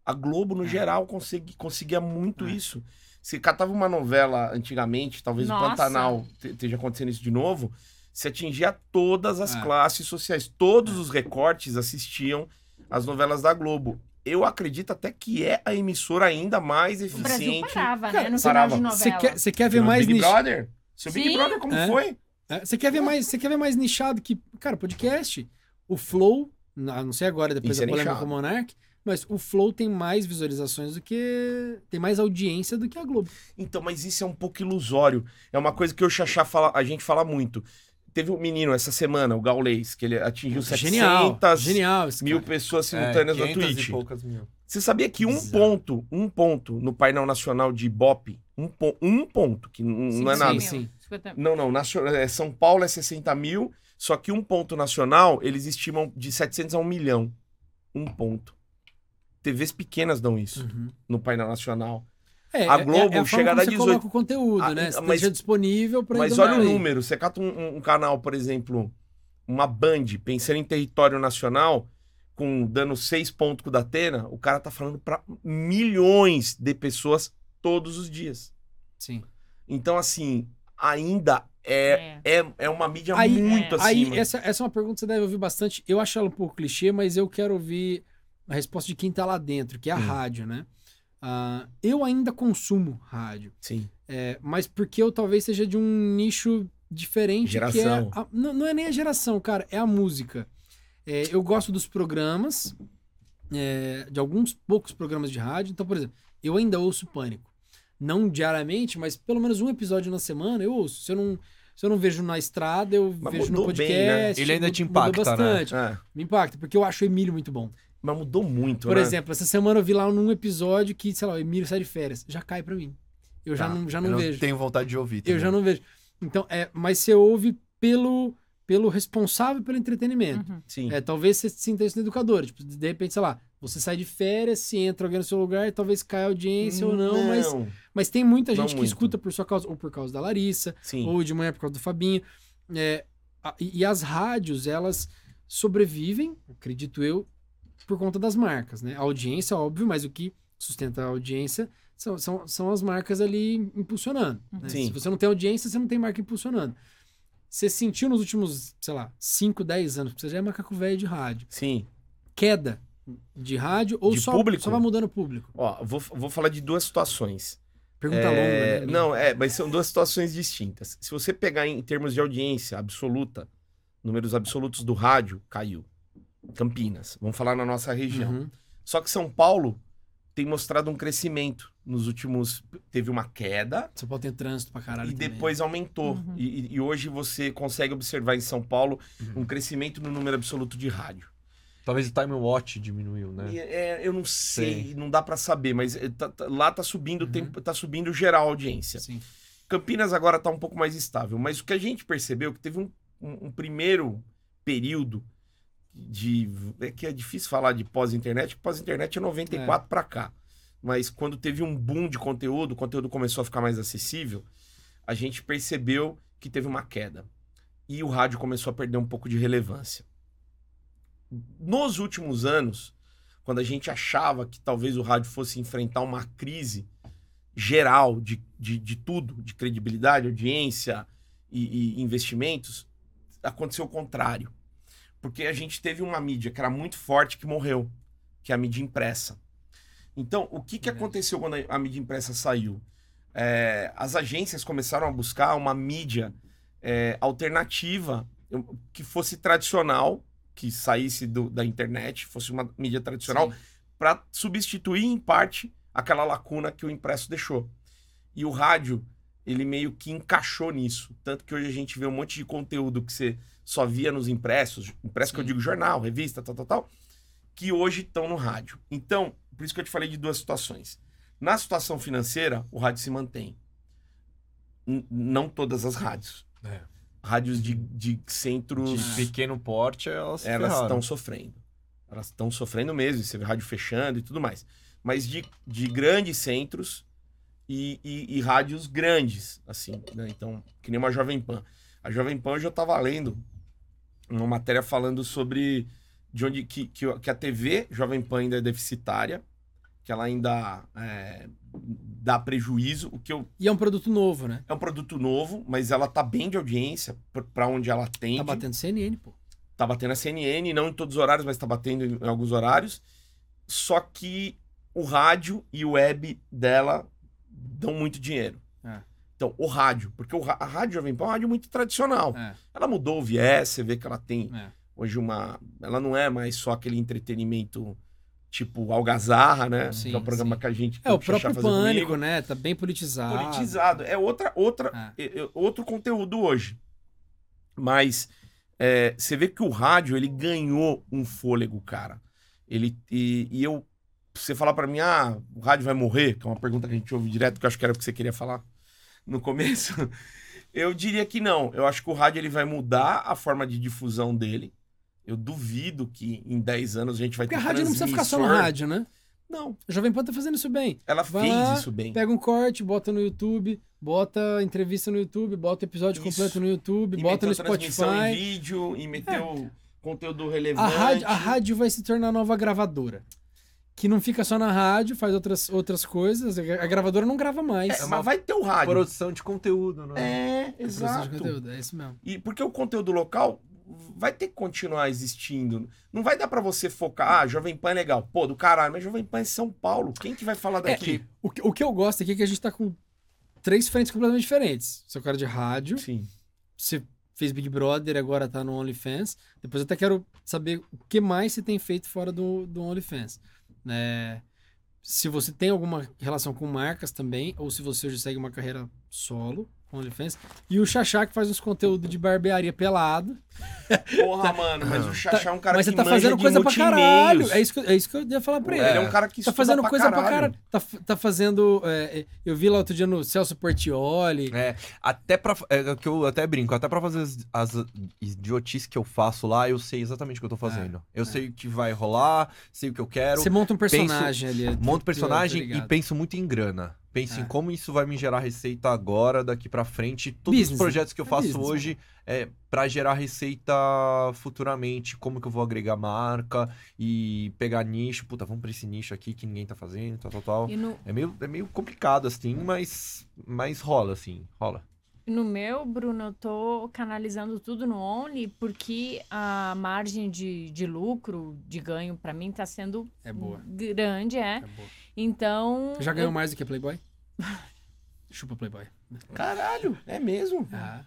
A Globo, no geral, consegui- conseguia muito isso. Você catava uma novela antigamente, talvez o
Nossa.
Pantanal te- esteja acontecendo isso de novo, se atingia todas as
É.
classes sociais. Todos os recortes assistiam às novelas da Globo. Eu acredito até que é a emissora ainda mais
O Brasil
eficiente.
parava,
Cara,
né? No
parava.
final de
Você
novela.
quer, você quer ver
Seu
mais
Big
nicho?
Brother? Seu Big
Sim.
Brother, como
É.
foi?
É, Você quer ver mais, você quer ver mais nichado que, cara, podcast, o Flow, a não sei agora depois
Isso
da
é
polêmica
nichado.
com o Monark, mas o Flow tem mais visualizações do que tem mais audiência do que a Globo.
Então, mas isso é um pouco ilusório. É uma coisa que o Xaxá fala, a gente fala muito. Teve um menino essa semana, o Gaulês, que ele atingiu 700
É Genial, genial esse
mil
cara.
pessoas
É,
simultâneas na
500 e
Twitch.
poucas mil.
Você sabia que um
Bizarro.
ponto, um ponto no painel nacional de Ibope, um, po- um ponto, que n-
Sim,
não é
sim,
nada.
meu.
sim.
50
Não, não, nacio- é, São Paulo é 60 mil, só que um ponto nacional, eles estimam de 700 a 1 milhão. Um ponto. TVs pequenas dão isso
Uhum.
no painel nacional.
É,
A
é-
Globo
é, é a forma
chega a
como
dar
você
18.
coloca o conteúdo,
Ah,
né? Você
mas-
deixa disponível para
Mas olha o número. Você cata um, um canal, por exemplo, uma Band, pensando em território nacional, com dando seis pontos com o da Atena, o cara tá falando pra milhões de pessoas todos os dias.
Sim.
Então, assim, ainda é,
é.
é, é uma mídia
Aí-
muito
é.
acima.
Aí, essa, essa é uma pergunta que você deve ouvir bastante. Eu acho ela um pouco clichê, mas eu quero ouvir a resposta de quem tá lá dentro, que é a
Hum.
rádio, né? Ah, eu ainda consumo rádio,
Sim.
é, mas porque eu talvez seja de um nicho diferente. que é
Geração.
a- não, não é nem a geração, cara, é a música. É, eu gosto dos programas, é, de alguns poucos programas de rádio. Então, por exemplo, eu ainda ouço Pânico. Não diariamente, mas pelo menos um episódio na semana eu ouço. Se eu não, se eu não vejo na estrada, eu
Mas
vejo no
mudou bem,
podcast.
né?
Ele ainda
mudou-
te
mudou
impacta, né?
bastante.
É.
Me impacta, porque eu acho o Emílio muito bom.
Mas mudou muito,
Por
né?
exemplo, essa semana eu vi lá num episódio que, sei lá, o Emílio sai de férias. Já cai pra mim. Eu já
Tá.
não, já
Eu
não vejo.
tenho vontade de ouvir.
Eu
também.
já não vejo. Então, é, mas você ouve pelo, pelo responsável pelo entretenimento.
Uhum.
Sim.
É, talvez você sinta isso no educador. Tipo, de repente, sei lá, você sai de férias, se entra alguém no seu lugar, talvez caia a audiência ou não, mas, mas tem muita
Hum, Não
gente que
muito.
escuta por sua causa, ou por causa da Larissa,
Sim.
ou de manhã por causa do Fabinho. É, a- e, e as rádios, elas sobrevivem, acredito eu, por conta das marcas, né? A audiência, óbvio, mas o que sustenta a audiência são, são, são as marcas ali impulsionando. né?
Sim.
Se você não tem audiência, você não tem marca impulsionando. Você sentiu nos últimos, sei lá, 5, 10 anos, porque você já é macaco velho de rádio,
Sim.
queda de rádio ou
De
só,
público?
só vai mudando o público?
Ó, vou, vou falar de duas situações.
Pergunta
É,
longa, né?
Não, é, mas são duas situações distintas. Se você pegar em termos de audiência absoluta, números absolutos do rádio, caiu. Campinas, vamos falar na nossa região.
Uhum.
Só que São Paulo tem mostrado um crescimento nos últimos. Teve uma queda
São Paulo tem trânsito pra caralho
e
também.
depois aumentou.
Uhum.
E, e- e hoje você consegue observar em São Paulo
Uhum.
um crescimento no número absoluto de rádio.
Talvez o time watch diminuiu, né?
E, é, eu não sei,
Sei.
não dá pra saber, mas é, tá- tá- lá tá subindo, o
Uhum.
tempo, tá subindo geral a audiência.
Sim.
Campinas agora está um pouco mais estável, mas o que a gente percebeu é que teve um, um- um primeiro período de. É que é difícil falar de pós-internet, porque pós-internet é 94 para cá. Mas quando teve um boom de conteúdo, o conteúdo começou a ficar mais acessível, a gente percebeu que teve uma queda. E o rádio começou a perder um pouco de relevância. Nos últimos anos, quando a gente achava que talvez o rádio fosse enfrentar uma crise geral de, de, de tudo, de credibilidade, audiência e, e investimentos, aconteceu o contrário. Porque a gente teve uma mídia que era muito forte que morreu, que é a mídia impressa. Então, o que, que
Verdade.
aconteceu quando a- a mídia impressa saiu? É, as agências começaram a buscar uma mídia é, alternativa eu- que fosse tradicional, que saísse do- da internet, fosse uma mídia tradicional,
Sim.
para substituir em parte aquela lacuna que o impresso deixou. E o rádio, ele meio que encaixou nisso, tanto que hoje a gente vê um monte de conteúdo que você só via nos impressos, impresso que eu
Sim.
digo jornal, revista, tal, tal, tal, que hoje estão no rádio. Então, por isso que eu te falei de duas situações. Na situação financeira, o rádio se mantém. N- não todas as rádios.
É.
Rádios de, de
De
centros
pequeno porte, elas,
elas
ferraram.
estão sofrendo. Elas estão sofrendo mesmo, você vê rádio fechando e tudo mais. Mas de, de grandes centros e, e- e rádios grandes, assim, né? Então, que nem uma Jovem Pan. A Jovem Pan hoje eu tava lendo uma matéria falando sobre de onde que, que, que a TV Jovem Pan ainda é deficitária que ela ainda é, dá prejuízo. O que eu
E é um produto novo, né?
é um produto novo, mas ela tá bem de audiência pr- pra onde ela tem.
Tá batendo CNN, pô.
tá batendo a CNN, não em todos os horários, mas tá batendo em alguns horários. Só que o rádio e o web dela dão muito dinheiro.
É.
Então, o rádio, porque o ra- a rádio Jovem Pan é um rádio muito tradicional.
É,
Ela mudou o viés, você vê que ela tem
é.
hoje uma. Ela não é mais só aquele entretenimento tipo algazarra, né?
Sim,
que é o programa
sim.
que a gente.
É, o
que Xaxá
próprio
fazia
pânico,
comigo.
né? Tá bem politizado.
Politizado. É outra, outra,
Ah.
é- é outro conteúdo hoje. Mas é, você vê que o rádio, ele ganhou um fôlego, cara. Ele, e, e eu. Você falar pra mim, ah, o rádio vai morrer, que é uma pergunta que a gente ouve direto, que eu acho que era o que você queria falar no começo. [LAUGHS] Eu diria que não. Eu acho que o rádio ele vai mudar a forma de difusão dele. Eu duvido que em 10 anos a gente vai
Porque a
ter
rádio não precisa ficar só no
transmissor.
rádio, né?
Não,
A Jovem Pan tá fazendo isso bem.
ela
Vai
fez
lá,
isso bem.
Pega um corte, bota no YouTube, bota a entrevista no YouTube, bota o episódio
Isso.
completo no YouTube,
E
bota
meteu
no
transmissão em
Spotify. É.
vídeo e meteu conteúdo relevante.
A rádio, a rádio vai se tornar a nova gravadora. Que não fica só na rádio, faz outras, outras coisas. A gravadora não grava mais.
É, mas vai ter o rádio.
Produção de conteúdo, né?
É,
É produção de
exato.
conteúdo, é isso mesmo.
E porque o conteúdo local vai ter que continuar existindo. Não vai dar pra você focar, ah, Jovem Pan é legal. Pô, do caralho, mas Jovem Pan é São Paulo. Quem que vai
É,
falar daqui?
O que, o que eu gosto aqui é que a gente tá com três frentes completamente diferentes. Seu cara de rádio, [LAUGHS]
Sim.
você fez Big Brother, agora tá no OnlyFans. Depois eu até quero saber o que mais você tem feito fora do, do OnlyFans. né? se você tem alguma relação com marcas também, ou se você hoje segue uma carreira solo com OnlyFans. E o Xaxá, que faz uns conteúdos de barbearia pelado.
Porra, mano, Tá. mas o Xaxá é um cara
Mas
que
você tá
manja
fazendo
de
coisa pra caralho.
multimeios.
É isso, que, eu- é isso que eu ia falar pra ele.
Ele é um cara que
Tá
estuda
fazendo coisa
caralho.
pra caralho. Tá, f- tá fazendo. é, é, eu vi lá outro dia no Celso Portioli.
É, até pra. É, que eu até brinco, até pra fazer as, as idiotices que eu faço lá, eu sei exatamente o que eu tô fazendo.
É.
eu sei o que vai rolar, sei o que eu quero.
Você monta um
penso-
personagem ali.
Monto
Tô
personagem e
ligado.
penso muito em grana. Penso
É.
em como isso vai me gerar receita agora, daqui pra frente. Todos
Business,
os projetos que eu
é
faço
business,
hoje é para gerar receita futuramente. Como que eu vou agregar marca e pegar nicho. Puta, vamos pra esse nicho aqui que ninguém tá fazendo, tal, tal, tal.
E no,
É meio, é meio complicado, assim, mas, mas rola, assim, rola.
no meu, Bruno, eu tô canalizando tudo no Only porque a margem de, de lucro, de ganho, pra mim tá sendo
É boa.
grande, é.
É boa.
Então.
Já ganhou mais do que Playboy? [LAUGHS] Chupa Playboy.
Caralho, é
[LAUGHS]
mesmo?
Ah,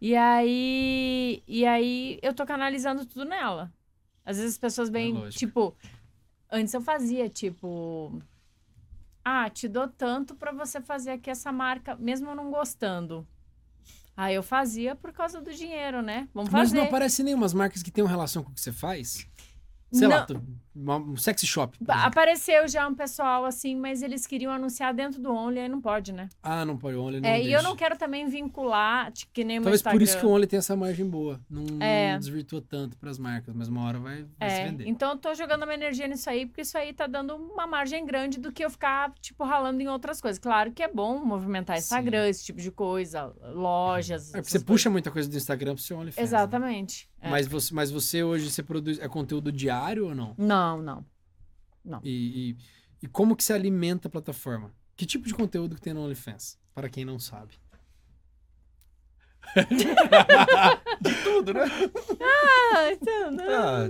E aí, e aí eu tô canalizando tudo nela. Às vezes as pessoas
É
bem,
lógico.
tipo, antes eu fazia tipo, ah, te dou tanto pra você fazer aqui essa marca, mesmo eu não gostando. Aí eu fazia por causa do dinheiro, né? Vamos
Mas
fazer.
não aparece nenhumas marcas que tenham relação com o que você faz? Sei lá,
Não.
tu- uma- um sexy shop. por exemplo.
Apareceu já um pessoal assim, mas eles queriam anunciar dentro do Only, aí não pode, né?
Ah, não pode, o Only não
É, e eu
deixa.
não quero também vincular, tipo, que nem o meu
Talvez
Instagram.
por isso que o Only tem essa margem boa. Não,
É.
não desvirtua tanto pras marcas, mas uma hora vai, vai se
É,
vender.
então eu tô jogando uma energia nisso aí, porque isso aí tá dando uma margem grande do que eu ficar, tipo, ralando em outras coisas. Claro que é bom movimentar Instagram, esse tipo de coisa, lojas.
É porque você
essas coisas.
puxa muita coisa do Instagram pro seu OnlyFans. né?
Exatamente. é.
Mas, você, mas você hoje você produz é conteúdo diário ou não?
Não,
[LAUGHS]
não.
E, e, e como que se alimenta a plataforma? Que tipo de conteúdo que tem no OnlyFans? Para quem não sabe.
De tudo, né?
Ah, então, não.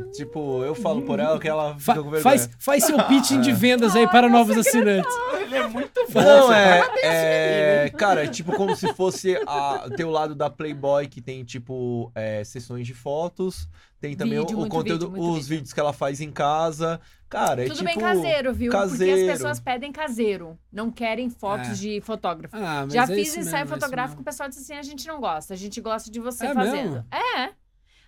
Ah, tipo, eu falo por ela que ela
Fa-
fica com vergonha. Ah.
faz, faz seu pitching
[LAUGHS]
de vendas
Ah,
aí para novos assinantes.
Ele é muito bom.
Não, é,
assim
é.
né? [LAUGHS]
Cara, é tipo como se fosse a, teu lado da Playboy, que tem, tipo, é, sessões de fotos. Tem também
Vídeo,
o, o
muito
conteúdo,
vídeo, muito
os
vídeo.
vídeos que ela faz em casa. Cara, é
Tudo
tipo.
bem caseiro, viu? Porque
caseiro.
as pessoas pedem caseiro, não querem fotos
É.
de fotógrafo.
Ah, mas
Já
é
fiz
isso
ensaio
mesmo, é isso
fotográfico, o
mesmo.
pessoal disse assim: a gente não gosta, a gente gosta de você
É
fazendo.
mesmo?
É.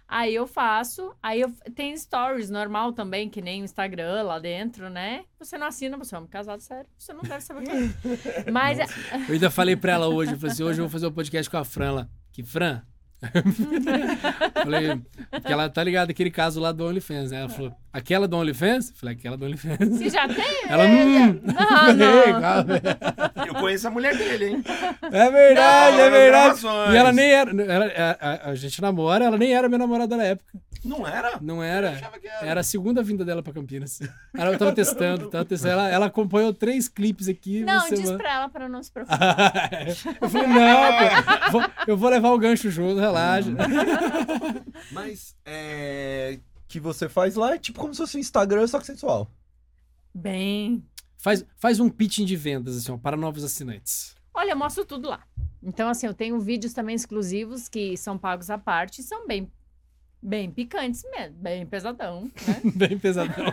Aí eu faço, aí eu tem stories normal também, que nem o Instagram lá dentro, né? Você não assina, você é um casado sério, você não deve saber o que
[LAUGHS]
é. Mas
Eu ainda falei pra ela hoje, eu falei assim, hoje eu vou fazer um podcast com a Fran lá. Que Fran? [LAUGHS] falei, porque ela tá ligada aquele caso lá do OnlyFans, né? Ela falou, Aquela do OnlyFans? Eu Falei, aquela do OnlyFans.
Você eh, já tem? é,
Ela, hum, [LAUGHS]
[LAUGHS] Não,
falei,
Ah, não.
calma.
Eu conheço a mulher dele, hein?
É verdade, é
Nas
verdade.
gravações.
E ela nem era. ela- a, a- a gente namora, ela nem era minha namorada na época.
Não era?
Não
Eu
era.
achava que
É.
era.
Era a segunda vinda dela pra Campinas. Ela eu tava testando, tava testando. Ela, ela acompanhou três clipes aqui.
Não,
uma
diz
semana.
pra ela pra não se
Ah.
preocupar.
[LAUGHS] eu falei, não, pô, vou- eu vou levar o gancho junto, relaxa.
Mas é. Que você faz lá é tipo como se fosse um Instagram, só que sensual.
Bem.
Faz, faz um pitching de vendas, assim, ó, para novos assinantes. [LAUGHS]
Olha, eu mostro tudo lá. Então, assim, eu tenho vídeos também exclusivos que são pagos à parte e são bem, bem picantes mesmo. Bem pesadão,
[LAUGHS]
né?
Bem pesadão.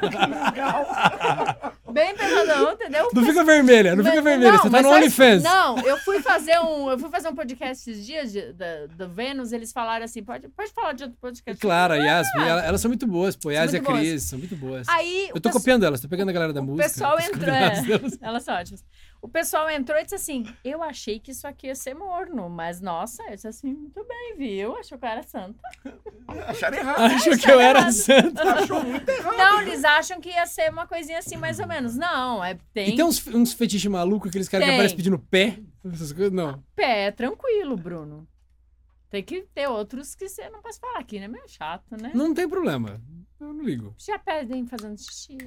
bem pesadão, entendeu?
Não fica vermelha, não
Mas-
fica vermelha. Você tá
mas
no
sabe-
OnlyFans.
Não, eu fui fazer um, eu fui fazer um podcast esses dias de- da- do Vênus, eles falaram assim, pode, pode falar de outro
E
podcast.
É Claro, a Yasmin, ela- elas são muito boas, pô. Yas e a
muito boas.
Cris são muito boas.
Aí
eu tô
o pessoal-
copiando elas, tô pegando a galera da
o
música.
pessoal
tô
entrou,
copiando elas
[LAUGHS]
delas.
Elas são ótimas. O pessoal entrou e disse assim: Eu achei que isso aqui ia ser morno, mas nossa, eu disse assim, muito bem, viu? Achou que eu
[LAUGHS]
era santa.
Acharam errado.
Acho que eu era
é errado.
santa.
Achou muito errado.
Não, eles acham que ia ser uma coisinha assim, mais ou menos. Não, é tem,
E tem uns, uns fetiches malucos, aqueles caras que
Tem.
aparecem pedindo pé. Essas coisas, não.
pé, é tranquilo, Bruno. Tem que ter outros que você não pode falar aqui, né? Meio chato, né?
Não tem problema. Eu não ligo. [LAUGHS]
Já pedem fazendo xixi.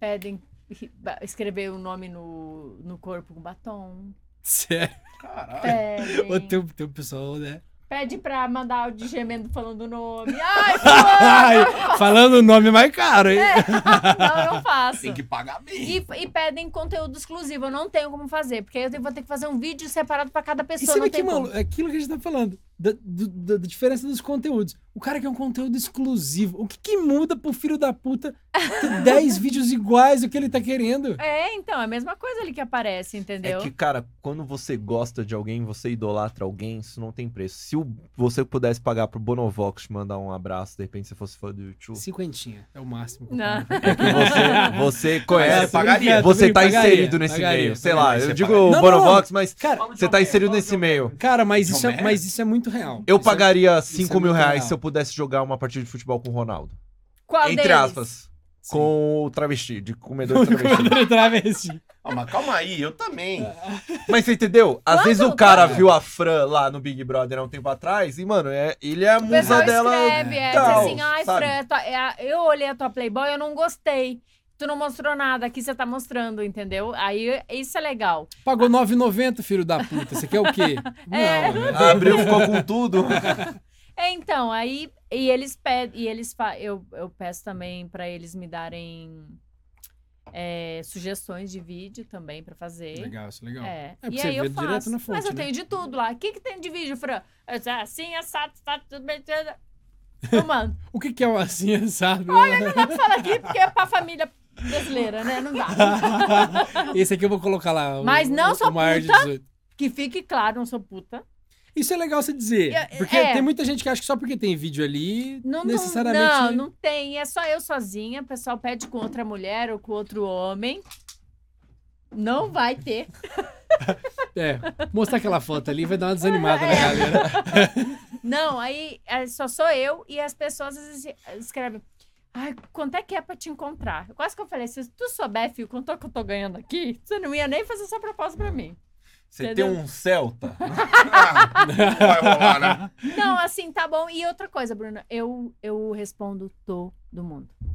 Pedem [LAUGHS] ba- escrever o nome no, no corpo com batom.
Sério.
Caralho.
Pedem.
O teu, teu pessoal, né?
Pede pra mandar áudio gemendo falando o nome. Ai, [LAUGHS]
Ai,
fulano!
falando o nome é mais caro, hein?
não, eu não faço.
Tem que pagar bem.
[LAUGHS] E, e pedem conteúdo exclusivo. Eu não tenho como fazer, porque eu vou ter que fazer um vídeo separado pra cada
E
pessoa.
sabe
não
que,
tem
mano,
como.
é aquilo que a gente tá falando, da, do- da- da diferença dos conteúdos. O cara quer um conteúdo exclusivo. O que que muda pro filho da puta [LAUGHS] ter 10 vídeos iguais do que ele tá querendo?
É, então, é a mesma coisa ali que aparece,
É
entendeu?
que, cara, quando você gosta de alguém, você idolatra alguém, isso não tem preço. Se o- você pudesse pagar pro Bonovox te mandar um abraço, de repente você fosse fã do YouTube,
Cinquentinha é o máximo. que eu [LAUGHS]
Não.
pago.
é que
[LAUGHS]
você, você
Mas
conhece,
você pagaria,
É, eu
é? você
também
tá
pagaria,
inserido nesse
pagaria,
meio. Sei lá,
pagaria.
eu
Você
digo
pagaria.
Não,
Bonovox, mas
Cara,
você tá inserido nesse meio.
cara, mas isso é,
Homero.
mas isso é muito real.
Eu
Isso é-
pagaria
é
5 mil
muito
reais
real.
se eu pudesse jogar uma partida de futebol com o Ronaldo.
Qual
Entre
deles?
aspas.
Sim.
Com o travesti, de comedor de travesti.
Travesti.
Ah, mas calma aí, eu também.
É. Mas você entendeu? Às
Quanto,
vezes o cara
quanto?
viu a Fran lá no Big Brother há um tempo atrás e, mano, é, ele é a
O
musa
pessoal
dela.
escreve, é, diz
tal,
assim, ai,
sabe?
Fran, é tua- é a- eu olhei a tua Playboy, eu não gostei. Tu não mostrou nada, aqui você tá mostrando, entendeu? Aí isso é legal.
Pagou 9,90, filho da puta. Você quer o quê?
[LAUGHS] É.
Não, né?
Abriu, ficou
[LAUGHS]
com tudo.
É, então, aí e eles pedem, e eles fa- eu, eu peço também pra eles me darem é, sugestões de vídeo também pra fazer.
Legal, isso é legal.
É.
pra
e
você
aí eu
ver direto
faço.
na fonte,
Mas eu
né?
tenho de tudo lá. O que, que tem de vídeo, Fran? Eu disse, Assim, assado, assado, tudo bem. tudo bem." Eu mando.
O que que é o assim, sabe?
Não dá pra falar aqui porque é pra família brasileira, né? Não dá.
[LAUGHS] Esse aqui eu vou colocar lá. o-
Mas não
o,
sou
o maior de
puta.
18.
Que fique claro, não sou puta.
Isso é legal você dizer.
Eu-
porque
é.
tem muita gente que acha que só porque tem vídeo ali,
Não,
necessariamente.
Não, não tem. É só eu sozinha. O pessoal pede com outra mulher ou com outro homem. Não vai ter.
É, mostrar aquela foto ali vai dar uma
É.
desanimada né, na galera.
Não, aí é, só sou eu e as pessoas às vezes escrevem. Ai, quanto é que é pra te encontrar? Eu Quase que eu falei, se tu souber, filho, quanto é que eu tô ganhando aqui, você não ia nem fazer essa proposta pra mim.
Você tem
Entendeu?
um Celta.
Ah, não vai rolar, né?
Não, assim, tá bom. E outra coisa, Bruna, eu, eu respondo todo mundo.
[LAUGHS]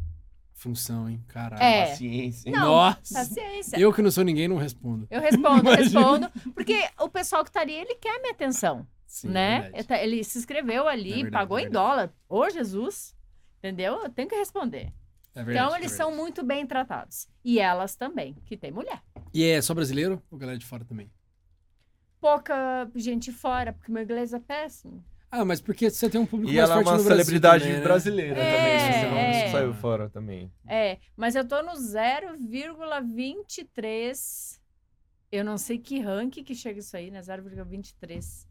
Função, hein? Caralho. Assim,
É.
Paciência. hein?
Não,
Ah,
tá
Nossa.
Paciência.
Eu que não sou ninguém, não respondo.
Eu respondo, eu
Imagina.
respondo. Porque o pessoal que tá ali, ele quer minha atenção,
Sim,
né?
verdade.
Ele- Ele se inscreveu ali,
É verdade,
pagou
é
em
verdade.
dólar. Ô, Jesus! Entendeu? Eu tenho que responder.
É verdade,
então,
é verdade.
eles são muito bem tratados. E elas também, que tem mulher.
E é só brasileiro ou galera de fora também?
Pouca gente fora, porque meu inglês é péssimo.
Ah, mas porque você tem um público
E
mais
ela é
forte
uma
no Brasil
celebridade
também, né?
brasileira
É,
também. se você não-
é.
Saiu fora também.
É, mas eu tô no 0,23. Eu não sei que ranking que chega isso aí, né? 0,23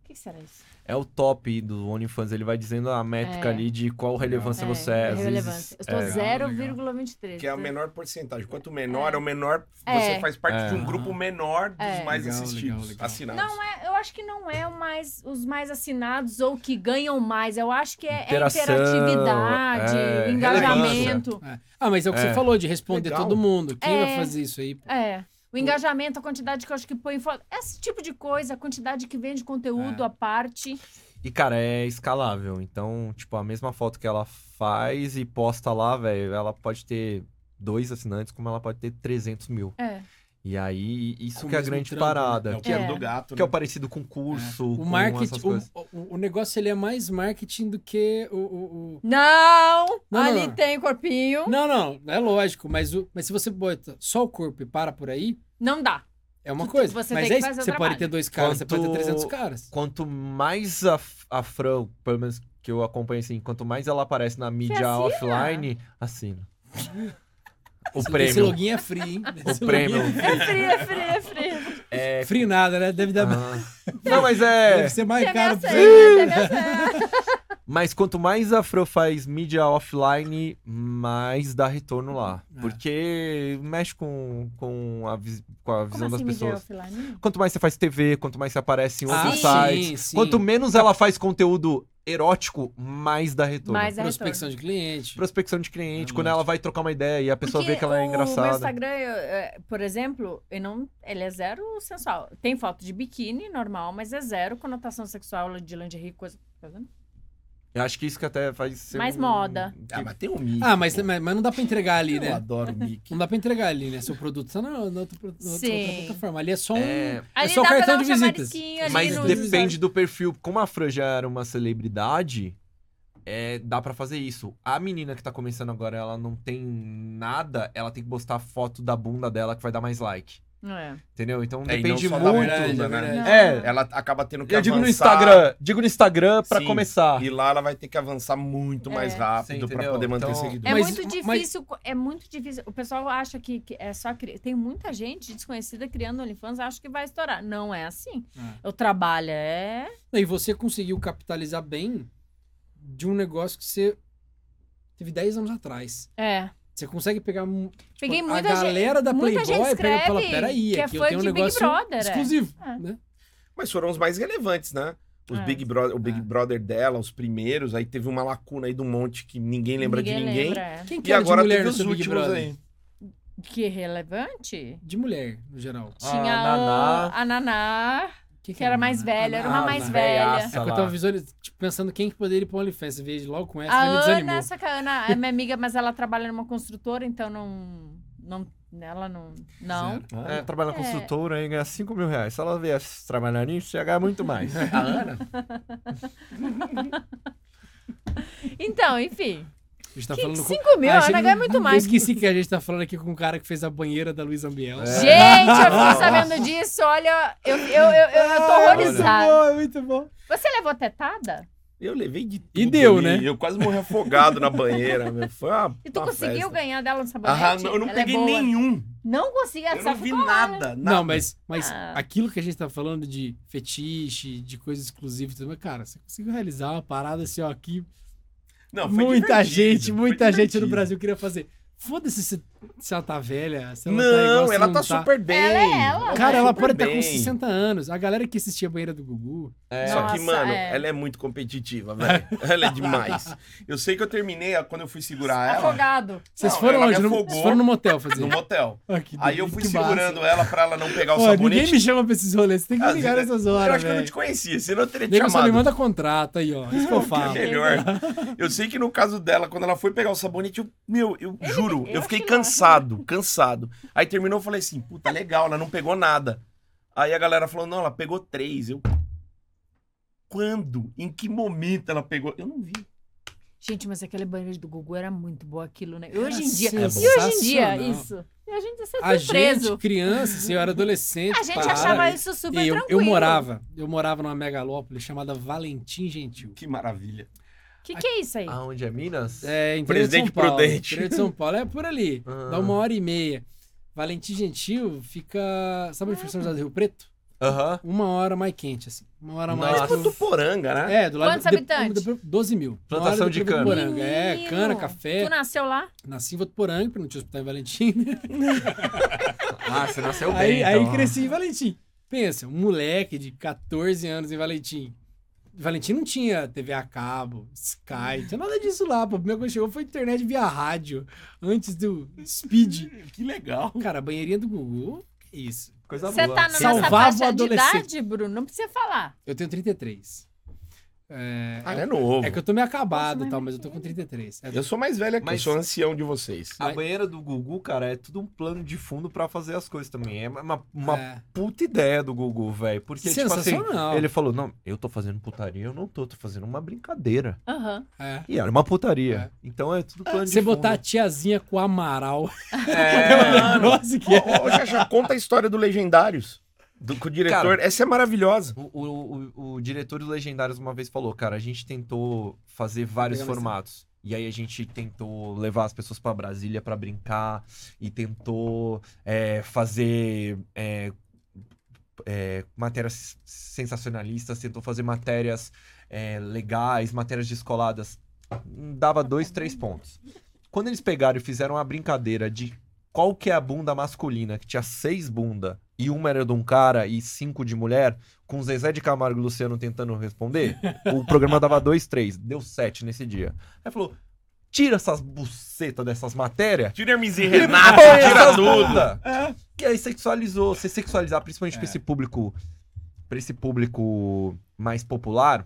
O que será isso?
É o top do OnlyFans, ele vai dizendo a métrica
É.
ali de qual relevância
É,
você é. às vezes-
relevância. Eu estou
é.
Legal,
0,23.
Que é a menor porcentagem. Quanto menor, é o menor.
É.
Você faz parte
É.
de um grupo menor dos
É.
mais
Legal,
assistidos,
legal, legal.
assinados.
Não é, eu acho que não é o mais, os mais assinados ou que ganham mais. Eu acho que é, é
Interação,
interatividade,
é,
engajamento.
Ah, mas é o que
É.
você falou, de responder
Legal.
todo mundo. Quem
É.
vai fazer isso aí?
É. O engajamento, a quantidade que eu acho que põe em foto. Esse tipo de coisa, a quantidade que vende conteúdo
É.
à parte.
E, cara, é escalável. Então, tipo, a mesma foto que ela faz e posta lá, velho, ela pode ter dois assinantes, como ela pode ter 300 mil.
É.
E aí, isso
Com o
que é a
mesmo É.
grande
trampo, né?
parada.
É o
Que é,
É.
do gato,
Que é o
né?
parecido com curso,
O
com
marketing,
essas coisas.
o, o, o negócio ele é mais marketing do que o- o- o,
Não!
Não,
ali
não, não.
tem corpinho.
Não, não, é lógico, mas, o, mas se você bota só o corpo e para por aí,
Não dá.
é uma
Tu-
coisa.
Tipo, você
mas
tem que
é isso,
fazer o
você
trabalho.
pode ter dois caras, você pode ter
Quanto-
300 caras.
Quanto mais a, a Fran, pelo menos que eu acompanho assim, quanto mais ela aparece na mídia
assina?
offline,
[LAUGHS]
assina.
Esse-
O
Esse
prêmio.
login é free, hein?
O
Esse
prêmio.
login
É frio, é frio, é frio.
É.
é free nada, né? Deve, dar,
Ah. Não, mas é.
deve ser mais
Teve
caro.
essa
pra
aí,
você.
né? Teve essa aí.
Mas quanto mais a Fran faz mídia offline, mais dá retorno lá.
É.
Porque mexe com, com, a, vis- com a visão das
assim, mídia
pessoas.
offline?
Quanto mais você faz TV, quanto mais você aparece em
Ah,
outros
sim,
sites.
sim.
Quanto menos ela faz conteúdo erótico, mais dá retorno.
Mas é retorno.
Prospecção de cliente.
Prospecção de cliente,
É
quando
lógico.
ela vai trocar uma ideia e a pessoa
Porque
vê que ela é
O meu
engraçada.
Instagram, eu, é, por exemplo, eu não, ele é zero sensual. Tem foto de biquíni normal, mas é zero conotação sexual de lingerie, coisa. tá
É
vendo?
Eu acho que isso que até faz ser.
Mais
um-
moda.
Ah, mas tem o Mickey.
Ah, mas,
pô.
mas mas não dá pra entregar ali,
Eu
né?
adoro o Mickey.
Não dá pra entregar ali, né? Seu produto tá na, na outra, na outra- na outra
Sim.
plataforma. Ali é só um.
É,
É
Ali
só
dá pra
cartão
dar um
de visitas.
chamarisquinho ali
mas
no-
depende do perfil. Como a Fran já era uma celebridade, é, dá pra fazer isso. A menina que tá começando agora, ela não tem nada, ela tem que postar foto da bunda dela que vai dar mais like.
É.
Entendeu? Então
É, e não
depende
só da
muito.
verdade,
é
né?
verdade.
É,
Ela acaba tendo que
eu digo no
avançar,
Instagram, digo no Instagram pra
Sim.
começar.
E lá ela vai ter que avançar muito mais
É.
rápido
Sim,
pra
entendeu?
poder manter
Então-
seguidores.
É
Mas-
muito
mas-
difícil, co- é muito difícil. O pessoal acha que, que é só cri- tem muita gente desconhecida criando OnlyFans, acha que vai estourar. Não é assim.
É.
O trabalho é
E você conseguiu capitalizar bem de um negócio que você teve 10 anos atrás.
é.
Você consegue pegar um,
Peguei
Tipo,
muita
a
gente.
galera da
muita
Playboy pega
gente
e fala,
escreve
peraí,
que é
aqui eu
fã
tenho um
de Big
negócio
Brother, é."
exclusivo.
É.
Né?
Mas foram os mais relevantes, né? Os
É.
Big Brother, o Big
É.
Brother dela, os primeiros, aí teve uma lacuna aí do monte que ninguém lembra de ninguém.
lembra, é.
Quem que
E
era
agora
de mulher
teve
no
os
seu Big
últimos
Brother?
aí.
Que relevante?
De mulher, no geral.
Ah,
Tinha
a Naná.
o- a Naná,
Que,
que era mais velha, era uma
Ah,
mais
a
velha.
velhaça.
É que eu tava visualizando, tipo, pensando quem que poderia ir pro OnlyFans. Eu Vejo logo com essa,
A
já me desanimou.
Ana, essa que a Ana é minha amiga, mas ela trabalha numa construtora, então não. não ela não. Não.
Zero.
É,
Ah,
trabalha
É.
na consultora e ganha 5 mil reais. Se ela viesse trabalhar nisso, ia ganhar muito mais.
[LAUGHS] a Ana?
Então, enfim.
A gente tá falando com...
5 mil,
Ah,
a
achei
Ana
que-
ganha é muito
Eu
mais.
esqueci que a gente tá falando aqui com o cara que fez a banheira da Luísa Ambiel.
É.
Gente, eu fiquei sabendo disso, olha, eu, eu, eu, eu, eu tô horrorizada.
É muito bom.
Você levou tetada?
Eu levei de tudo.
E deu,
ali.
né?
Eu quase morri afogado na banheira, meu. Foi uma.
[LAUGHS] E tu
uma
conseguiu
Ah, festa.
ganhar dela no sabonete?
Ah, não, eu não
Ela é
peguei
boa.
nenhum.
Não consegui, ela
Eu
só
não vi
ficou lá, né?
nada, nada.
Não, mas, mas
Ah.
aquilo que a gente tá falando de fetiche, de coisa exclusiva e tudo mais, cara, você conseguiu realizar uma parada assim, ó, que
Não, foi
muita
divertido,
gente,
foi
muita gente
divertido.
no Brasil queria fazer. Foda-se se, se ela tá velha, se ela tá igual,
Não,
se
ela
não
tá super bem. tá
Ela é ela.
Cara, ela
super
pode estar
bem.
com 60 anos. A galera que assistia a banheira do Gugu.
É.
Só que,
Nossa,
mano,
é.
ela é muito competitiva, velho. Ela é
[LAUGHS]
demais. Eu sei que eu terminei quando eu fui segurar ela
Afogado.
Vocês
Não,
foram
ela me
onde? No-
afogou.
Vocês foram no motel fazer.
no motel.
Ah, que
Aí eu
delícia,
fui
que massa.
segurando ela pra ela não pegar o
Ó, ninguém
sabonete.
me chama pra esses rolês. Você tem que
Ah,
me ligar
você-
nessas
Eu
horas,
acho que eu não
velho.
te conhecia, senão eu
É
teria te
Nego só me
chamado.
manda contrato aí, ó.
[LAUGHS]
Isso que eu
É
falo.
melhor.
[LAUGHS]
Eu sei que no caso dela, quando ela foi pegar o sabonete, eu, meu, eu juro,
eu
eu fiquei
acho que não.
cansado, cansado. Aí terminou, eu falei assim, puta, legal, ela não pegou nada. Aí a galera falou, não, ela pegou três. Eu, quando? Em que momento ela pegou? Eu não vi.
Gente, mas aquele banheiro do Gugu era muito bom aquilo, né? E hoje em
Era
dia.
É bom.
E hoje em dia,
sensacional.
isso. E a gente ia ser
A
surpreso.
gente, criança, assim, eu era adolescente.
a gente
parada.
achava isso super
E eu, eu
tranquilo.
morava, eu morava numa megalópole chamada Valentim Gentil.
Que maravilha.
O que, que é isso
Ah,
aí?
Aonde é Minas?
É, interior
Presidente
de São Paulo.
Prudente.
Interior de São Paulo é por ali.
[LAUGHS] Ah.
Dá uma hora e meia. Valentim Gentil fica. Sabe onde fica São José do Rio Preto?
Aham.
Uma hora mais quente, assim. Uma hora mais.
Nossa. Tipo,
Mas
pro-
Tuporanga, né?
É, do lado
Quantos
do- de-
habitantes?
do- 12 mil. Uma
Plantação
hora do
de
Prefeito
cana.
Poranga. É,
Menino,
cana, café.
Tu nasceu lá?
Nasci em Votuporanga, porque não tinha hospital em Valentim. né?
Ah, você nasceu bem,
aí, aí
então.
cresci em Valentim. Pensa, um moleque de 14 anos em Valentim. Valentim não tinha TV a cabo, Sky, não tinha nada disso lá. Pô. A primeira coisa que chegou foi internet via rádio, antes do Speed.
Que legal.
Cara, a banheirinha do Gugu, que é isso.
Coisa
Você
boa.
tá na nossa
Salvava o
faixa de
um adolescente.
idade, Bruno? Não precisa falar.
Eu tenho 33. É,
Ah, é novo.
é que eu tô meio acabado
Nossa,
e tal,
mas
mas eu tô com 33. É,
Eu sou mais velho aqui,
Mas-
eu sou ancião de vocês.
A banheira do Gugu, cara, é tudo um plano de fundo pra fazer as coisas também. É uma, uma
é.
puta ideia do Gugu, velho. Porque, tipo assim,
Sensacional.
ele falou, não, eu tô fazendo putaria, eu não tô, tô fazendo uma brincadeira.
Aham.
É.
E era uma putaria. Então é tudo plano de
Você
fundo.
botar a tiazinha com o Amaral. [LAUGHS]
É,
Nossa, [LAUGHS] que é.
Ô, ô, Xaxá, conta a história do Legendários. Do, com o diretor.
Cara,
Essa é maravilhosa.
O, o, o, o diretor dos Legendários uma vez falou, cara, a gente tentou fazer vários
Legal, mas-
formatos. E aí a gente tentou levar as pessoas pra Brasília pra brincar e tentou é, fazer é, é, matérias sensacionalistas, tentou fazer matérias é, legais, matérias descoladas. Dava dois, três pontos. Quando eles pegaram e fizeram uma brincadeira de qual que é a bunda masculina, que tinha seis bunda e uma era de um cara e cinco de mulher, com Zezé de Camargo e Luciano tentando responder, o programa dava dois, três, deu sete nesse dia. Aí falou, tira essas bucetas dessas matérias
Tira Hermes e
Renato,
Renato, tira tudo.
que aí sexualizou, se sexualizar, principalmente pra
É.
esse público, pra esse público mais popular,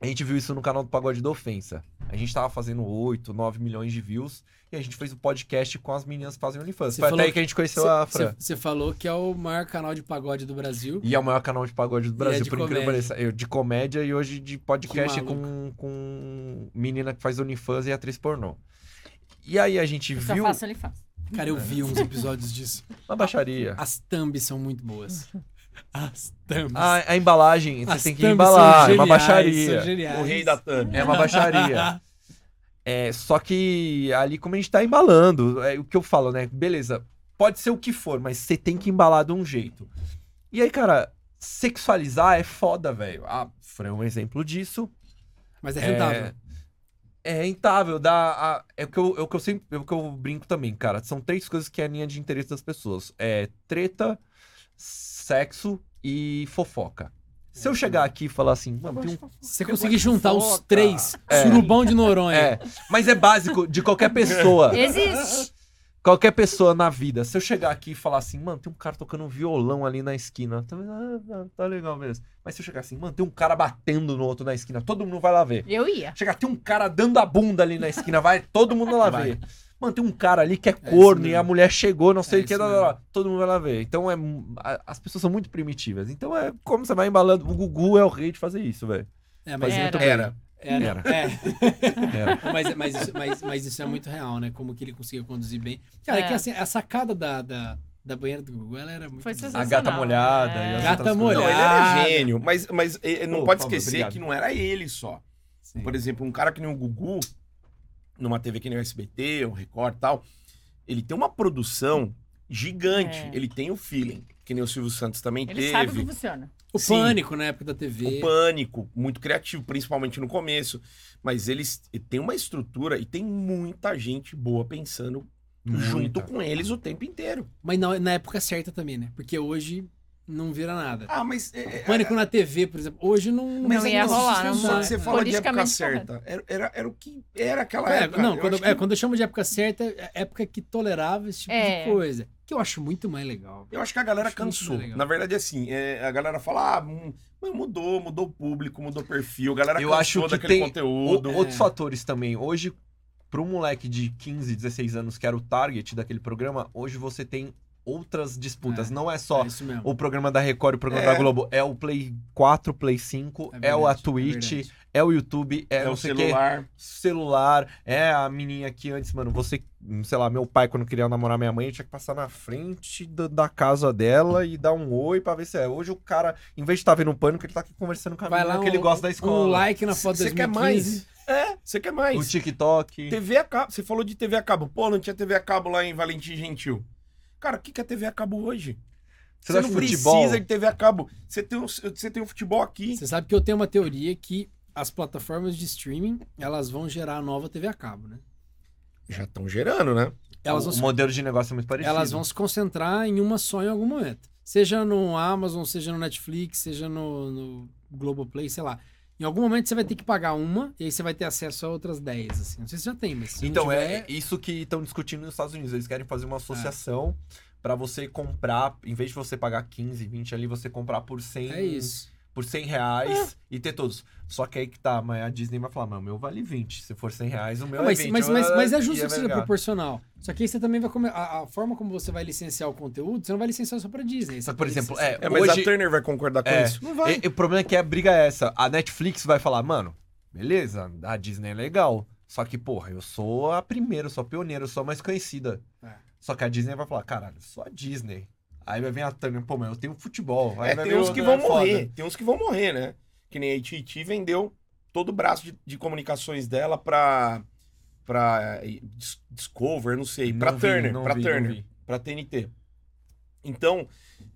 a gente viu isso no canal do Pagode da Ofensa. A gente tava fazendo 8, 9 milhões de views e a gente fez o podcast com as meninas que fazem OnlyFans.
Você
Foi
falou
até aí que a gente conheceu a Fran.
Você falou que é o maior canal de pagode do Brasil.
E é o maior canal de pagode do
é
Brasil,
de
por incrível que
comédia.
pareça. Eu, de comédia e hoje de podcast
Que
com, com menina que faz OnlyFans e atriz pornô. E aí a gente
Eu só
viu
faço OnlyFans.
Cara, eu vi uns episódios disso.
uma baixaria.
Ah,
As thumbs são muito boas. As thumbs.
A, a embalagem, Ah, é, você
As
tem que
thumbs
embalar,
são
é uma
geniais,
baixaria.
são geniais. Ah,
O rei da thumb.
É
[LAUGHS]
uma baixaria. É, só que ali, como a gente tá embalando, é o que eu falo, né? Beleza, pode ser o que for, mas você tem que embalar de um jeito. E aí, cara, sexualizar é foda, velho. A Fran é um exemplo disso.
Mas é rentável.
É rentável, dá. a- é, o que eu, é o que eu sempre. É o que eu brinco também, cara. São três coisas que é a linha de interesse das pessoas: é treta, sexo e fofoca. Se eu chegar aqui e falar assim, mano, tem um
[LAUGHS] Se Você conseguir juntar os
fofoca.
três, surubão de Noronha.
É, mas é básico de qualquer pessoa.
Existe.
Qualquer pessoa na vida. Se eu chegar aqui e falar assim, mano, tem um cara tocando um violão ali na esquina. Tá, ah, tá legal, beleza. Mas se eu chegar assim, mano, tem um cara batendo no outro na esquina, todo mundo vai lá ver.
Eu ia.
Chegar, tem um cara dando a bunda ali na esquina, vai todo mundo lá
Vai.
ver. Mano, tem um cara ali que é
isso
corno e a
mesmo.
mulher chegou, não sei
É
o que,
isso
lá, lá, lá. todo mundo vai lá ver. Então é. mu- a- As pessoas são muito primitivas. Então é como você vai embalando. O Gugu é o rei de fazer isso, velho.
É,
Faz
mas,
Era.
muito bem.
Era.
era, é.
Era.
mas, mas, isso, mas, mas isso é muito real, né? Como que ele conseguiu conduzir bem. Cara, é,
É.
que assim, a sacada da, da, da banheira do Google, ela era muito...
Foi
bizarra.
A
sensacional.
gata molhada.
É.
e as
Gata
outras coisas.
Não, ele
Olhada.
era gênio, mas, mas eh, não
Pô,
pode
Pablo,
esquecer
obrigado.
que não era ele só.
Sim.
Por exemplo, um cara que nem o Gugu, numa TV que nem o SBT, o Record e tal, ele tem uma produção gigante.
É.
Ele tem o feeling, que nem o Silvio Santos também
Ele
teve.
sabe o que funciona.
O
Sim.
pânico na época da TV.
o pânico, muito criativo, principalmente no começo. Mas eles têm uma estrutura e tem muita gente boa pensando junto
Muita.
com eles o tempo inteiro.
Mas na, na época certa também, né? Porque hoje não vira nada.
Ah, mas. é, é,
Pânico na TV, por exemplo. Hoje não.
Mas Não ia
então,
rolar,
se-
não
só
vai.
que
né?
você fala de época
Politicamente
certa. Era, era, era o que era aquela
É,
época.
não,
Eu
quando,
acho
é,
que-
quando eu chamo de época certa, é época que tolerava esse tipo
É.
de coisa. Que eu acho muito mais legal.
Eu acho que a galera
Acho muito
cansou.
legal.
Na verdade, assim, é, a galera fala, ah, hum, mas mudou, mudou o público, mudou o perfil, a galera
Eu
cansou
acho que
daquele
tem O-
conteúdo.
outros
É.
fatores também. Hoje, para um moleque de 15, 16 anos que era o target daquele programa, hoje você tem outras disputas.
É.
Não é só
É isso mesmo.
o programa da Record e o programa
É.
da Globo. É o Play 4, Play 5, é, o a
verdade,
Twitch, é,
verdade.
o YouTube, é,
É
não
o
sei o quê,
celular.
celular, é a menininha que antes, mano, você, sei lá, meu pai quando queria namorar minha mãe, eu tinha que passar na frente da- da casa dela e dar um oi pra ver se é. Hoje o cara, em vez de estar tá vendo um pânico, ele tá aqui conversando com a
Vai lá
menina
um,
que ele gosta da escola.
um like na foto
Você
de
quer
2015.
mais? É, você quer
O
mais.
TikTok.
TV a cabo. Você falou de TV a cabo. Pô, não tinha TV a cabo lá em Valentim Gentil. Cara, o que que é TV a cabo hoje?
Você
Você,
gosta
não
de futebol?
precisa de TV a cabo. Você tem, um, você tem um futebol aqui.
Você sabe que eu tenho uma teoria que as plataformas de streaming, elas vão gerar a nova TV a cabo, né?
Já estão gerando, né?
Elas
o
vão se
modelo de negócio é muito parecido.
elas vão se concentrar em uma só em algum momento. Seja no Amazon, seja no Netflix, seja no, no Globoplay, sei lá. Em algum momento você vai ter que pagar uma e aí você vai ter acesso a outras 10, assim. Não sei se já tem, mas se não
Então, é
tiver, É.
é isso que estão discutindo nos Estados Unidos. Eles querem fazer uma associação pra você comprar, em vez de você pagar 15, 20 ali, você comprar por 100,
é isso.
Por 100 reais e ter todos. Só que aí que tá, mas a Disney vai falar, mas o meu vale 20. Se for 100 reais, o meu
Não,
é
mas,
20.
mas, mas, mas é justo
E
que seja
legal.
proporcional. Só que aí você também vai comer. A, a forma como você vai licenciar o conteúdo, você não vai licenciar só pra Disney. Você
Mas, por
vai
exemplo,
licenciar
é,
pra-
É, mas
Hoje-
a Turner vai concordar com
É.
isso.
Não vai.
E- e o problema é que a briga é essa. A Netflix vai falar, mano, beleza, a Disney é legal. Só que, porra, eu sou a primeira, eu sou a pioneira, eu sou a mais conhecida.
É.
Só que a Disney vai falar, caralho, só a Disney. Aí vai vir a Turner, pô, mas eu tenho futebol. Aí
É,
vai
tem
vir
uns
outra,
que vão
é foda.
morrer. Tem uns que vão morrer, né? Que nem a AT&T vendeu todo o braço de, de comunicações dela pra, pra eh, Dis- Discover, não sei, pra
Não vi,
Turner,
não
pra
vi, não
Turner,
vi.
pra TNT. Então,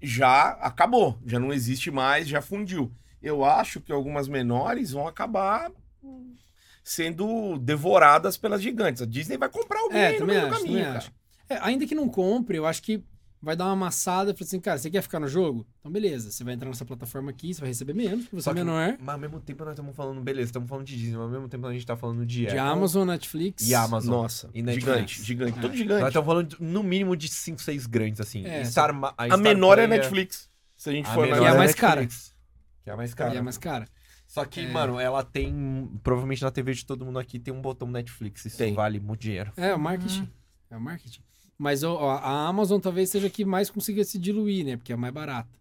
já acabou, já não existe mais, já fundiu. Eu acho que algumas menores vão acabar sendo devoradas pelas gigantes. A Disney vai comprar alguém
É,
no
também
meio do
acho,
caminho,
também
cara.
acho. É, ainda que não compre, eu acho que vai dar uma amassada. Fala assim, cara, você quer ficar no jogo? Então beleza, você vai entrar nessa plataforma aqui, você vai receber menos, porque você
Só
é
que-
menor.
Mas ao mesmo tempo nós estamos falando, beleza, estamos falando de Disney, mas ao mesmo tempo a gente tá falando
É.
de,
De
Apple
Amazon, Netflix.
e Amazon.
Nossa,
E Netflix.
gigante, gigante,
É.
todo
Nós
gigante.
estamos falando, de- no mínimo, de 5, 6 grandes, assim.
É,
Star, Ma-
A,
Star
menor é
Player,
Netflix. Se a gente
A
for
menor
E a é
analisar.
mais cara.
Netflix, Que é a mais cara.
E é mais cara.
Só que,
É.
mano, ela tem. Provavelmente na TV de todo mundo aqui tem um botão Netflix. Isso
Tem.
vale muito dinheiro.
É, o marketing.
Ah.
É o marketing. Mas ó, ó, a Amazon talvez seja a que mais consiga se diluir, né? Porque é mais barata.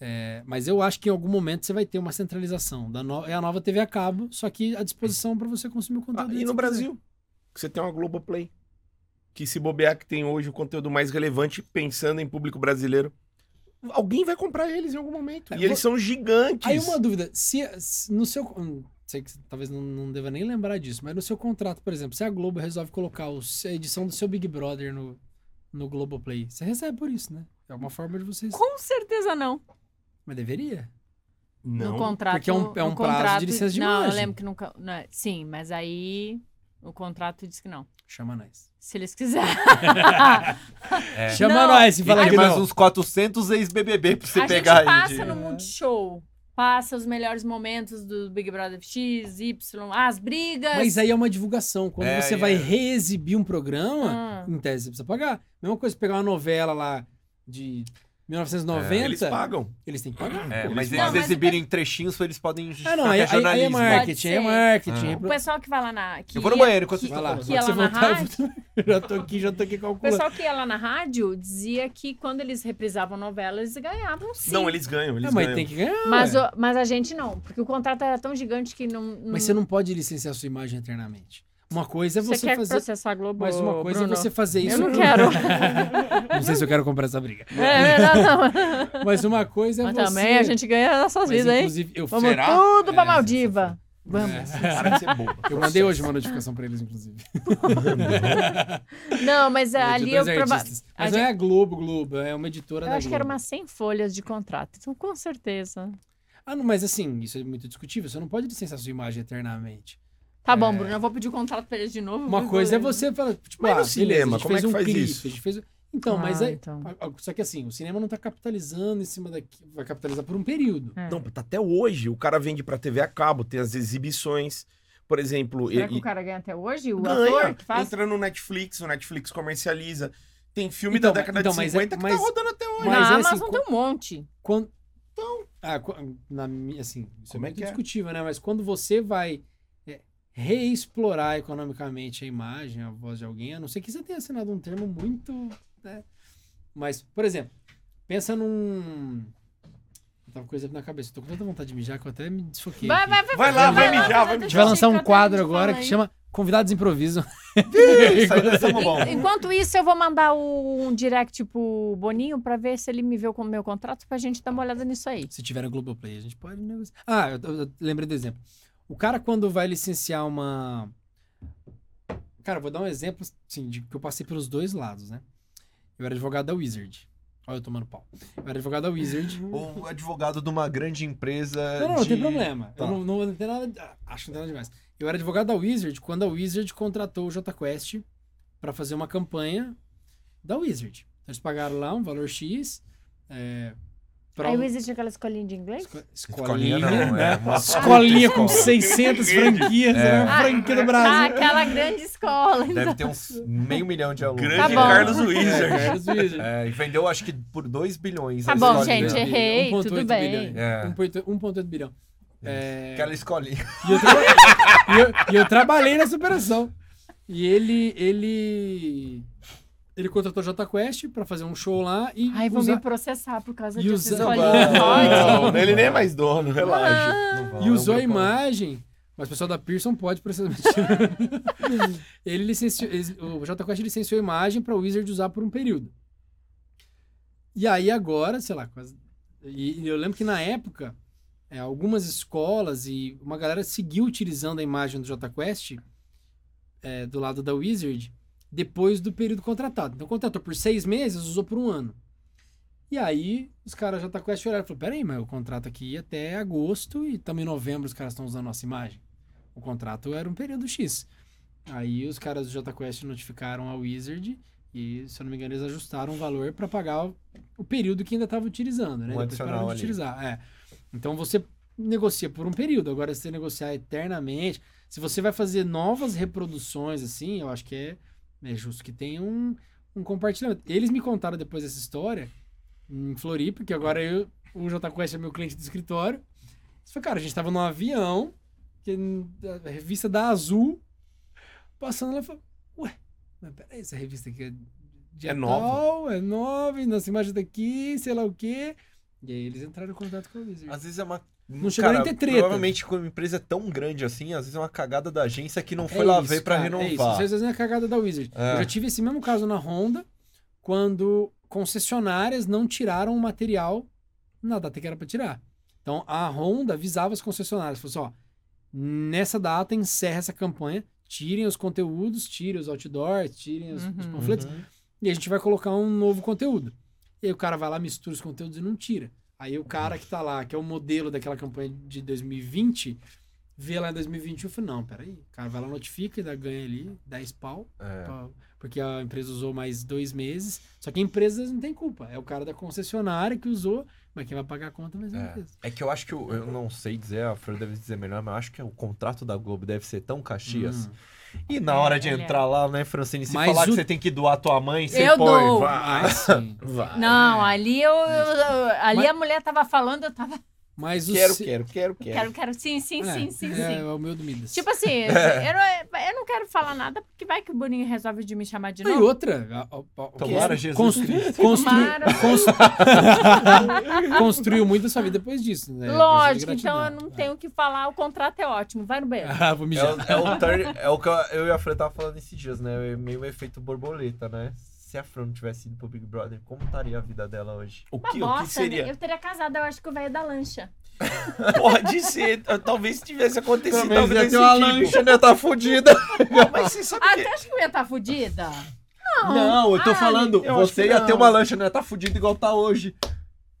É, mas eu acho que em algum momento você vai ter uma centralização. Da no- É a nova TV a cabo, só que à disposição para você consumir o
Ah,
conteúdo.
e
que
no
você
Brasil, que você tem uma Globoplay. Que se bobear que tem hoje o conteúdo mais relevante pensando em público brasileiro. Alguém vai comprar eles em algum momento.
É,
E eles
vo-
são gigantes.
Aí uma dúvida, se, se no seu. hum, Sei que você talvez não, não deva nem lembrar disso, mas no seu contrato, por exemplo, se a Globo resolve colocar o- a edição do seu Big Brother no, no Globoplay, você recebe por isso, né? É uma forma de vocês.
Com certeza não.
Mas deveria.
No contrato.
Porque é um- é um prazo de
no contrato-
licença de
Não, eu
imagem.
lembro que nunca. não é- sim, mas aí o contrato diz que não.
Chama nós.
Se eles
[LAUGHS]
quiserem.
É.
Chama
Não,
nós e
E
fala
tem
que
mais
não.
uns 400 ex-BBB pra você
a
pegar
gente passa
aí. de-
no Multishow. Passa os melhores momentos do Big Brother X, Y, as brigas.
Mas aí é uma divulgação. Quando
É,
você
é.
vai reexibir um programa,
Ah,
em tese você precisa pagar. Mesma coisa, pegar uma novela lá de 1990,
Eles pagam.
eles têm que pagar.
É,
pô, eles
mas eles
Não,
pagam.
mas-
exibirem trechinhos, eles podem
Ah,
justificar
não,
que
aí,
é
aí- aí é
jornalismo.
marketing, aí é
ser.
marketing.
Ah.
aí
o pessoal que vai lá na. Que
Eu vou no
ia-
banheiro tá enquanto
que-
vocês
Vai lá,
que
quando
ia
você
lá na
voltar, eu
rádio?
vou- [LAUGHS] eu já tô aqui, já tô aqui
O
calculando.
pessoal que ia lá na rádio dizia que quando eles reprisavam novelas, eles ganhavam sim.
Não, eles ganham. Eles
É, mas
ganham.
tem que ganhar.
mas,
ué.
é.
o- mas a gente não, porque o contrato era tão gigante que não. não
Mas você não pode licenciar sua imagem eternamente. Uma coisa é
você,
você,
quer
fazer.
processar a Globo?
Mas uma coisa
Bruno?
é você fazer isso.
Eu não
com-
quero.
[LAUGHS] não sei se eu quero comprar essa briga.
é, não, não.
[LAUGHS] Mas uma coisa é
Mas
você.
também a gente ganha nossas
Mas,
vidas, hein?
inclusive, eu,
Vamos
Será?
tudo pra
É,
Maldiva.
É.
Vamos.
Para de ser bobo.
eu mandei hoje uma notificação pra eles,
[LAUGHS]
inclusive.
Não, mas
De
Tá ali eu
dois
prova...
artistas. Mas
a
não é a Globo, Globo, é uma editora
Eu
da
acho que
Globo.
era umas 100 folhas de contrato. Então, com certeza.
Ah, não, mas assim, isso é muito discutível. Você não pode licenciar sua imagem eternamente.
Tá bom, Bruno, eu vou pedir o contrato pra eles de novo.
É. Uma coisa é você falar, tipo,
Mas
ah,
no
beleza,
cinema,
a gente
como é
fez
que
um
faz
clipe,
isso?
a gente fez... Então,
Ah,
mas aí...
então.
a- a- Só que assim, o cinema não tá capitalizando em cima daqui, vai capitalizar por um período.
É.
Não, tá até hoje. O cara vende pra TV a cabo, tem as exibições. Por exemplo,
Será que
ele
o cara ganha até hoje? O
ganha,
ator que faz?
entra no Netflix, o Netflix comercializa. Tem filme
Então,
da década
então,
de
mas é-
50 que
mas-
tá rodando até hoje.
Mas
Na
é assim,
Amazon
co-
tem um monte.
Quando... Ah, qu- na minha, assim, isso
Como é
é muito
que é?
discutível, né? Mas quando você vai é, reexplorar economicamente a imagem, a voz de alguém, a não ser que você tenha assinado um termo muito... né? Mas, por exemplo, pensa num... Eu tava com coisa na cabeça, eu tô com tanta vontade de mijar que eu até me desfoquei.
Vai,
aqui.
vai, vai.
Vai lá, vai mijar, vai
A
fazer
gente vai
mijar.
lançar um
xixi,
quadro
acabei de
agora
falar,
que
hein?
chama Convidados Improviso. [LAUGHS]
Enquanto isso, eu vou mandar o- um direct pro Boninho pra ver se ele me viu com o meu contrato pra gente dar uma olhada nisso aí.
Se tiver a Globoplay, a gente pode negociar. Ah, eu, eu- eu lembrei do exemplo. O cara, quando vai licenciar uma. Cara, eu vou dar um exemplo, assim, de que eu passei pelos dois lados, né? Eu era advogado da Wizard. Olha eu tomando pau. Eu era advogado da
[LAUGHS]
Wizard.
Ou Um advogado de uma grande empresa.
Não, não, não
de-
tem problema.
Tá.
Eu não, não, não tem nada. ah, Acho que não tem nada demais. Eu era advogado da Wizard quando a Wizard contratou o JQuest pra fazer uma campanha da Wizard. Então, Eles pagaram lá um valor X. É, pra
Aí
um-
existe aquela escolinha de inglês?
esco-
Escolinha,
escolinha,
não, é
né?
uma
Escolinha com
escola.
600 franquias,
É.
era uma franquia do Brasil.
Ah, aquela grande escola.
Deve ter uns meio milhão de
Tá
alunos.
[LAUGHS] Grande
bom.
Carlos Wizard.
É, Carlos Wizard.
É, e vendeu acho que por 2 bilhões.
Tá
a
bom,
escolinha.
gente, errei,
1,8
tudo bem.
bilhão.
É.
1,8 1,8 bilhão. É,
Aquela escolinha.
E eu, traba- e eu- e eu trabalhei nessa operação. E ele, ele, ele contratou a Jota Quest pra fazer um show lá e
Ai, vão
usar-
me processar por causa
E
disso.
usa-
Escolinha.
Não,
Pode.
Não, ele nem é mais dono, relaxa.
Não vão,
e
é um
usou a
grupo-
imagem. Mas o pessoal da Pearson pode precisar. [LAUGHS] ele licenciou, eles- o Jota Quest licenciou a imagem pra Wizard usar por um período. E aí agora, sei lá, quase. E e eu lembro que na época, é, algumas escolas e uma galera seguiu utilizando a imagem do Jota Quest é, do lado da Wizard depois do período contratado. Então contratou por seis meses, usou por um ano. E aí os caras tá da Jota Quest olharam e falaram: peraí, mas o contrato aqui ia até agosto e estamos em novembro, os caras estão usando a nossa imagem. O contrato era um período X. Aí os caras do Jota Quest notificaram a Wizard e, se eu não me engano, eles ajustaram o valor para pagar o, o período que ainda estava utilizando, né?
Um
Depois
adicional
pararam de
ali.
utilizar. É. Então você negocia por um período, agora se você negociar eternamente, se você vai fazer novas reproduções assim, eu acho que é, é justo que tenha um, um compartilhamento. Eles me contaram depois dessa história em Floripa, que agora eu, o Jota Quest é meu cliente do escritório. Isso foi, cara, a gente tava num avião, que, n- a revista da Azul, passando lá e falou, ué, mas peraí, essa revista aqui é de
É nova?
tal, É nova, e nossa imagem daqui, sei lá o quê. E aí eles entraram em contato com a Wizard.
Às vezes é uma.
Não chegou nem ter treta.
Provavelmente, quando uma empresa é tão grande assim, às vezes é uma cagada da agência que não foi
É
lá
isso,
ver pra
cara, É isso.
renovar.
Às vezes é a cagada da Wizard.
É.
Eu já tive esse mesmo caso na Honda, quando concessionárias não tiraram o material na data que era pra tirar. Então a Honda avisava as concessionárias, falou assim, ó, nessa data encerra essa campanha, tirem os conteúdos, tirem os outdoors, tirem os, os
Uhum.
panfletos,
Uhum.
e a gente vai colocar um novo conteúdo. E aí o cara vai lá, mistura os conteúdos e não tira. Aí o cara que tá lá, que é o modelo daquela campanha de 2020, vê lá em 2021 e fala, não, peraí. O cara vai lá, notifica e dá ganha ali 10 pau,
É.
pra- porque a empresa usou mais dois meses. Só que a empresa não tem culpa. É o cara da concessionária que usou, mas quem vai pagar a conta vai ser a
É.
empresa.
É que eu acho que eu, eu não sei dizer, a Fran deve dizer melhor, mas eu acho que o contrato da Globo deve ser tão Caxias.
Hum.
E na hora de
É, ele é.
entrar lá, né, Francine, se
Mas
falar que
o-
você tem que doar tua mãe, você
Eu
põe.
dou.
Ah, sim.
Vai.
Não, ali eu, eu- ali
Mas-
a mulher tava falando, eu tava.
Mas o...
Quero,
se-
quero, quero, quero.
Quero, quero, sim, sim,
É,
sim, sim,
é,
sim.
é o meu do Midas.
Tipo assim,
É.
eu, não, eu não quero falar nada, porque vai que o Boninho resolve de me chamar de
Ah, E
novo.
outra, a- a- a-
Tomara,
constru-
Jesus
constru-
Cristo.
constru-
Tomara.
constru- [LAUGHS] construiu muito a sua vida depois disso,
É,
né? Preciso
Lógico,
de
então eu
gratidão.
não tenho o que falar, o contrato é ótimo, vai no banheiro.
[LAUGHS] Ah, vou
É
mijar.
o, é o turn- é o que eu- eu e a Fran tava falando esses dias, né? É meio o efeito borboleta, né? Se a Fran não tivesse ido pro Big Brother, como estaria a vida dela hoje?
O
Uma
que, o que
bosta, né?
seria?
Eu teria casado, eu acho que o velho da lancha.
Pode ser, t- talvez tivesse acontecido.
Talvez
Talvez,
ia
desse
ter uma
tipo.
lancha, né? Tá fudida.
Mas você sabe
Ah,
que...
tu acha que eu ia estar fudida?
Não, eu tô
Ah,
falando,
eu acho
você
que
ia
não.
ter uma lancha, né? Tá fudida igual tá hoje.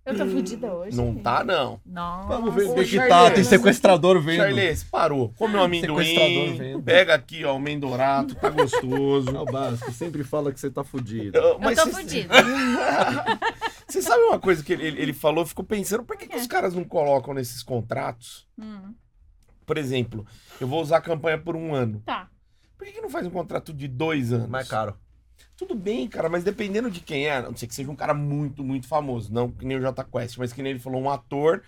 Eu tô fudida hoje.
Não tá, não.
Nossa.
Vamos ver
Ô,
o que que
Charlie.
tá, tem sequestrador vendo.
Charles, parou. Come um
Sequestrador
amendoim,
vendo.
pega aqui, ó, o mendorato, tá gostoso.
É o básico, sempre fala que você tá fudido.
Eu,
Eu
mas
tô
você-
fudida.
Você sabe uma coisa que ele, ele- ele falou? Eu Fico pensando, por que, que os caras não colocam nesses contratos?
Hum,
Por exemplo, eu vou usar a campanha por um ano.
tá.
Por que, que não faz um contrato de dois anos?
Mais é caro.
Tudo bem, cara, mas dependendo de quem é, a não ser que seja um cara muito, muito famoso. Não que nem o Jota Quest, mas que nem ele falou, um ator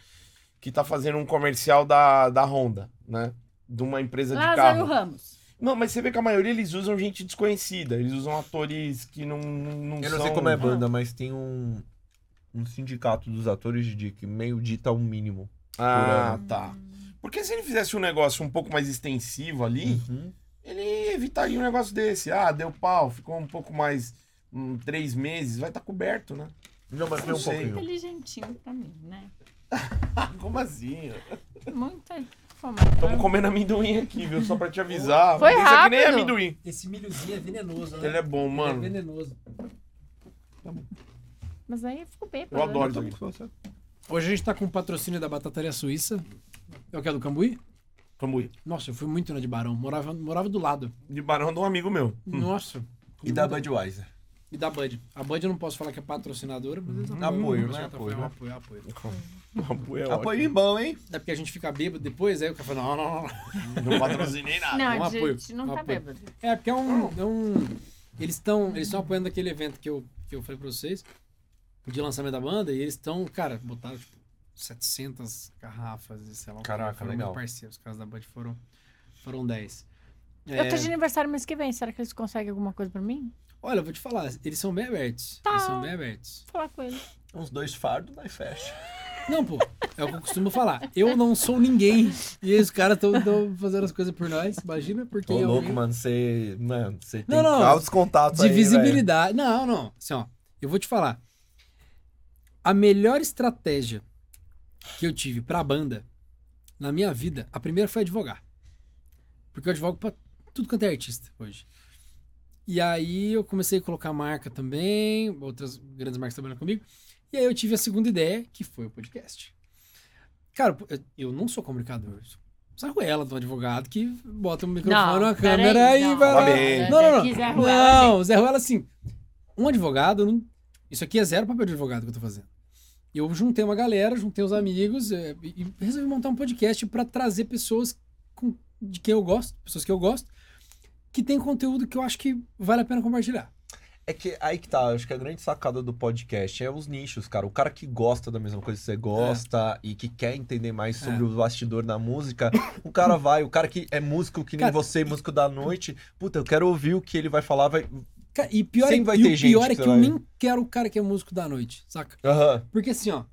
que tá fazendo um comercial da, da Honda, né? De uma empresa de
Lázaro
carro.
Ramos.
Não, mas você vê que a maioria eles usam gente desconhecida. Eles usam atores que não, não
Eu não
são...
sei como é a banda, mas tem um, um sindicato dos atores de que meio dita o mínimo.
Ah, tá. Porque se ele fizesse um negócio um pouco mais extensivo
Hum.
ali,
Uhum.
ele evitaria um negócio desse. Ah, deu pau, ficou um pouco mais hum, três meses, vai estar coberto, né?
Não, mas vem
Não
um
sei.
pouquinho.
Inteligentinho pra mim, né?
Como assim?
Muito
Estamos
informação.
comendo amendoim aqui, viu? Só pra te avisar.
Foi
Isso aqui nem é
rápido.
amendoim.
é
é
Esse milhozinho é venenoso, né?
Ele é bom,
É
mano.
venenoso.
Mas aí eu fico bem.
Eu adoro isso
Tô
aqui.
com você.
Hoje a gente tá com o patrocínio da Batataria Suíça. É o que é do Cambuí?
Cambuí.
Nossa, eu fui muito na de Barão. Morava, morava do lado.
De barão de um amigo meu. [LAUGHS]
Nossa.
Hum. E da Budweiser.
E da Bud. A Bud eu não posso falar que é patrocinadora, mas eles
Apoio,
apoiam,
né? Apoio.
Apoio, apoio, apoio.
Cambuí é
Apoio
ótimo.
em bom, hein?
É porque a gente fica bêbado depois, aí o cara fala, não, não, não, não.
Não patrocinei
Ah,
nada.
Não,
um
a gente
apoio,
não
um
tá
apoio.
bêbado.
É, porque é
Hum.
um. É um eles estão eles tão apoiando aquele evento que eu, que eu falei pra vocês, de lançamento da banda, e eles estão, cara, botaram tipo 700 garrafas e sei lá. o que,
Caraca,
foram
legal.
muito parceiros, os caras da Bud foram, foram É, 10.
É.
Eu tô de aniversário mês que vem. Será que eles conseguem alguma coisa pra mim?
Olha, eu vou te falar, eles são bem abertos.
Tá.
Eles são bem abertos.
Vou falar com eles.
Uns dois fardos, nós fecha.
Não, pô, é o que eu costumo falar. Eu não sou ninguém. E os caras estão fazendo as coisas por nós. Imagina, porque
Tô
eu.
louco, mano. Você. Mano, você tem
Não, não.
altos contatos
De
aí,
visibilidade. Não, não. Assim, ó, eu vou te falar. A melhor estratégia que eu tive pra banda na minha vida, a primeira foi advogar. Porque eu advogo pra tudo quanto é artista hoje. E aí eu comecei a colocar marca também, outras grandes marcas trabalhando comigo. E aí eu tive a segunda ideia, que foi o podcast. Cara, eu- eu não sou comunicador. eu sou Sarruela do advogado que bota um microfone, uma câmera e vai
Fala
lá.
bem.
Não, não, não.
Aqui, Zé Ruela,
Não, Zé Ruela, assim, um advogado, não- isso aqui é zero papel de advogado que eu tô fazendo. Eu juntei uma galera, juntei os amigos é, e e resolvi montar um podcast pra trazer pessoas com- de quem eu gosto, pessoas que eu gosto, que tem conteúdo que eu acho que vale a pena compartilhar.
É que aí que tá, eu acho que a grande sacada do podcast é os nichos, cara. O cara que gosta da mesma coisa que você gosta e que quer entender mais sobre
É.
o bastidor da música, o cara vai. O cara que é músico que nem
Cara,
você, músico da noite, puta, eu quero ouvir o que ele vai falar, vai.
Ca- E pior, é,
Sempre vai
e
ter
o
gente
pior é
que
que eu
vai-
nem quero o cara que é músico da noite, saca?
Aham.
Porque assim, ó.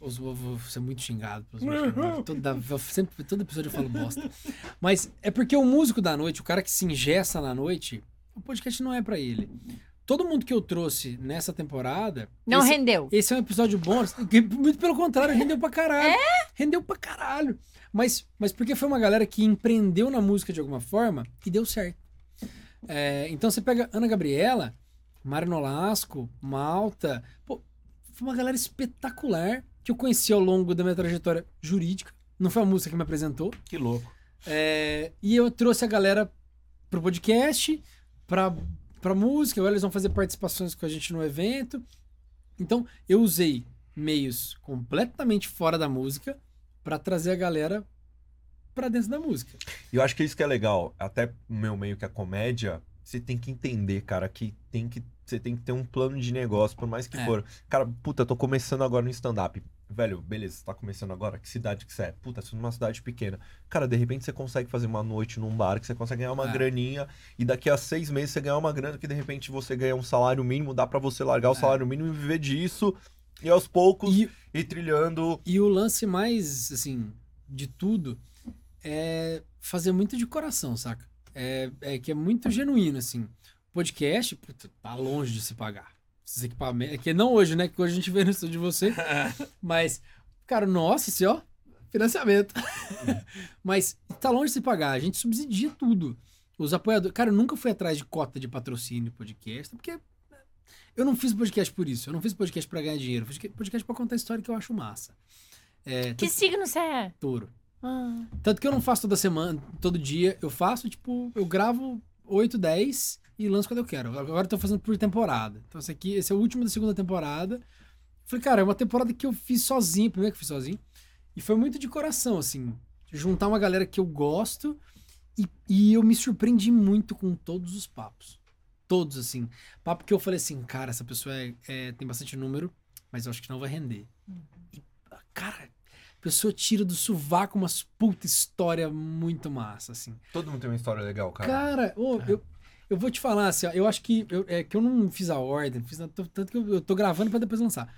Eu sou- eu vou ser muito xingado pelos meus xingados. toda, eu sempre, todo episódio eu falo bosta. [LAUGHS] Mas é porque o músico da noite, o cara que se ingessa na noite, o podcast não é pra ele. Todo mundo que eu trouxe nessa temporada.
Não
esse,
rendeu.
esse é um episódio bônus. que Muito pelo contrário, rendeu pra caralho. Rendeu pra caralho. Mas, mas porque foi uma galera que empreendeu na música de alguma forma e deu certo. É, então você pega Ana Gabriela, Mário Nolasco, Malta. Pô, foi uma galera espetacular que eu conheci ao longo da minha trajetória jurídica. Não foi a música que me apresentou.
Que louco.
É, e eu trouxe a galera pro podcast, pra, pra música, agora eles vão fazer participações com a gente no evento. Então, eu usei meios completamente fora da música pra trazer a galera pra dentro da música.
E eu acho que isso que é legal. Até o meu meio que é comédia, você tem que entender, cara, que tem que. Você tem que ter um plano de negócio, por mais que
É.
for. Cara, puta, eu tô começando agora no stand-up. Velho, beleza, você tá começando agora? Que cidade que você é? Puta, você é numa cidade pequena. Cara, de repente você consegue fazer uma noite num bar, que você consegue ganhar uma
É.
graninha, e daqui a seis meses você ganhar uma grana, que de repente você ganha um salário mínimo, dá pra você largar
É.
o salário mínimo e viver disso, e aos poucos
E,
ir trilhando.
e o lance mais, assim, de tudo é fazer muito de coração, saca? É, é que é muito genuíno, assim. Podcast, puta, tá longe de se pagar. Esses equipamentos. É que não hoje, né? Que hoje a gente vê no estúdio de você. Mas, cara, nossa, assim, ó, financiamento. [LAUGHS] Mas tá longe de se pagar, a gente subsidia tudo. Os apoiadores. Cara, eu nunca fui atrás de cota de patrocínio podcast, porque eu não fiz podcast por isso. Eu não fiz podcast pra ganhar dinheiro. Eu fiz podcast pra contar a história que eu acho massa. É,
Que signo você é?
touro.
Ah,
Tanto que eu não faço toda semana, todo dia. Eu faço, tipo, eu gravo 8, 10 e lanço quando eu quero. Agora eu tô fazendo por temporada. Então esse aqui, esse é o último da segunda temporada. Falei, cara, é uma temporada que eu fiz sozinho, primeiro que eu fiz sozinho. E foi muito de coração, assim. Juntar uma galera que eu gosto e, e eu me surpreendi muito com todos os papos. Todos, assim. Papo que eu falei assim, cara, essa pessoa é- é- tem bastante número, mas eu acho que não vai render. E, cara, a pessoa tira do sovaco umas puta história muito massa, assim.
Todo mundo tem uma história legal, cara.
Cara, ô,
É.
eu, eu vou te falar, assim, ó, eu acho que eu, é que eu não fiz a ordem, fiz, na- tô- tanto que eu, eu tô gravando pra depois lançar.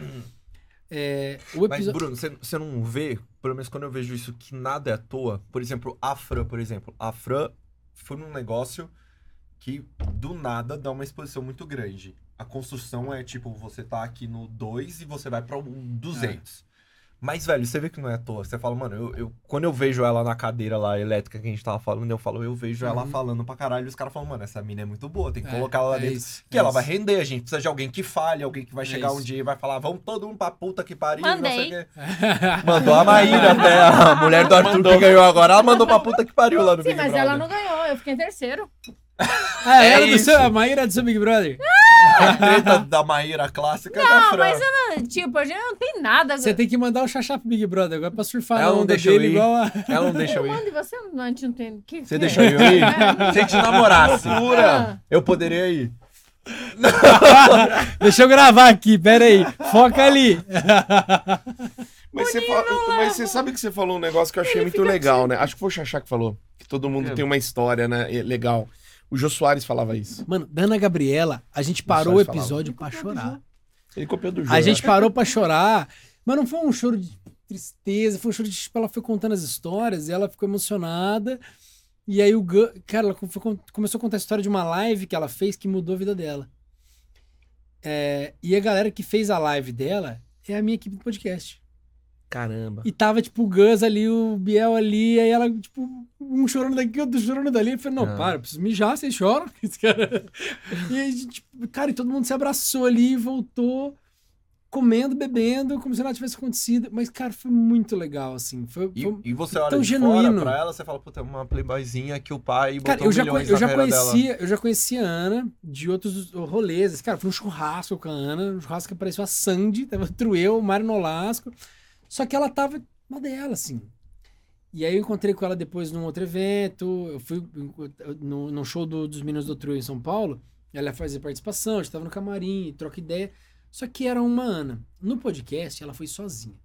É, o
Mas,
episódio.
Bruno, você- você não vê, pelo menos quando eu vejo isso, que nada é à toa. Por exemplo, a Fran, por exemplo. A Fran foi num negócio que, do nada, dá uma exposição muito grande. A construção é tipo, você tá aqui no 2 e você vai pra um 200. Mas, velho, você vê que não é à toa. Você fala, mano, eu, eu- quando eu vejo ela na cadeira lá elétrica que a gente tava falando, eu falo, eu vejo ela
Uhum.
falando pra caralho. E os caras falam, mano, essa mina é muito boa, tem que
É,
colocar ela lá
é
dentro.
isso,
que
é
ela
isso.
vai render, a gente precisa de alguém que fale, alguém que vai
É
chegar um
isso.
dia e vai falar, vamos todo mundo pra puta que pariu, não
[LAUGHS]
Mandei.
sei o quê. Mandou a Maíra até, a mulher do Arthur que ganhou agora, ela mandou pra puta que pariu lá no
Sim,
Big
mas
Brother.
ela não ganhou, eu fiquei em terceiro.
Ah,
É
ela do
isso.
seu, a Maíra do seu Big Brother.
A treta da Maíra clássica é da
tá. Não,
Fran.
mas eu não, tipo, a gente não tem nada.
Você tem que mandar o Xaxá pro Big Brother agora é pra surfar
Ela
na
não
onda
É um, deixa eu
dele
ir.
igual a...
Ela não deixa eu ir.
Manda e você não, a gente não tem. Que,
[LAUGHS]
é?
Você
que-
deixa eu ir?
[LAUGHS]
Se a gente namorasse,
Loucura.
eu poderia ir.
Deixa eu gravar aqui, pera aí. Foca
[LAUGHS]
ali.
Mas você, fa- mas você sabe que você falou um negócio que eu achei muito
assim.
legal, né? Acho que foi o Xaxá que falou. Que todo mundo
É.
tem uma história, né? É Legal. O Jô Soares falava isso.
Mano, da Ana Gabriela, a gente parou o
Soares falava.
episódio pra chorar.
Ele copiou do Jô. né?
A
eu
gente parou pra chorar, mas não foi um choro de tristeza, foi um choro de tipo, ela foi contando as histórias e ela ficou emocionada. E aí o Gun, cara, ela foi con- começou a contar a história de uma live que ela fez que mudou a vida dela. É, e a galera que fez a live dela é a minha equipe do podcast.
acho. Caramba.
E tava, tipo, o Gus ali, o Biel ali, aí ela, tipo, um chorando daqui, outro chorando dali. Eu falei, não,
Ah.
para, eu preciso mijar, vocês choram. [LAUGHS] Esse cara- e aí, tipo, cara, e todo mundo se abraçou ali, voltou, comendo, bebendo, como se nada tivesse acontecido. Mas, cara, foi muito legal, assim. Foi,
E,
foi-
e você olha
tão
de
então, genuíno.
fora pra ela, você fala, puta, é uma playboyzinha que o pai botou
Cara, eu já,
milhões
conhe- eu
na
já
carreira dela.
conhecia, eu já conhecia a Ana de outros rolês. Cara, foi um churrasco com a Ana, um churrasco que apareceu a Sandy, tava [LAUGHS] o Truel, o Mário Nolasco. Só que ela tava uma dela, assim. E aí eu encontrei com ela depois num outro evento. Eu fui no, no show do- dos Meninos do Truel em São Paulo. Ela ia fazer participação, a gente tava no camarim, troca ideia. Só que era uma Ana. No podcast, ela foi sozinha.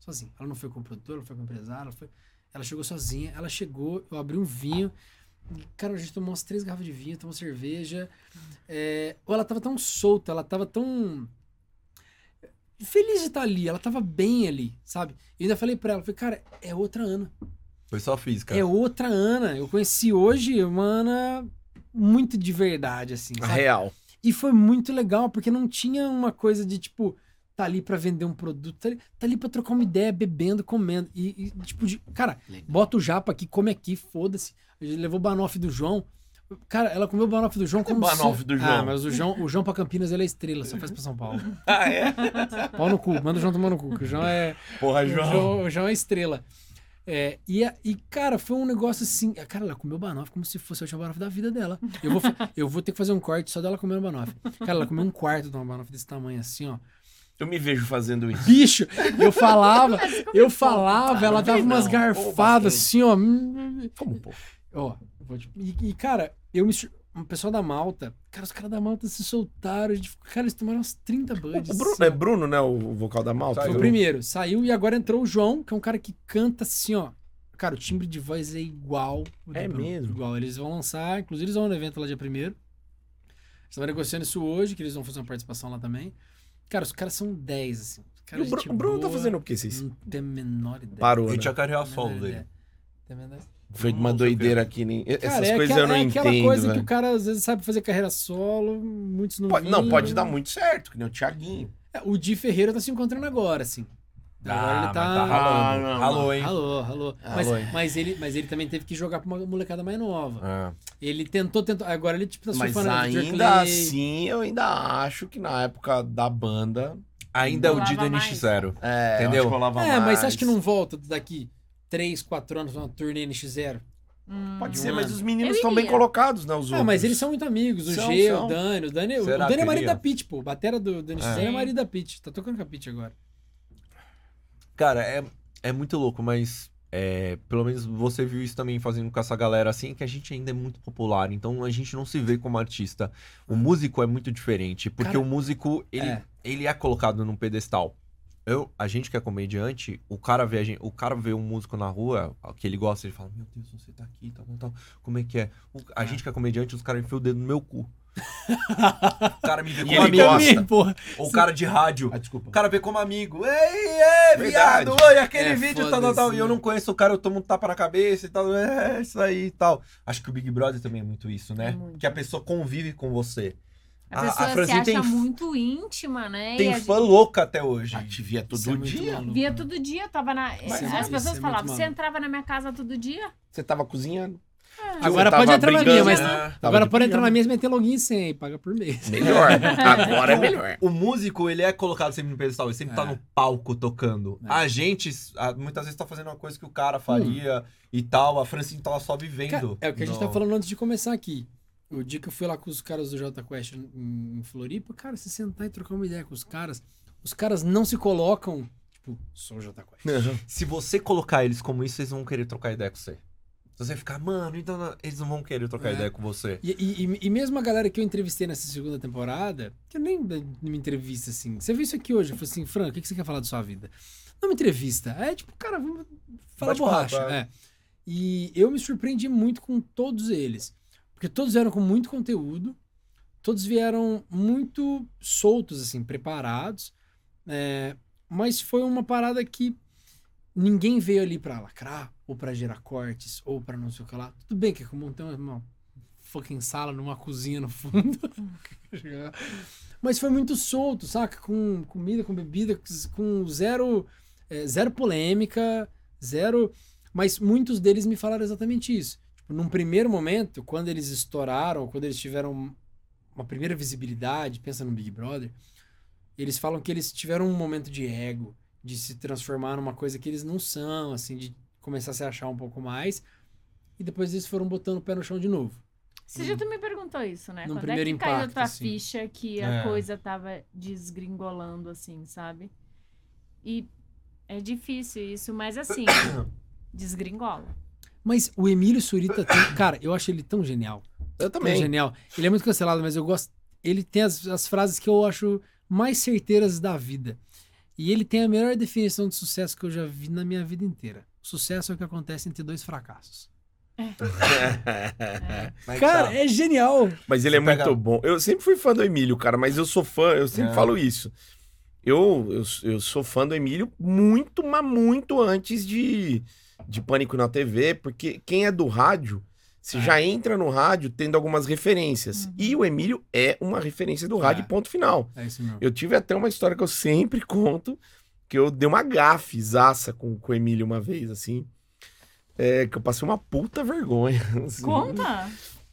Sozinha. Ela não foi com o produtor, ela foi com o empresário, ela foi. Ela chegou sozinha, ela chegou, eu abri um vinho. Cara, a gente tomou umas três garrafas de vinho, tomou cerveja. É, ou ela tava tão solta, ela tava tão. Feliz de estar ali, ela tava bem ali, sabe? E ainda falei pra ela, falei, cara, é outra Ana.
Foi só física.
É outra Ana. Eu conheci hoje uma Ana muito de verdade, assim.
A
Sabe?
real.
E foi muito legal, porque não tinha uma coisa de tipo, tá ali pra vender um produto, tá ali, tá ali pra trocar uma ideia, bebendo, comendo. E, e, tipo, de, cara, bota o japa aqui, come aqui, foda-se. A gente levou o banoff do João. Cara, ela comeu o banoff do João como
banoff
se-
do
Ah,
João?
mas o João, o João pra Campinas, ele é estrela, só faz pra São Paulo.
Ah, é?
Pau no cu, manda o João tomar no cu, que o João é...
Porra,
O
João.
João, o João é estrela. É, e, a- e, cara, foi um negócio assim. Cara, ela comeu banoff como se fosse a última banoff da vida dela. Eu vou, fa- eu vou ter que fazer um corte só dela comendo banoff. Cara, ela comeu um quarto de uma banoff desse tamanho assim, ó.
Eu me vejo fazendo isso.
Bicho! Eu falava, eu falava, ela dava umas
é Não,
garfadas
bastante.
assim, ó.
Como, pô?
Ó, eu vou te- e, e, cara, eu me. sur- O pessoal da Malta, cara, os caras da Malta se soltaram. a gente ficou- Cara, eles tomaram uns 30
O
buds.
Bruno,
assim,
é
ó.
Bruno, né? O vocal da Malta.
Foi
Saiu.
o primeiro, saiu e agora entrou o João, que é um cara que canta assim, ó. Cara, o timbre de voz é igual. o do
É
Bruno,
mesmo?
Igual. Eles vão lançar, inclusive eles vão no evento lá dia primeiro. Estão negociando isso hoje, que eles vão fazer uma participação lá também. Cara, os caras são 10, assim. Cara,
E o Bru-
gente
o Bruno tá
boa,
fazendo o que? Vocês
Não tem a menor ideia.
parou, né?
Ele tinha a carreira
Não tem a
solo
menor
dele.
ideia. Não tem a menor ideia.
Foi de uma
Não sei o quê.
doideira aqui. Nem...
Cara,
Essas
é
coisas
aquela,
eu não
é aquela
entendo,
coisa que
velho.
o cara às vezes sabe fazer carreira solo, muitos não
Pode- Não,
Uhum.
pode dar um muito certo, que nem o Thiaguinho.
É, O Di Ferreira tá se encontrando agora, assim.
Ah,
agora ele
mas
tá.
tá ralando.
Ah, não,
Ralou, hein?
Alô, alô. Mas,
Alô, hein?
mas ele, mas ele também teve que jogar pra uma molecada mais nova.
Ah.
Ele tentou, tentou. Agora ele, tipo, tá
É. Mas
surfando na Victor
ainda
Clay.
assim, eu ainda acho que na época da banda.
Ainda é o
Rolava
Dida NX0.
É,
Entendeu?
Eu acho que rolava
É, mas
mais.
você acha que não volta daqui 3, 4 anos uma turnê NX0?
Pode
Hum.
ser, mas os
Eu
meninos estão bem
iria.
colocados, né? Os
Ah,
outros.
mas eles são muito amigos. O
São,
G,
são.
o Dani. O Dani, o
Será
Dani
que
é marido
iria?
da Pitch, pô. Batera do, do
Ah,
NX0 é.
É.
marido da Pitch. Tá tocando com a Pitch agora.
Cara, é, é muito louco, mas é, pelo menos você viu isso também fazendo com essa galera assim, que a gente ainda é muito popular, então a gente não se vê como artista. O músico é muito diferente, porque
Cara,
o músico, ele
é.
é, ele é colocado num pedestal. Eu, a gente que é comediante, o cara vê a gente- o cara vê um músico na rua que ele gosta, ele fala: "Meu Deus, você tá aqui, tal, tal, tal. Como é que é?" O- a
É.
gente que é comediante, os caras enfiam o dedo no meu cu. O cara me vê
E
como
ele
amigo,
gosta.
porra.
ou o cara de rádio.
Ah, desculpa.
O cara vê como amigo. Ei, ei,
Verdade.
viado, oi, aquele
É,
vídeo, tal,
foda
tal, tal.
isso,
E eu
né?
não conheço o cara, eu tomo um tapa na cabeça e tal. É, isso aí e tal. Acho que o Big Brother também é muito isso, né?
Muito.
Que a pessoa convive com você.
A
A- a
pessoa se
Francine
acha
tem f-
muito íntima, né? e
Tem
a
fã louca até hoje.
Já te via
Isso é
todo
muito
dia.
maluco,
Via
né?
todo dia, eu tava na. eh,
Isso
as
é- isso é
pessoas
muito
falavam, você
maluco."
entrava na minha casa todo dia?
Você tava cozinhando.
Ah. Agora pode entrar na minha,
brigando,
mas.
né? Tava
Agora
de
pode entrar
piano.
na minha, mas tem login sem, paga por mês.
Melhor. Agora é melhor.
O músico, ele é colocado sempre no pedestal, ele sempre tá
É.
no palco tocando.
É.
A gente, a- muitas vezes, tá fazendo uma coisa que o cara faria e tal. A Francine tava só vivendo.
Ca- É o que a gente
no-
tá falando antes de começar aqui. O dia que eu fui lá com os caras do Jota Quest em em Floripa, cara, se sentar e trocar uma ideia com os caras, os caras não se colocam, tipo, sou o Jota Quest.
Se você colocar eles como isso, eles vão querer trocar ideia com você. Se você ficar, mano, então não- eles não vão querer trocar
É.
ideia com você.
E, e- e- e mesmo a galera que eu entrevistei nessa segunda temporada, que eu nem de- me entrevista assim. Você viu isso aqui hoje? Eu falei assim, Fran, o que que você quer falar da sua vida? Não me entrevista. É tipo, cara, vamos falar
Bate
borracha.
papo, é.
é. E eu me surpreendi muito com todos eles. Porque todos vieram com muito conteúdo, todos vieram muito soltos, assim, preparados. é, mas foi uma parada que ninguém veio ali pra lacrar, ou pra gerar cortes, ou pra não sei o que lá. Tudo bem que é então, eu montei uma- uma fucking sala numa cozinha no fundo. [LAUGHS] Mas foi muito solto, saca? Com comida, com bebida, com zero, eh, zero polêmica, zero. Mas muitos deles me falaram exatamente isso. Tipo, num primeiro momento, quando eles estouraram, quando eles tiveram uma primeira visibilidade, pensa no Big Brother, eles falam que eles tiveram um momento de ego, de se transformar numa coisa que eles não são, assim, de começar a se achar um pouco mais. E depois eles foram botando o pé no chão de novo.
Você
Hum.
já tu me perguntou isso, né?
Num
Quando é que
primeiro
caiu a
impacto,
tua
assim.
ficha que a
É.
coisa tava desgringolando, assim, sabe? E é difícil isso, mas assim,
[COUGHS]
desgringola.
Mas o Emílio Surita tem. Cara, eu acho ele tão genial.
Eu
Tão genial. Ele é muito cancelado, mas eu gosto. Ele tem as, as frases que eu acho mais certeiras da vida. E ele tem a melhor definição de sucesso que eu já vi na minha vida inteira. Sucesso é o que acontece entre dois fracassos.
[LAUGHS]
Mas
Cara,
tá.
é genial.
Mas ele é
Você pega-
muito bom. Eu sempre fui fã do Emílio, cara, mas eu sou fã, eu sempre
É.
falo isso. Eu, eu, eu sou fã do Emílio muito, mas muito antes de, de Pânico na TV, porque quem é do rádio, você
É.
já entra no rádio tendo algumas referências.
Uhum.
E o Emílio é uma referência do rádio,
É.
ponto final.
É isso mesmo.
Eu tive até uma história que eu sempre [LAUGHS] conto, que eu dei uma gafe zaça com, com o Emílio uma vez, assim. É, que eu passei uma puta vergonha. [LAUGHS] assim.
Conta!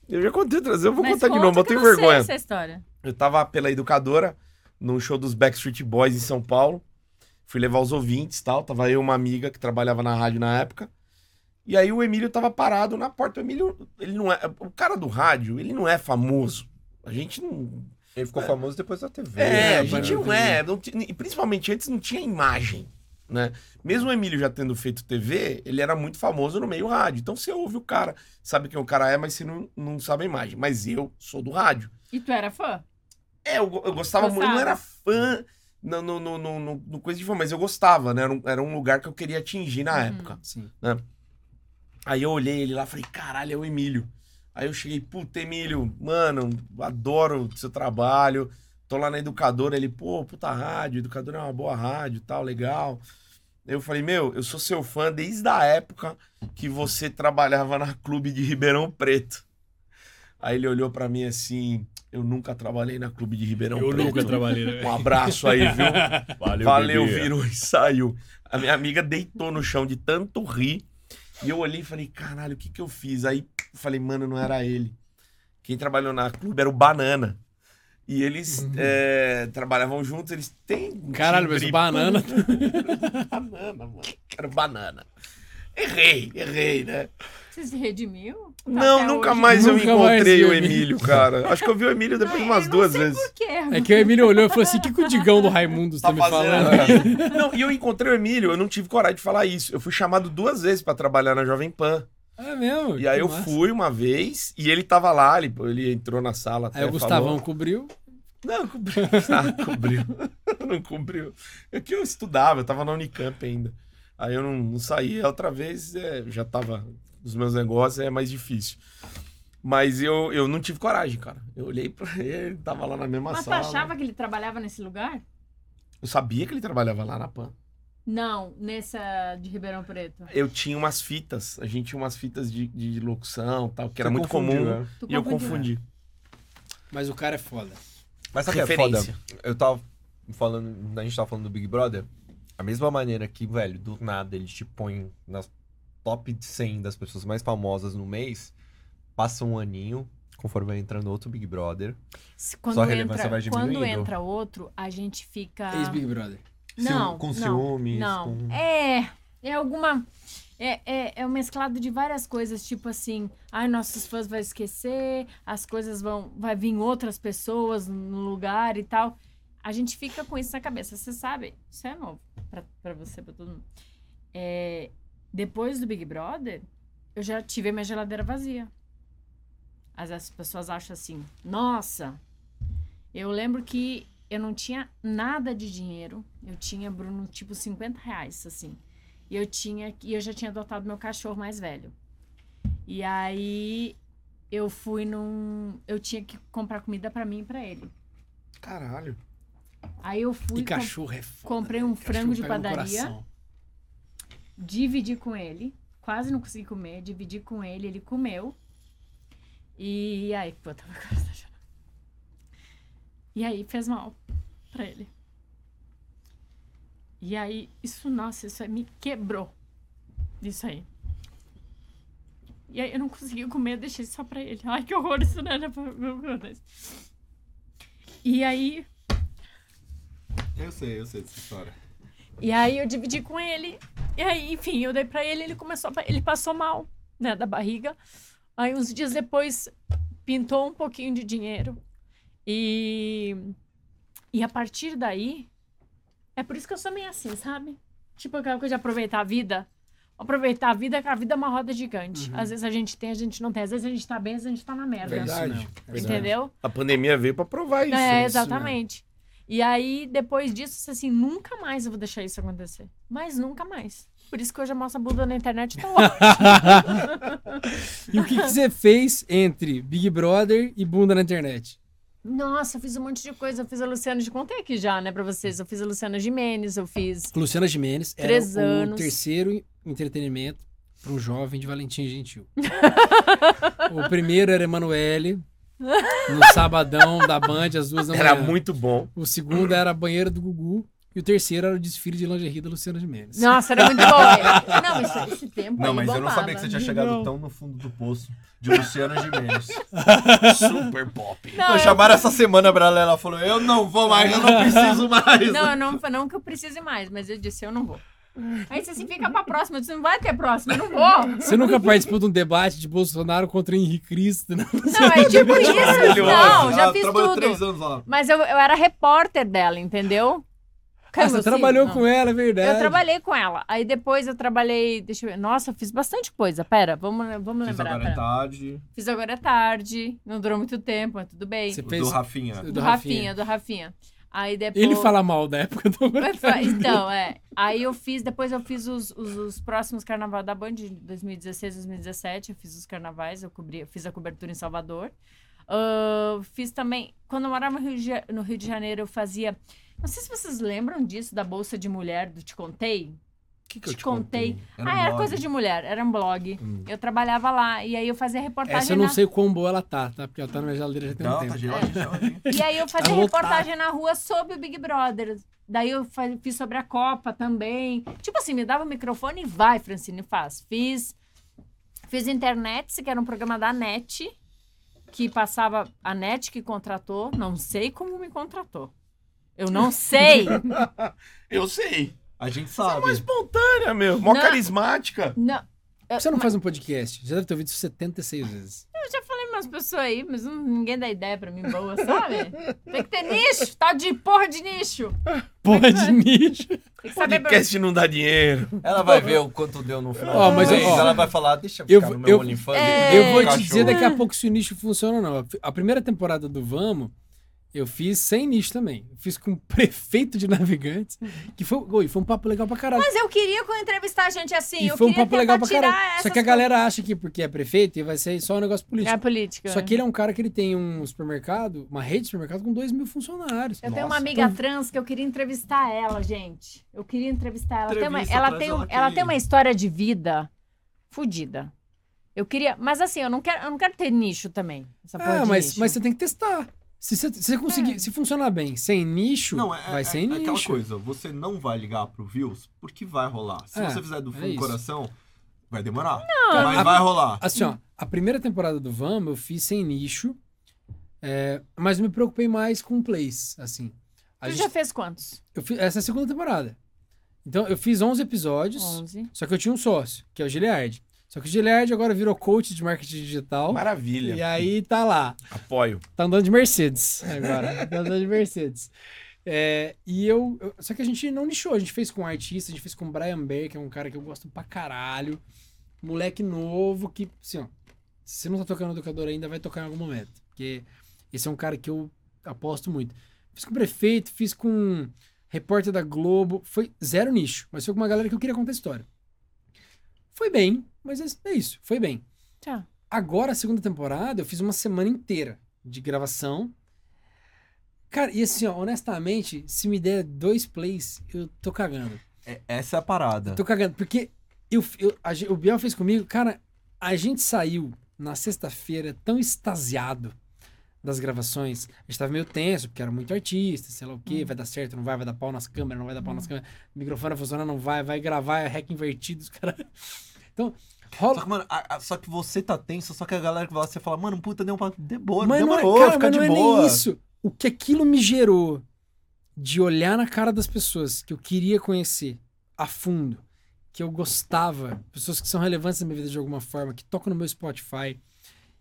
Eu já contei outras vezes, eu vou
Mas
contar de
conta
novo, eu
que é
tenho
sei
vergonha.
essa história.
Eu tava pela educadora, num show dos Backstreet Boys em São Paulo. Fui levar os ouvintes e tal. Tava eu e uma amiga que trabalhava na rádio na época. E aí o Emílio tava parado na porta. O Emílio, ele não é. O cara do rádio, ele não é famoso. A gente não.
Ele ficou famoso depois da TV.
É,
né?
a gente
parada
não é. não ti- e principalmente antes não tinha imagem, né? Mesmo o Emílio já tendo feito TV, ele era muito famoso no meio rádio. Então você ouve o cara, sabe quem o cara é, mas você não, não sabe a imagem. Mas eu sou do rádio.
E tu era fã?
É, eu, go- eu gostava muito. Eu não
Gostava.
era fã no, no, no, no- no- no coisa de fã, mas eu gostava, né? Era um, era um lugar que eu queria atingir na época.
Sim.
Aí eu olhei ele lá e falei, caralho, é o Emílio. Aí eu cheguei, puta, Emílio, mano, adoro o seu trabalho. Tô lá na educadora, ele, pô, puta rádio, educadora é uma boa rádio e tal, legal. Eu falei, meu, eu sou seu fã desde a época que você trabalhava na clube de Ribeirão Preto. Aí ele olhou pra mim assim, eu nunca trabalhei na clube de Ribeirão Preto.
trabalhei.
[LAUGHS]
Um abraço aí,
[LAUGHS]
viu?
Valeu,
Valeu,
bebê.
virou e saiu. A minha amiga deitou no chão de tanto rir. E eu olhei e falei, caralho, o que que eu fiz? Aí falei, mano, não era ele. Quem trabalhou na clube era o Banana. E eles eh, trabalhavam juntos, eles têm. um
Uhum. Caralho, mas
timbre-
o banana. tá-
Banana, mano. Era o banana. Errei, errei, né?
Você se redimiu? Tá
não,
até
nunca
hoje?
mais eu
Nunca
encontrei
mais
o
vi o Emílio.
Emílio, cara. Acho que eu vi o Emílio depois de
É,
umas
eu
duas
não sei
vezes.
Por quê?
É que o Emílio olhou e falou assim: o que, que o Digão do Raimundos tá, me falando?
aqui? [LAUGHS] Não, e eu encontrei o Emílio, eu não tive coragem de falar isso. Eu fui chamado duas vezes pra trabalhar na Jovem Pan.
É mesmo.
E aí
que
eu
massa.
fui uma vez e ele tava lá, ele, ele entrou na sala.
Aí
até
o Gustavão
É, falou.
cobriu.
Não, cobriu. [LAUGHS] Ah, cobriu. não cobriu. É que eu estudava, eu tava na Unicamp ainda. Aí eu não, não saí. Outra vez é, já tava. Os meus negócios é mais difícil. Mas eu, eu não tive coragem, cara. Eu olhei pra [LAUGHS] ele, tava lá na mesma
Mas tu
sala.
achava que ele trabalhava nesse lugar?
Eu sabia que ele trabalhava lá na Pan.
Não, nessa de Ribeirão Preto.
eu tinha umas fitas, a gente tinha umas fitas de, de locução tal, que era
Você
muito
confundiu,
comum.
né?
Tu
E eu
confundiu.
confundi.
Mas o cara é foda.
Mas sabe o que é foda?
Referência.
Eu tava falando, a gente tava falando do Big Brother, a mesma maneira que, velho, do nada eles te põem nas top 100 das pessoas mais famosas no mês, passa um aninho, conforme vai entrando outro Big Brother.
Se- Quando
Só a relevância
entra,
vai
quando
diminuindo?
entra outro, a gente fica.
Ex-Big Brother.
Não,
Ciú- com
não,
ciúmes,
Não.
com-
É. É alguma. É, é, é um mesclado de várias coisas, tipo assim, ai, nossos fãs vão esquecer, as coisas vão. Vai vir outras pessoas no lugar e tal. A gente fica com isso na cabeça. Você sabe, isso é novo pra, pra você, pra todo mundo. É, depois do Big Brother, eu já tive a minha geladeira vazia. Às vezes as pessoas acham assim, nossa, eu lembro que eu não tinha nada de dinheiro. Eu tinha, Bruno, tipo 50 reais, assim. E eu tinha. E eu já tinha adotado meu cachorro mais velho. E aí eu fui num. Eu tinha que comprar comida pra mim e pra ele.
Caralho.
Aí eu fui.
E
com-
cachorro é foda.
comprei
velho.
um
Cachorro
frango de
pega no
padaria.
coração.
dividi com ele. Quase não consegui comer, dividi com ele, ele comeu. E aí, pô, tava quase chorando. E aí fez mal pra ele. E aí, isso, nossa, isso aí me quebrou. Isso aí. E aí eu não consegui comer, eu deixei só pra ele. Ai, que horror, isso né? não era pra meu Deus. E aí,
Eu sei, eu sei dessa história.
E aí eu dividi com ele. E aí, enfim, eu dei pra ele, ele começou, a pa- ele passou mal, né, da barriga. Aí uns dias depois pintou um pouquinho de dinheiro. E e a partir daí é por isso que eu sou meio assim, sabe? Tipo aquela coisa de aproveitar a vida. Aproveitar a vida, que a vida é uma roda gigante. Às vezes a gente tem, a gente não tem. Às vezes a gente tá bem, às vezes a gente tá na merda.
Verdade.
Isso não.
Verdade.
Entendeu?
A pandemia veio pra provar isso.
É,
né?
exatamente. E aí, depois disso, eu disse assim, nunca mais eu vou deixar isso acontecer. Mas nunca mais. Por isso que hoje a nossa Buda na internet tá lá.
[LAUGHS] E o que, que você fez entre Big Brother e bunda na internet?
[LAUGHS] nossa, eu fiz um monte de coisa. Eu fiz a Luciana, de contei aqui já, né, pra vocês. Eu fiz a Luciana Jimenez, eu [LAUGHS] fiz...
Luciana Gimenez era
Três
o
anos.
terceiro entretenimento para um jovem de Valentim
[LAUGHS]
Gentil. o primeiro era Emanuele, no sabadão da Band, às duas da manhã.
Era muito bom.
O segundo era a banheira do Gugu. E o terceiro era o desfile de lingerie da Luciana Gimenez.
Nossa, era muito bom. Não, mas esse tempo
Não,
aí né?
mas eu não
bombava.
sabia que você tinha chegado tão no fundo do poço de
[LAUGHS]
Luciana Gimenez.
Super pop.
Não, Ah, eu-
chamaram essa semana pra ela, ela falou, eu não vou mais, eu
[LAUGHS]
não preciso mais.
Não, eu não, não que eu precise mais, mas eu disse, eu não vou. Aí você assim, fica pra próxima. Eu disse, não vai ter próxima, eu não
[LAUGHS]
vou.
Você nunca participou de um debate de Bolsonaro contra Henrique Cristo, né?
Não, é tipo isso. Não, já
Ela
fiz
"Ah, trabalhou
tudo.
três anos lá.
Mas eu, eu era repórter dela, entendeu?
Ah, você trabalhou com ela, é
ela?
verdade.
assim? Eu trabalhei com ela. Aí depois eu trabalhei. Deixa eu ver. Nossa, eu fiz bastante coisa. Pera, vamos, vamos
Fiz
lembrar.
agora à
tá.
pera.
tarde.
Fiz agora é tarde. Não durou muito tempo, mas tudo bem.
Você
O
fez
Do Rafinha.
do
do Rafinha, né? do Rafinha. Aí depois.
Ele fala mal da época do
Mas fa- Então, é. Aí eu fiz, depois eu fiz os, os, os próximos carnaval da Band de 2016, 2017. Eu fiz os carnavais, eu cobri, eu fiz a cobertura em Salvador. Ahn, fiz também. Quando eu morava no Rio, de, Ja- no Rio de Janeiro, eu fazia. Não sei se vocês lembram disso, da Bolsa de Mulher do Te Contei.
O que,
Te contei.
Era
ah,
um
era
blog.
coisa de mulher, era um blog.
Hum.
Eu trabalhava lá e aí eu fazia reportagem
Essa eu não
na-
sei quão boa ela tá, tá? Porque ela tá na minha geladeira já tem um
Não, tá
né?
tempo.
gelado, gelado.
E aí eu fazia
Tá lotado.
reportagem na rua sobre o Big Brother. Daí eu fa- fiz sobre a Copa também. Tipo assim, me dava o microfone e vai, Francine, faz. Fiz. Fiz internet, que era um programa da NET, que passava. A NET que contratou. Não sei como me contratou.
[LAUGHS]
Eu não sei.
Eu sei.
A gente
Você é
sabe.
mó espontânea, meu. Mó
Não.
carismática.
não,
Você não faz um podcast? Já deve ter ouvido isso 76 vezes.
eu já falei umas pessoas aí, mas não- ninguém dá ideia pra mim boa, sabe? Tem que ter nicho, tá de porra de nicho.
Porra
é.
de nicho.
Tem que saber.
Podcast não dá dinheiro.
Ela vai ver o quanto deu no final.
Ó,
do
mas eu-
mês,
ó,
ela vai falar, deixa eu
eu
ficar
vou-
no meu
eu-
OnlyFans.
É.
Eu vou te
Cachorro.
dizer daqui a pouco se o nicho funciona ou não. A primeira temporada do Vamos, eu fiz sem nicho também. Eu fiz com o [LAUGHS] prefeito de navegantes, que foi, oi, foi um papo legal pra caralho.
Mas eu queria que eu entrevistar gente assim.
e
eu
foi um
queria
papo legal pra
tentar
caralho.
tirar
Só que a
essas
galera acha que porque é prefeito, vai ser só um negócio
coisas. É a
político.
política.
Só
né?
que ele é um cara que ele tem um supermercado, uma rede de supermercado com 2 mil funcionários.
Eu tenho uma
Nossa.
amiga
então-
trans que eu queria entrevistar ela, gente. Eu queria entrevistar ela. Tem uma-
Entrevista,
ela,
traz
tem, um-
ela aqui.
ela tem uma história de vida fodida. Eu queria. Mas assim, eu não quero, eu não quero ter nicho também. Essa porra
Ah,
de
mas,
nicho.
mas você tem que testar. Se você se você
É.
conseguir, se funcionar bem, sem nicho,
Não, é,
vai
é-
sem
é
nicho.
aquela coisa, você não vai ligar pro views porque vai rolar. Se
É,
você fizer do
é
fundo do
isso.
coração, vai demorar.
Cara,
mas
a-
vai rolar.
Assim, ó, a primeira temporada do Vamos eu fiz sem nicho, é, mas me preocupei mais com plays, assim. A
Tu
gente-
já fez quantos?
eu fi- essa é a segunda temporada. Então, eu fiz 11 episódios,
11.
só que eu tinha um sócio, que é o Giliard. Só que o Giliard agora virou coach de marketing digital. E
Maravilha.
aí tá lá.
Apoio.
Tá andando de Mercedes agora. [LAUGHS] tá andando de Mercedes. É, e eu, eu- Só que a gente não nichou. A gente fez com um artista, a gente fez com o Brian Baker, que é um cara que eu gosto pra caralho. Moleque novo que, assim, ó. Se você não tá tocando no educador ainda, vai tocar em algum momento. Porque esse é um cara que eu aposto muito. Fiz com o prefeito, fiz com um repórter da Globo. Foi zero nicho, mas foi com uma galera que eu queria contar história. Foi bem, mas é- é isso. Foi bem.
Tá.
Agora, a segunda temporada, eu fiz uma semana inteira de gravação. Cara, e assim, ó, honestamente, se me der dois plays, eu tô cagando.
É- essa é a parada.
Tô cagando, porque eu, eu- a gen- o Biel fez comigo, cara, a gente saiu na sexta-feira tão extasiado das gravações. A gente tava meio tenso, porque era muito artista, sei lá o quê, vai dar certo, não vai, vai dar pau nas câmeras, não vai dar pau nas câmeras, microfone vai funcionar, não vai, vai gravar, é hack invertido, os caras. [LAUGHS] Então, rola.
Só que, mano, a- a- só que você tá tenso, só que a galera que vai lá, você fala, mano, puta, deu um papo. Demorou,
Mas não é-
demorou,
cara,
fica
mas
de
não
boa.
é nem isso. O que aquilo me gerou de olhar na cara das pessoas que eu queria conhecer a fundo, que eu gostava, pessoas que são relevantes na minha vida de alguma forma, que tocam no meu Spotify,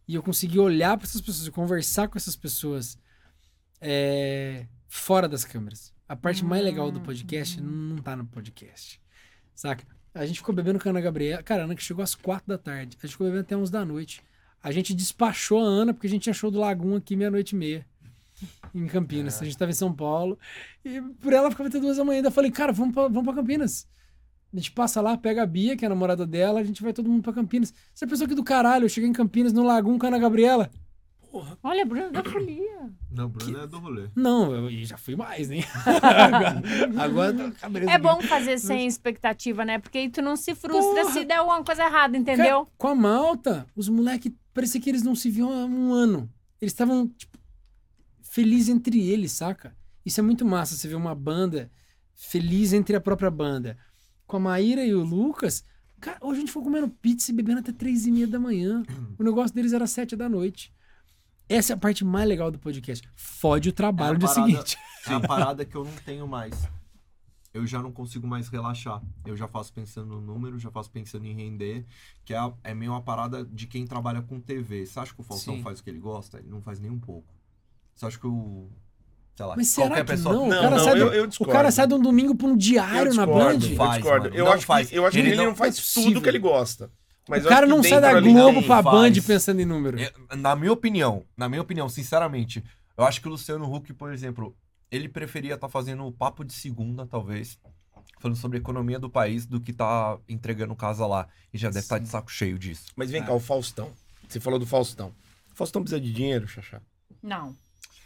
e eu consegui olhar para essas pessoas e conversar com essas pessoas é, fora das câmeras. A parte mais legal do podcast
Hum.
não tá no podcast. Saca? A gente ficou bebendo com a Ana Gabriela. Cara, a Ana que chegou às quatro da tarde. A gente ficou bebendo até uns da noite. A gente despachou a Ana porque a gente tinha show do Lagoon aqui meia-noite e meia. Em Campinas. A gente tava em São Paulo. E por ela ficava até duas da manhã. Ainda falei, cara, vamos pra, vamos pra Campinas. A gente passa lá, pega a Bia, que é a namorada dela, a gente vai todo mundo pra Campinas. Você pensou que do caralho, eu cheguei em Campinas no Lagoon com a Ana Gabriela?
Olha, Bruno da Folia.
Não, Bruno é do rolê.
Não, eu e já fui mais, hein? agora, [LAUGHS] agora tá cabreiro.
É bom fazer sem expectativa, né? Porque aí tu não se frustra
Porra.
se der alguma coisa errada, entendeu?
Com a malta, os moleques, parecia que eles não se viam há um ano. Eles estavam, tipo, felizes entre eles, saca? Isso é muito massa, você vê uma banda feliz entre a própria banda. Com a Maíra e o Lucas, cara, hoje a gente foi comendo pizza e bebendo até três e meia da
[CLEARS THROAT]
manhã. O negócio deles era sete da noite. Essa é a parte mais legal do podcast. Fode o trabalho
É a
do
parada- [LAUGHS]
seguinte.
É a parada que eu não tenho mais. Eu já não consigo mais relaxar. Eu já faço pensando no número, já faço pensando em render, que é, a- é meio uma parada de quem trabalha com TV. Você acha que o Faustão
Sim.
faz o que ele gosta? Ele não faz nem um pouco. Você acha que o. Sei lá,
Mas será
qualquer
que
pessoa.
não? O
Não,
cara
não,
sai do-
eu, eu
O
discordo.
cara sai de um domingo pra um diário
Eu
na
discordo.
Band.
Eu
Faz,
discordo.
mano,
eu,
não
acho
faz.
Que, eu acho
Ele
que ele
não-
não, faz
é
tudo
possível.
que ele gosta. Mas
o cara não sai da Globo
não
pra
faz.
Band pensando em número.
Eu- na minha opinião, na minha opinião, sinceramente, eu acho que o Luciano Huck, por exemplo, ele preferia estar fazendo o papo de segunda, talvez, falando sobre a economia do país, do que tá entregando casa lá. E já deve estar de saco cheio disso.
Mas vem cá, o Faustão. Você falou do Faustão. O Faustão precisa de dinheiro, Xaxá. é-
Não.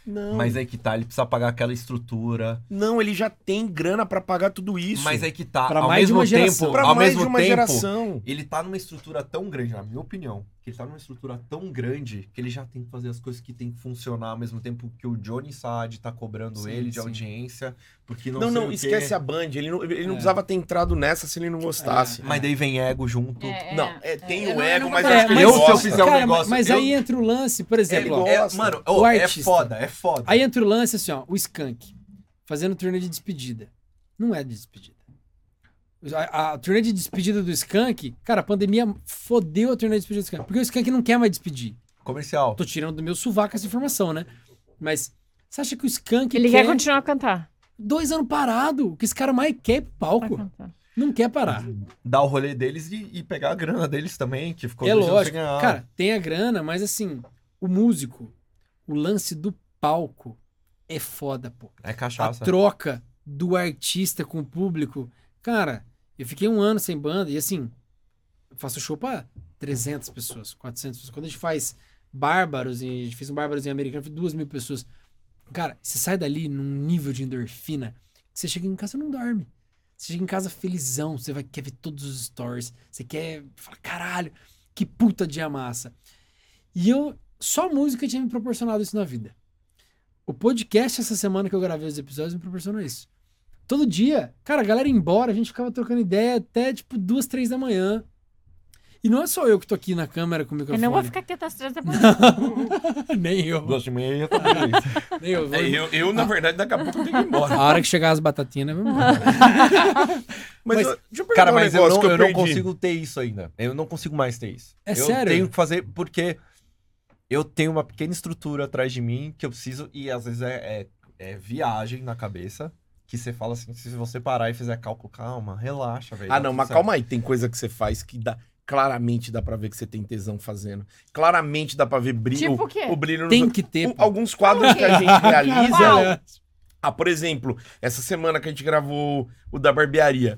Não.
Mas aí que tá, ele precisa pagar aquela estrutura.
Não, ele já tem grana pra pagar tudo isso.
Mas aí que tá,
Pra
ao
mais de
mesmo
uma geração.
tempo,
pra
ao
mais
mesmo
de uma
tempo,
geração.
ele tá numa estrutura tão grande, na minha opinião, que ele tá numa estrutura tão grande que ele já tem que fazer as coisas que tem que funcionar ao mesmo tempo que o Johnny Saad tá cobrando
Sim,
ele de
sim.
audiência, porque não
Não,
sei
não,
o quê.
esquece a Band. Ele não, ele não
É.
precisava ter entrado nessa se ele não gostasse.
É. Mas daí vem ego junto.
É,
Não, é, tem
Eu
o
não- eu
ego,
não
mas
vou
eu acho que
falar.
ele
Eu, se eu
gosta.
fizer um
cara,
negócio-
Mas
eu-
aí entra o lance, por exemplo, ó,
igual-
É,
gosta.
mano,
O
ô, é
artista.
foda, é foda.
aí entra o lance assim, ó, o Skank fazendo turnê de despedida. Não é de despedida. A, a turnê de despedida do Skank, cara, a pandemia fodeu a turnê de despedida do Skank, porque o Skank não quer mais despedir.
Comercial.
Tô tirando do meu sovaco essa informação, né? Mas você acha que o Skank
Ele
quer
quer continuar a cantar.
dois anos parado? O que esse cara mais quer é pro
Vai
palco.
cantar.
Não quer parar.
Dar o rolê deles e, e pegar a grana deles também, que ficou
é
dois anos
lógico.
sem ganhar.
Cara, tem a grana, mas assim, o músico, o lance do palco é foda, pô.
é
A
cachaça.
troca do artista com o público. Cara, eu fiquei um ano sem banda e assim, eu faço show pra 300 pessoas, 400 pessoas. Quando a gente faz Bárbaros, e a gente fez um Bárbaros em Americano, foi duas mil pessoas. Cara, você sai dali num nível de endorfina que você chega em casa e não dorme. Você chega em casa felizão, você vai, quer ver todos os stories, você quer falar, caralho, que puta de massa. E eu, só a música tinha me proporcionado isso na vida. O podcast essa semana que eu gravei os episódios me proporcionou isso. Todo dia, cara, a galera ia embora, a gente ficava trocando ideia até tipo duas, três da manhã. E não é só eu que tô aqui na câmera com o
Eu
microfone.
não vou ficar quieta às três da manhã.
[LAUGHS] nem eu.
Duas e meia. tá
Nem eu. Vou...
[LAUGHS] É, eu, eu, na verdade, daqui a pouco tenho que ir embora.
A hora que chegar as batatinas, vamos embora.
[LAUGHS]
Mas,
Mas, eu- deixa eu perguntar
Cara,
um
mas eu
negócio
não,
que
eu, não
perdi.
consigo ter isso ainda. Eu não consigo mais ter isso.
É
eu
sério?
tenho que fazer porque eu tenho uma pequena estrutura atrás de mim que eu preciso, e às vezes é, é- é viagem na cabeça, que você fala assim, se você parar e fizer cálculo, calma, relaxa, velho.
Ah,
dá
não,
tudo
mas
certo.
calma aí. Tem coisa que você faz que dá. Claramente dá pra ver que você tem tesão fazendo. Claramente dá pra ver brilho.
Tipo o quê?
o brilho nos
Tem
olhos.
que ter.
Um- alguns quadros que a
[LAUGHS]
gente
Qual?
realiza. Ah, por exemplo, essa semana que a gente gravou o da barbearia.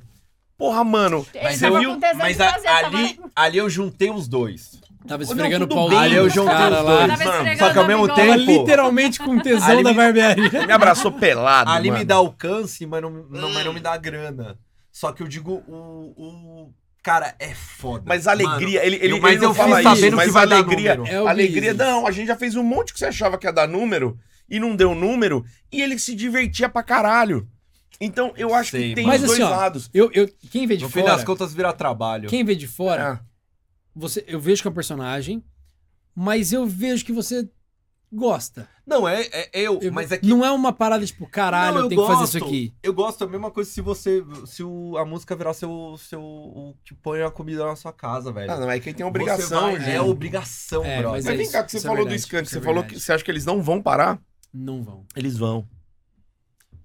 Porra, mano.
Ele
Mas,
tava
eu,
com tesão
mas
de
a-
fazer, tava-
ali, ali eu juntei os dois.
Tava
Não,
esfregando o
tudo
pau
bem.
ali,
Ali eu
os
juntei
cara
os
lá.
dois.
Tava esfregando
Só que ao
o
mesmo
amigão.
Tava
tempo-
literalmente com tesão
Ali
da
me-
barbearia.
Me abraçou pelado.
Ali
mano.
me dá um o alcance, mas não, não, mas não me dá grana. Só que eu digo, o. o- Cara, é foda.
Mas a alegria, ele, ele,
mas
ele não
eu
fala
fiz
isso,
sabendo
mas
que vai
a
dar
alegria,
número.
É o
a alegria,
business.
não, a gente já fez um monte que você achava que ia dar número e não deu número e ele se divertia pra caralho. Então, eu acho
Sei,
que tem
mas
os
assim,
dois
ó,
lados.
Eu, eu, quem vê é de
No fim
fora,
das contas vira trabalho.
quem vê de fora,
Ah,
você, eu vejo que é um personagem, mas eu vejo que você gosta.
Não, é, é eu,
Eu-
mas é que.
Não é uma parada tipo, caralho,
Não,
eu, tenho que fazer isso aqui.
Eu gosto, é a mesma coisa se você. Se o- a música virar seu. seu o que põe a comida na sua casa, velho.
ah, não, é quem tem
Você
obrigação,
vai-
gente.
É obrigação,
É,
brother.
mas
Mas
é
vem
isso,
cá, que você
isso é
falou
verdade,
do skunk,
isso é
você falou
verdade.
que você acha que eles não vão parar?
Não vão.
Eles vão.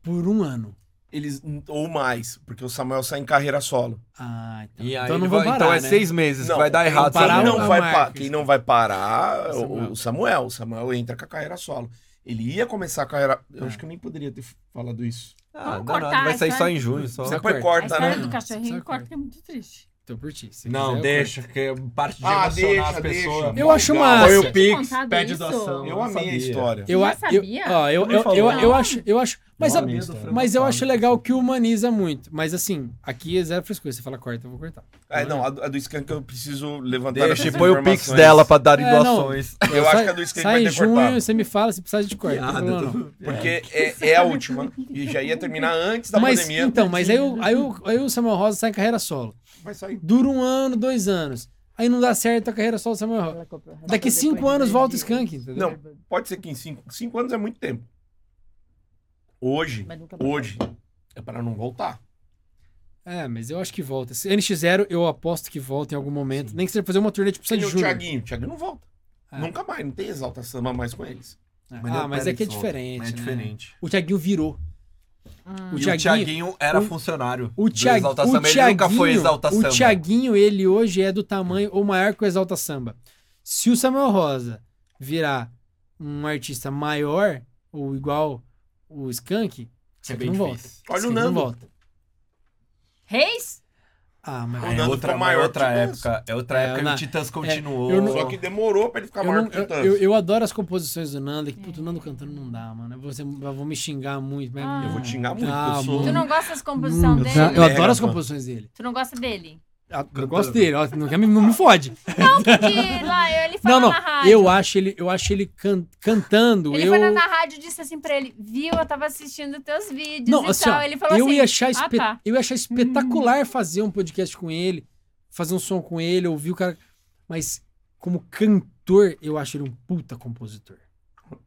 Por um ano.
Eles, ou mais, porque o Samuel sai em carreira solo.
Ah, então.
E aí
então não
ele
vão
vai-
parar,
então é
né?
seis meses, vai dar
quem
errado.
parar,
sabe? Ah,
Quem
é o
não, vai
Marcos.
pa- quem não vai parar é
Samuel.
o, o Samuel. O Samuel entra com a carreira solo. Ele ia começar a carreira. Eu
É.
acho que eu nem poderia ter falado isso.
Vamos
Ah, não,
cortar
vai sair
essa-
só em junho. Só.
Essa-
Depois
A
corta,
história
né?
do cachorrinho
Só
corta que é muito triste.
Então por ti. se
Não,
quiser, eu
deixa, que parte de
Ah,
emocionar
deixa,
as
deixa.
pessoas.
Eu acho
Legal.
massa.
Põe
Você
o
tinha
Pix,
contado
pede
isso?
doação.
Eu
não
amei a
sabia.
história.
Eu,
Não
a- eu,
sabia?
ó, eu,
Não
eu,
falou.
eu, eu
Não.
acho, eu acho, mas,
Não
a-
amei a história.
mas eu acho legal que humaniza muito. Mas assim, aqui é zero frescura. Você fala corta, eu vou cortar.
Ah, não, a, do- a do Skank eu preciso levantar
Deixa, e
essas
põe o
informações.
pix dela pra dar
É, [LAUGHS] não.
doações.
Eu
Sai-
acho que a do Skank vai
Sai em
ter
junho,
cortado.
você me fala se precisar de corte. não tem problema, não.
Porque é, é a última. E já ia terminar antes da
Mas
pandemia.
então, mas aí, o- aí, o- aí o Samuel Rosa sai em carreira solo.
Vai sair.
Dura um ano, dois anos. Aí não dá certo a carreira solo do Samuel Rosa.
Ela comprou.
Daqui cinco anos volta o Skank, entendeu?
Não, pode ser que em cinco, cinco anos é muito tempo. Hoje,
Mas nunca mais
hoje, é pra não voltar.
É, mas eu acho que volta. Se NX0, eu aposto que volta em algum momento. Nem que seja fazer uma turnê tipo
Tem
7 de
o
junho.
Thiaguinho. O Thiaguinho não volta.
É.
Nunca mais. Não tem exalta samba mais com eles.
Ah, mas é que é diferente.
É
né?
diferente.
O Thiaguinho virou.
E
O
O
Thiaguinho.
Thiaguinho era
o-
funcionário.
O,
do
Thiag-
Exalta
o
Samba, ele nunca foi
Thiaguinho-
Exalta
O
Samba.
Thiaguinho, ele hoje é do tamanho ou maior que o Exalta Samba. Se o Samuel Rosa virar um artista maior ou igual o Skank,
Que é
não
bem
volta.
difícil.
Olha o
Skank não
Nando.
volta.
Reis?
Ah, mas
O
É,
Nando
outra,
ficou
mas
maior
outra
que o
época. É outra
É,
época
na-
que o Titãs
eu
continuou.
não-
Só que demorou pra ele ficar
Eu,
maior
não-
que o
eu,
Titãs.
eu- eu adoro as composições do Nando, que puto, o Nando cantando não dá, mano. Eu vou, ser- eu vou me xingar muito. Mas
É. Ah.
Eu vou te xingar muito.
Ah,
eu sou...
Tu
mano.
não gosta das composições
Não
dele?
dá. Eu
Mega
adoro as
fã.
composições dele.
Tu não gosta dele?
Ah, Eu
Cantando.
gosto dele, ó, não, quer me, [LAUGHS] não me fode.
Não, porque lá ele foi
Não, não,
na rádio.
eu acho ele, eu acho ele can- cantando.
Ele
eu...
foi na, na rádio e disse assim pra ele, viu, eu tava assistindo teus vídeos
Não,
e
assim,
tal.
ó,
ele falou
eu,
assim,
ia achar espe-
ah, tá. Uhum.
eu ia achar espetacular fazer um podcast com ele, fazer um som com ele, ouvir o cara. Mas como cantor, eu acho ele um puta compositor.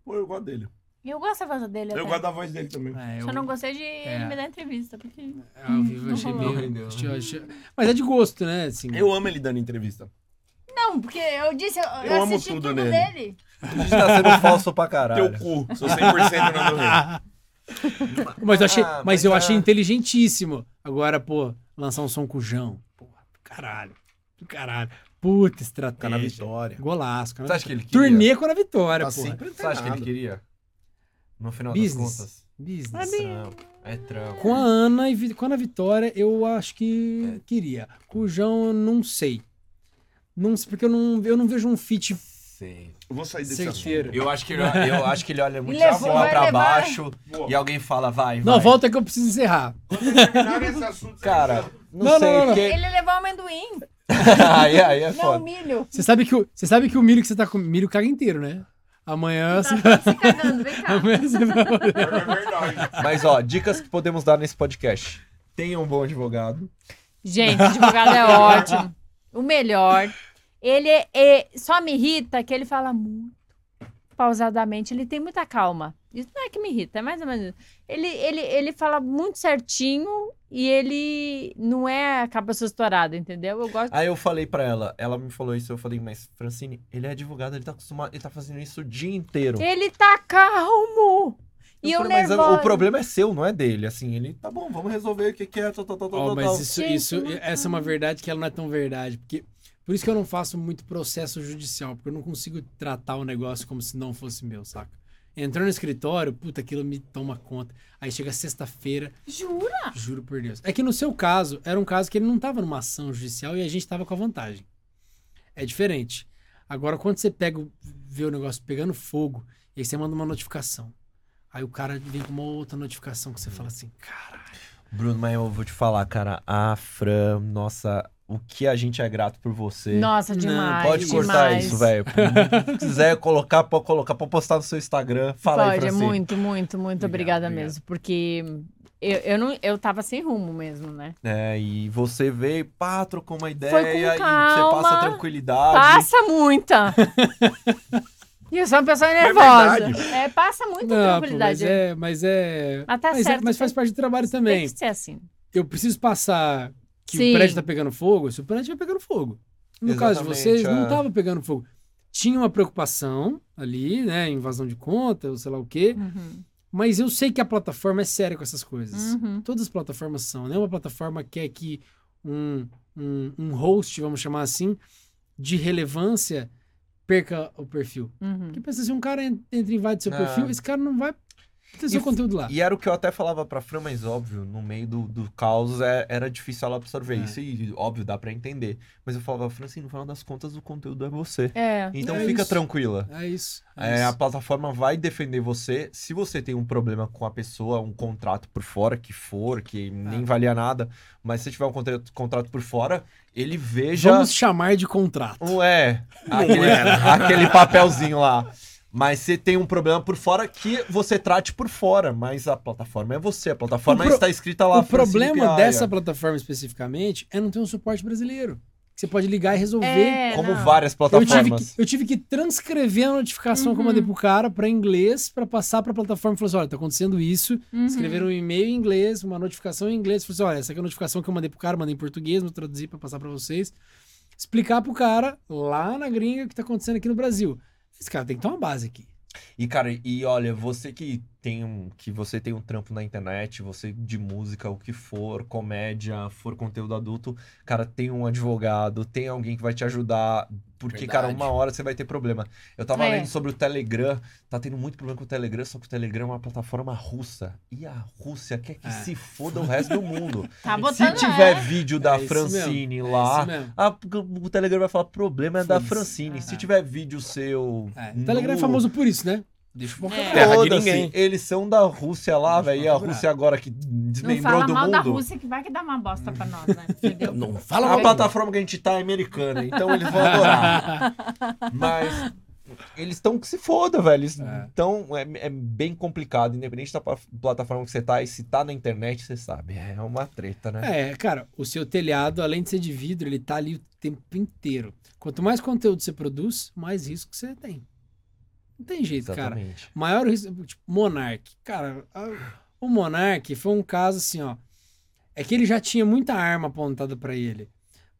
Pô, eu gosto dele.
eu gosto da voz dele
Eu
até.
gosto da voz dele também.
É, eu,
Só não gostei de ele me dar entrevista, porque...
É, Ao vivo eu
Não
achei
rolou.
meio.
Não
achei- achei- Mas é de gosto, né? Assim,
Eu amo ele dando entrevista.
Não, porque eu disse, eu, eu
Eu amo
assisti
tudo
tudo,
nele.
dele.
A gente tá [LAUGHS] sendo falso pra caralho.
Teu cu. Sou 100%
[LAUGHS]
no meu
É. mas eu achei,
Ah,
mas
mas
eu
a-
achei inteligentíssimo. Agora, pô, lançar um som com o João. Porra, do caralho. Do caralho. Puta
Ficar na
estratégia.
vitória.
Golaço, cara.
Você acha que ele queria?
Turnê com a vitória,
Tá
porra.
sempre
Você acha que ele
treinado.
queria? No final
Business. Tá
das
Business.
contas. É trampo. É trampo.
Com a Ana e Vi- com a Ana Vitória, eu acho que queria. Com o João, eu não sei. Não sei, porque eu não, eu não vejo um fit
Sei.
Eu vou sair desse
certeiro.
Eu acho que ele, eu acho que ele olha muito
Levou,
pra cima
é vai
pra
levar.
baixo
assunto.
[LAUGHS]
Boa.
e alguém fala, vai,
Não,
vai.
volta que eu preciso encerrar.
Quando terminar esse assunto,
Cara, não,
Não,
sei,
não, não, não.
[LAUGHS] porque...
Ele levou amendoim,
aí, aí
não
é foda.
milho.
Você sabe que o, você sabe que o milho que você tá com milho caga inteiro, né? Amanhã.
Tá todo se cagando, vem
[LAUGHS]
cá.
Amanhã você vai.
É verdade.
Mas, ó, dicas que podemos dar nesse podcast. Tenha um bom advogado.
Gente, advogado é ótimo. O melhor. Ele é- é- só me irrita que ele fala muito pausadamente. Ele tem muita calma. Isso não é que me irrita, é mais ou menos. isso. Ele, ele, ele fala muito certinho e ele não é capa estourada, entendeu? Eu gosto.
Aí eu falei pra ela, ela me falou isso, eu falei, mas Francine, ele é advogado, ele tá acostumado, ele tá fazendo isso o dia inteiro.
Ele tá calmo. E eu,
falei, mas
nervoso.
o problema é seu, não é dele. Assim, ele, tá bom, vamos resolver o que, que é, tal, tal, tal,
Ó,
tal, tal.
mas isso,
Gente,
isso,
não
essa é uma verdade que ela não é tão verdade, porque por isso que eu não faço muito processo judicial, porque eu não consigo tratar o negócio como se não fosse meu, saca? Entrou no escritório, puta, aquilo me toma conta. Aí chega sexta-feira,
Jura?
juro por Deus. É que no seu caso, era um caso que ele não tava numa ação judicial e a gente tava com a vantagem. É diferente. Agora, quando você pega, o- vê o negócio pegando fogo, e aí você manda uma notificação. Aí o cara vem com uma outra notificação que você fala assim, caralho.
Bruno, mas eu vou te falar, cara, a Fran, nossa, o que a gente é grato por você.
Nossa,
Não,
demais.
Pode cortar
demais. [LAUGHS]
isso, velho. Se quiser colocar, pode colocar, pode postar no seu Instagram. Fala aí,
Pode, é
Francine.
muito, muito, muito obrigada
obrigado.
mesmo. Porque eu, eu, não, eu tava sem rumo mesmo, né?
É, e você veio, pá, trocou uma ideia e você
calma.
passa tranquilidade.
Passa muita! e eu sou uma pessoa
verdade.
nervosa. É, passa muita
Não, pô, mas
tranquilidade.
é, mas é.
Mas tá
mas, é-
certo.
mas faz parte do trabalho
Tem
também.
que ser assim.
Eu preciso passar que
Sim.
o prédio tá pegando fogo, se o prédio tá pegando fogo. No caso de
Exatamente,
vocês,
é.
não tava pegando fogo. Tinha uma preocupação ali, né? Invasão de conta, ou sei lá o quê.
Uhum,
Mas eu sei que a plataforma é séria com essas coisas.
uhum.
Todas as plataformas são, né? Uma plataforma quer que um, um, um host, vamos chamar assim, de relevância perca o perfil.
uhum.
Porque pensa, se um cara en- entra e invade seu
Ah.
perfil, esse cara não vai ter
E
seu
f-
conteúdo lá.
E era o que eu até falava pra Fran, mas óbvio, no meio do, do caos é- era difícil ela absorver
É.
isso, e óbvio, dá pra entender. Mas eu falava, Francine, no final das contas, o conteúdo é você.
É.
Então
É
fica
isso.
tranquila.
É isso.
É,
isso.
a plataforma vai defender você. Se você tem um problema com a pessoa, um contrato por fora, que for, que
É.
nem valia nada, mas se tiver um contra- contrato por fora, ele veja.
Vamos chamar de contrato.
Não é.
Não
Aquele,
né?
é.
[LAUGHS] aquele papelzinho lá. Mas você tem um problema por fora que você trate por fora. Mas a plataforma é você. A plataforma
O pro-
está escrita lá.
o
Francine
problema
Piaia.
dessa plataforma especificamente é não ter um suporte brasileiro. que Você pode ligar e resolver.
É,
Como
não.
várias
Eu tive, que,
plataformas.
eu tive que transcrever a notificação que eu
Uhum.
mandei pro cara pra inglês pra passar pra plataforma e falar assim: olha, tá acontecendo isso.
Uhum.
Escreveram um e-mail em inglês, uma notificação em inglês. Falei assim: olha, essa aqui é a notificação que eu mandei pro cara, mandei em português, vou traduzir pra passar pra vocês. Explicar pro cara lá na gringa o que tá acontecendo aqui no Brasil. Esse cara tem que ter uma base aqui.
E, cara, e olha, você que tem um. Que você tem um trampo na internet, você de música, o que for, comédia, for conteúdo adulto, cara, tem um advogado, tem alguém que vai te ajudar. Porque, cara,
Verdade.
uma hora você vai ter problema. Eu tava
É.
lendo sobre o Telegram, tá tendo muito problema com o Telegram, só que o Telegram é uma plataforma russa. E a Rússia quer que
É.
se foda o resto do mundo.
[LAUGHS] Tá
se
botando.
tiver
é.
vídeo da
É isso mesmo,
Francine
é
lá.
isso mesmo.
ah, o Telegram vai falar, problema é da
Foda-se.
Francine.
É.
Se tiver vídeo seu.
É, o Telegram é
nu-
famoso por isso, né? Deixa eu
É.
botar.
Terra de
Foda-se,
ninguém.
Eles são da Rússia lá, velho. E a
Favorável.
Rússia agora que
Não
desmembrou
fala
do
mal da
mundo.
Rússia que vai que dá uma bosta pra nós, né?
[LAUGHS]
Entendeu?
Não
A
fala mal.
plataforma que a gente tá é americana, então eles vão
[LAUGHS]
adorar. Mas eles estão que se foda, velho. Eles
É.
tão, é, é bem complicado, independente da pa- plataforma que você tá. E se tá na internet, você sabe. É uma treta, né?
É, cara, o seu telhado, além de ser de vidro, ele tá ali o tempo inteiro. Quanto mais conteúdo você produz, mais risco você tem. Não tem jeito, cara.
Exatamente.
Maior risco, tipo, Monark. Cara, a- o Monark foi um caso assim, ó. É que ele já tinha muita arma apontada pra ele.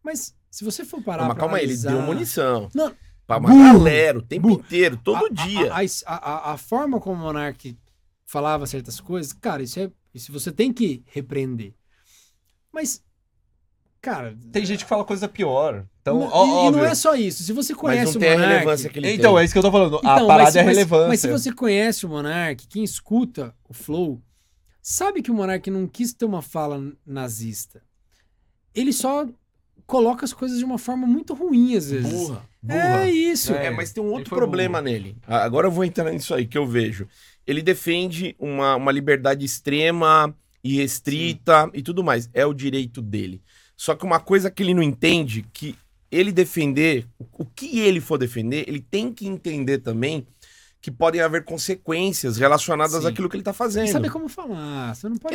Mas se você for parar
Mas
pra
calma aí, ele
analisar-
deu munição.
Não.
Pra uma
Burro.
galera, o tempo
Burro.
inteiro, todo
a- a-
dia.
A, a- a- a forma como o Monark falava certas coisas, cara, isso é. Isso você tem que repreender. Mas, cara.
Tem gente que fala coisa pior. Então,
não-
ó,
e- e,
óbvio.
não é só isso. Se você conhece
mas
o
não tem a
Monark.
relevância que ele
Então,
tem.
é isso que eu tô falando. a
Então,
parada
mas,
é
mas-
relevância.
Mas, se você conhece o Monark, quem escuta o Flow, sabe que o Monark não quis ter uma fala nazista. Ele só coloca as coisas de uma forma muito ruim, às vezes.
Burra.
burra.
É isso.
É.
É, mas tem um
Ele
outro
foi
problema nele. A- Agora eu vou entrar nisso aí que eu vejo. Ele defende uma, uma liberdade extrema e restrita e tudo mais. É o direito dele. Só que uma coisa que ele não entende, que ele defender, o- o que ele for defender, ele tem que entender também que podem haver consequências relacionadas
Sim.
àquilo que ele tá
Tem
fazendo.
que saber como falar. Você não pode.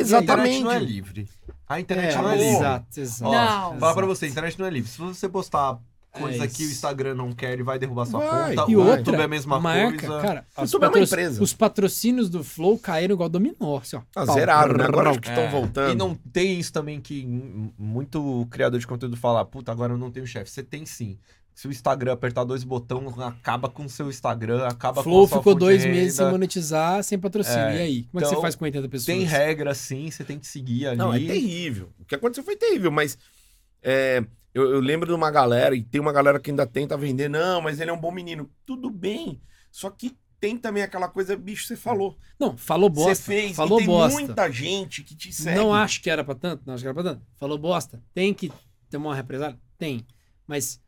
A internet
Exatamente. né? Tipo,
não é livre. A internet
É,
não é
mas-
livre.
exato, exato.
Ó,
Não.
Fala pra você, a internet não é livre. Se você postar coisa
É
que o
isso.
Instagram não quer, ele vai derrubar sua
Vai.
conta.
E
o
outra,
YouTube é a mesma
marca,
coisa.
cara.
O
as
YouTube é uma
patro-
empresa.
Os patrocínios do Flow caíram igual dominó. Assim, ó.
Ah,
Pau.
zeraram, né? Agora acho que
É.
estão voltando.
E não tem isso também que m- muito criador de conteúdo fala, puta, agora eu não tenho chefe. Você tem sim. Se o Instagram apertar dois botões, acaba com o seu Instagram, acaba
Flow
com a sua
ficou
fonte de
dois meses sem
renda.
monetizar, sem patrocínio.
É,
e aí? Como é que
então,
você faz com 80 pessoas?
Tem regra sim, você tem que seguir ali.
Não, é terrível. O que aconteceu foi terrível, mas é, eu, eu lembro de uma galera, e tem uma galera que ainda tenta vender, não, mas ele é um bom menino. Tudo bem, só que tem também aquela coisa, bicho, você falou.
Não, falou É. bosta.
você fez,
falou
e tem
bosta.
muita gente que te segue.
Não acho que era pra tanto, não acho que era pra tanto. Falou bosta. Tem que ter uma represália? Tem. Mas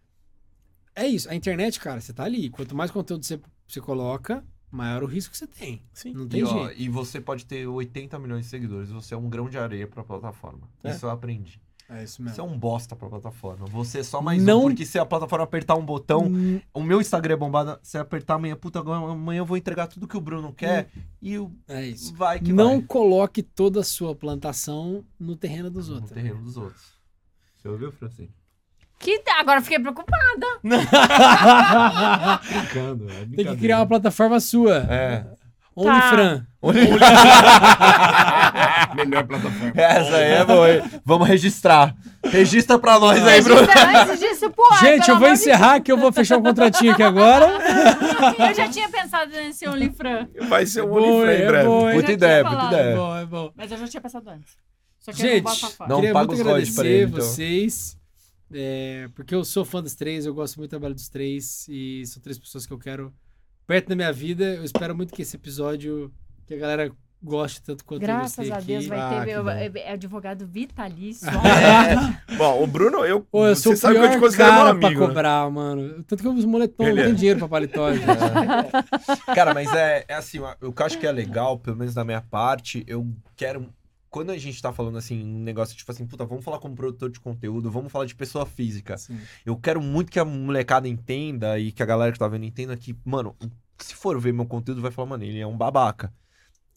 é isso. A internet, cara, você tá ali. Quanto mais conteúdo você, você coloca, maior o risco que você tem.
Sim.
Não tem
E, ó,
jeito.
e você pode ter 80 milhões de seguidores, você é um grão de areia pra plataforma.
É.
Isso eu aprendi.
É isso
Você é um bosta pra plataforma. Você é só mais
Não-
um, porque se a plataforma apertar um botão,
Hum,
o meu Instagram é bombado, se apertar amanhã, puta, agora amanhã eu vou entregar tudo que o Bruno quer e o
é isso.
vai que
Hum. Não
vai.
coloque toda a sua plantação no terreno dos
no
outros.
terreno dos outros. Você ouviu, Francine?
Que tá- agora eu fiquei preocupada.
Brincando, é
Tem que criar uma plataforma sua. [LAUGHS]
É.
OnlyFran.
[LAUGHS] Melhor plataforma.
Essa aí é boa. hein? Vamos registrar. Registra pra nós aí, Bruno.
Registra antes disso, pô.
[LAUGHS] Gente,
pelo
eu vou
amor de
encerrar que eu vou fechar o contratinho aqui agora.
[LAUGHS] Eu já tinha pensado nesse OnlyFran.
Vai ser um
Boa,
OnlyFans
é
em breve.
boa, hein?
Puta
tinha
ideia, puta
falado.
É
ideia.
bom, é bom.
Mas eu já tinha pensado antes. Só que eu não boto a
Gente,
fora.
Não
queria
paga
muito
os royalties pra
agradecer
ele, então.
vocês, é, porque eu sou fã dos três, eu gosto muito do trabalho dos três, e são três pessoas que eu quero perto da minha vida. Eu espero muito que esse episódio, que a galera goste tanto quanto eu
Graças
gostei
a Deus
aqui.
vai ter
Ah, que
meu
bom.
é- é advogado vitalício.
Bom, o Bruno, eu.
Ô, eu sou
você
o
sabe que eu
pior
te considero meu
cara pra
amigo. né?
cobrar, mano. Tanto que eu uso moletom,
Ele
não
é.
tenho dinheiro pra paletó.
[LAUGHS]
gente.
Cara, mas é, é assim, o que eu acho que é legal, pelo menos da minha parte, eu quero. Quando a gente tá falando assim, um negócio tipo assim, puta, vamos falar como produtor de conteúdo, vamos falar de pessoa física.
Assim,
Eu quero muito que a molecada entenda e que a galera que tá vendo entenda que, mano, se for ver meu conteúdo, vai falar, mano, ele é um babaca.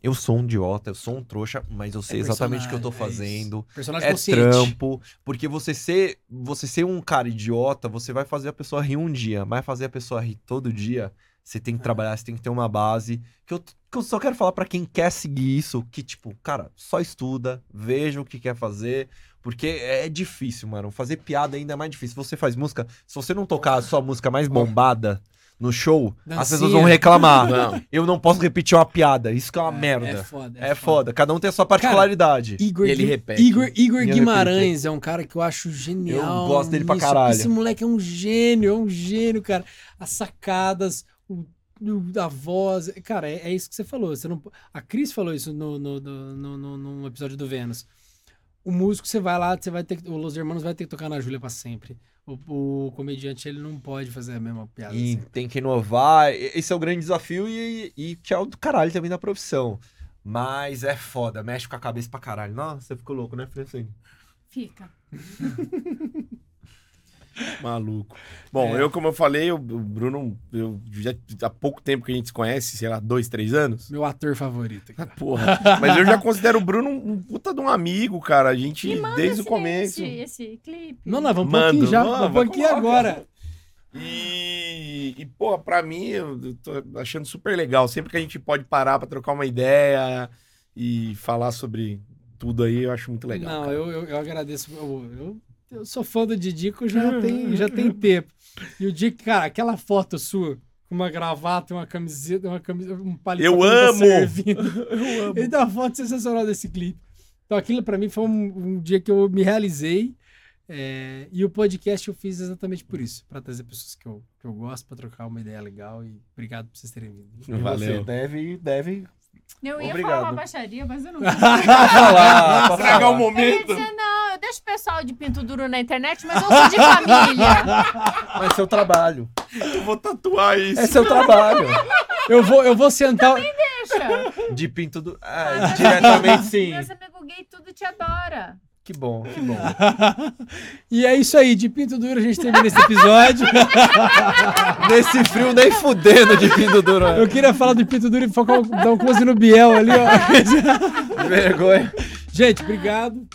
Eu sou um idiota, eu sou um trouxa, mas eu sei exatamente o que eu tô
É personagem, é isso.
fazendo.
Personagem
É,
consciente.
trampo. Porque você ser, você ser um cara idiota, você vai fazer a pessoa rir um dia, mas fazer a pessoa rir todo dia, você tem
É.
que trabalhar, você tem que ter uma base. Que eu, que eu só quero falar pra quem quer seguir isso, que, tipo, cara, só estuda, veja o que quer fazer. Porque é difícil, mano. Fazer piada ainda é mais difícil. Você faz música, se você não tocar a sua música mais bombada no show, as
Dancinha.
pessoas vão reclamar.
Não.
Eu não posso repetir uma piada. Isso que é uma
É
merda.
foda.
É, foda. Cada um tem a sua particularidade.
Igor,
E ele
Gui-
repete.
Igor, Igor
repete.
Guimarães é um cara que eu acho genial.
Eu gosto dele pra
nisso.
caralho.
Esse moleque é um gênio, é um gênio, cara. As sacadas, o, o- a voz. Cara, é, é isso que você falou. Você não, po- a Cris falou isso no, no, no, no, no- num episódio do Vênus. O músico, você vai lá, você vai ter que. O Los Hermanos vai ter que tocar na Júlia pra sempre. O, o comediante, ele não pode fazer a mesma piada.
E
sempre.
tem que inovar. e- Esse é o grande desafio e, e que é o do caralho também da profissão. Mas é foda, mexe com a cabeça pra caralho. Nossa, você ficou louco, né, Francine?
Fica.
Maluco. Bom,
É.
eu, como eu falei, eu- o Bruno, eu, já, há pouco tempo que a gente se conhece, sei lá, dois, três anos.
Meu ator favorito. Cara.
Porra. Mas eu já considero o Bruno um um puta de um amigo, cara. A gente,
E manda
desde o
esse-
começo.
Esse, esse clipe.
Não, não, vamos pôr
Mando.
aqui já.
Não,
Vamos pôr
vai
aqui
colocar.
agora.
E, e, porra, pra mim, eu eu tô achando super legal. Sempre que a gente pode parar pra trocar uma ideia e falar sobre tudo aí, eu acho muito legal.
Não,
cara.
eu, eu, eu agradeço. Eu, eu, eu sou fã do Didico já tem, já tem tempo. E o Dick, cara, aquela foto sua com uma gravata, uma camiseta, uma camisa, um paletó.
Eu
com você
amo! [LAUGHS]
servindo. Ele dá uma foto sensacional desse clipe. Então aquilo pra mim foi um, um dia que eu me realizei. é, e o podcast eu fiz exatamente por isso, pra trazer pessoas que eu, que eu gosto, pra trocar uma ideia legal. E obrigado por vocês terem vindo.
E
Valeu.
Você deve, [LAUGHS] deve
Eu ia
Obrigado.
falar uma baixaria, mas
[LAUGHS]
eu não vou.
falar. pra
Estragar
falar.
Eu
o
ia
momento.
dizer, não, eu deixo o pessoal de pinto duro na internet, mas eu sou de família.
Mas é seu trabalho.
Eu vou tatuar isso.
É seu trabalho.
Eu vou, eu vou sentar.
Deixa.
De pinto do. Ah, é, diretamente sim.
Meus amigos gay tudo te adora.
Que bom, que bom.
[LAUGHS] e é isso aí, de pinto duro a gente termina esse episódio.
Nesse frio nem fudendo de pinto duro. né?
Eu queria falar do pinto duro e focar, dar um close no Biel ali, ó.
Vergonha.
Gente, obrigado.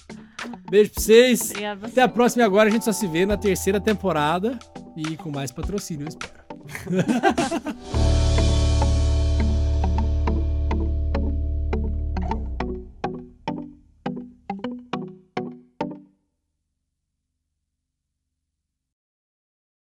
Beijo pra vocês.
Obrigada a você.
Até a próxima e agora a gente só se vê na terceira temporada e com mais patrocínio, eu espero.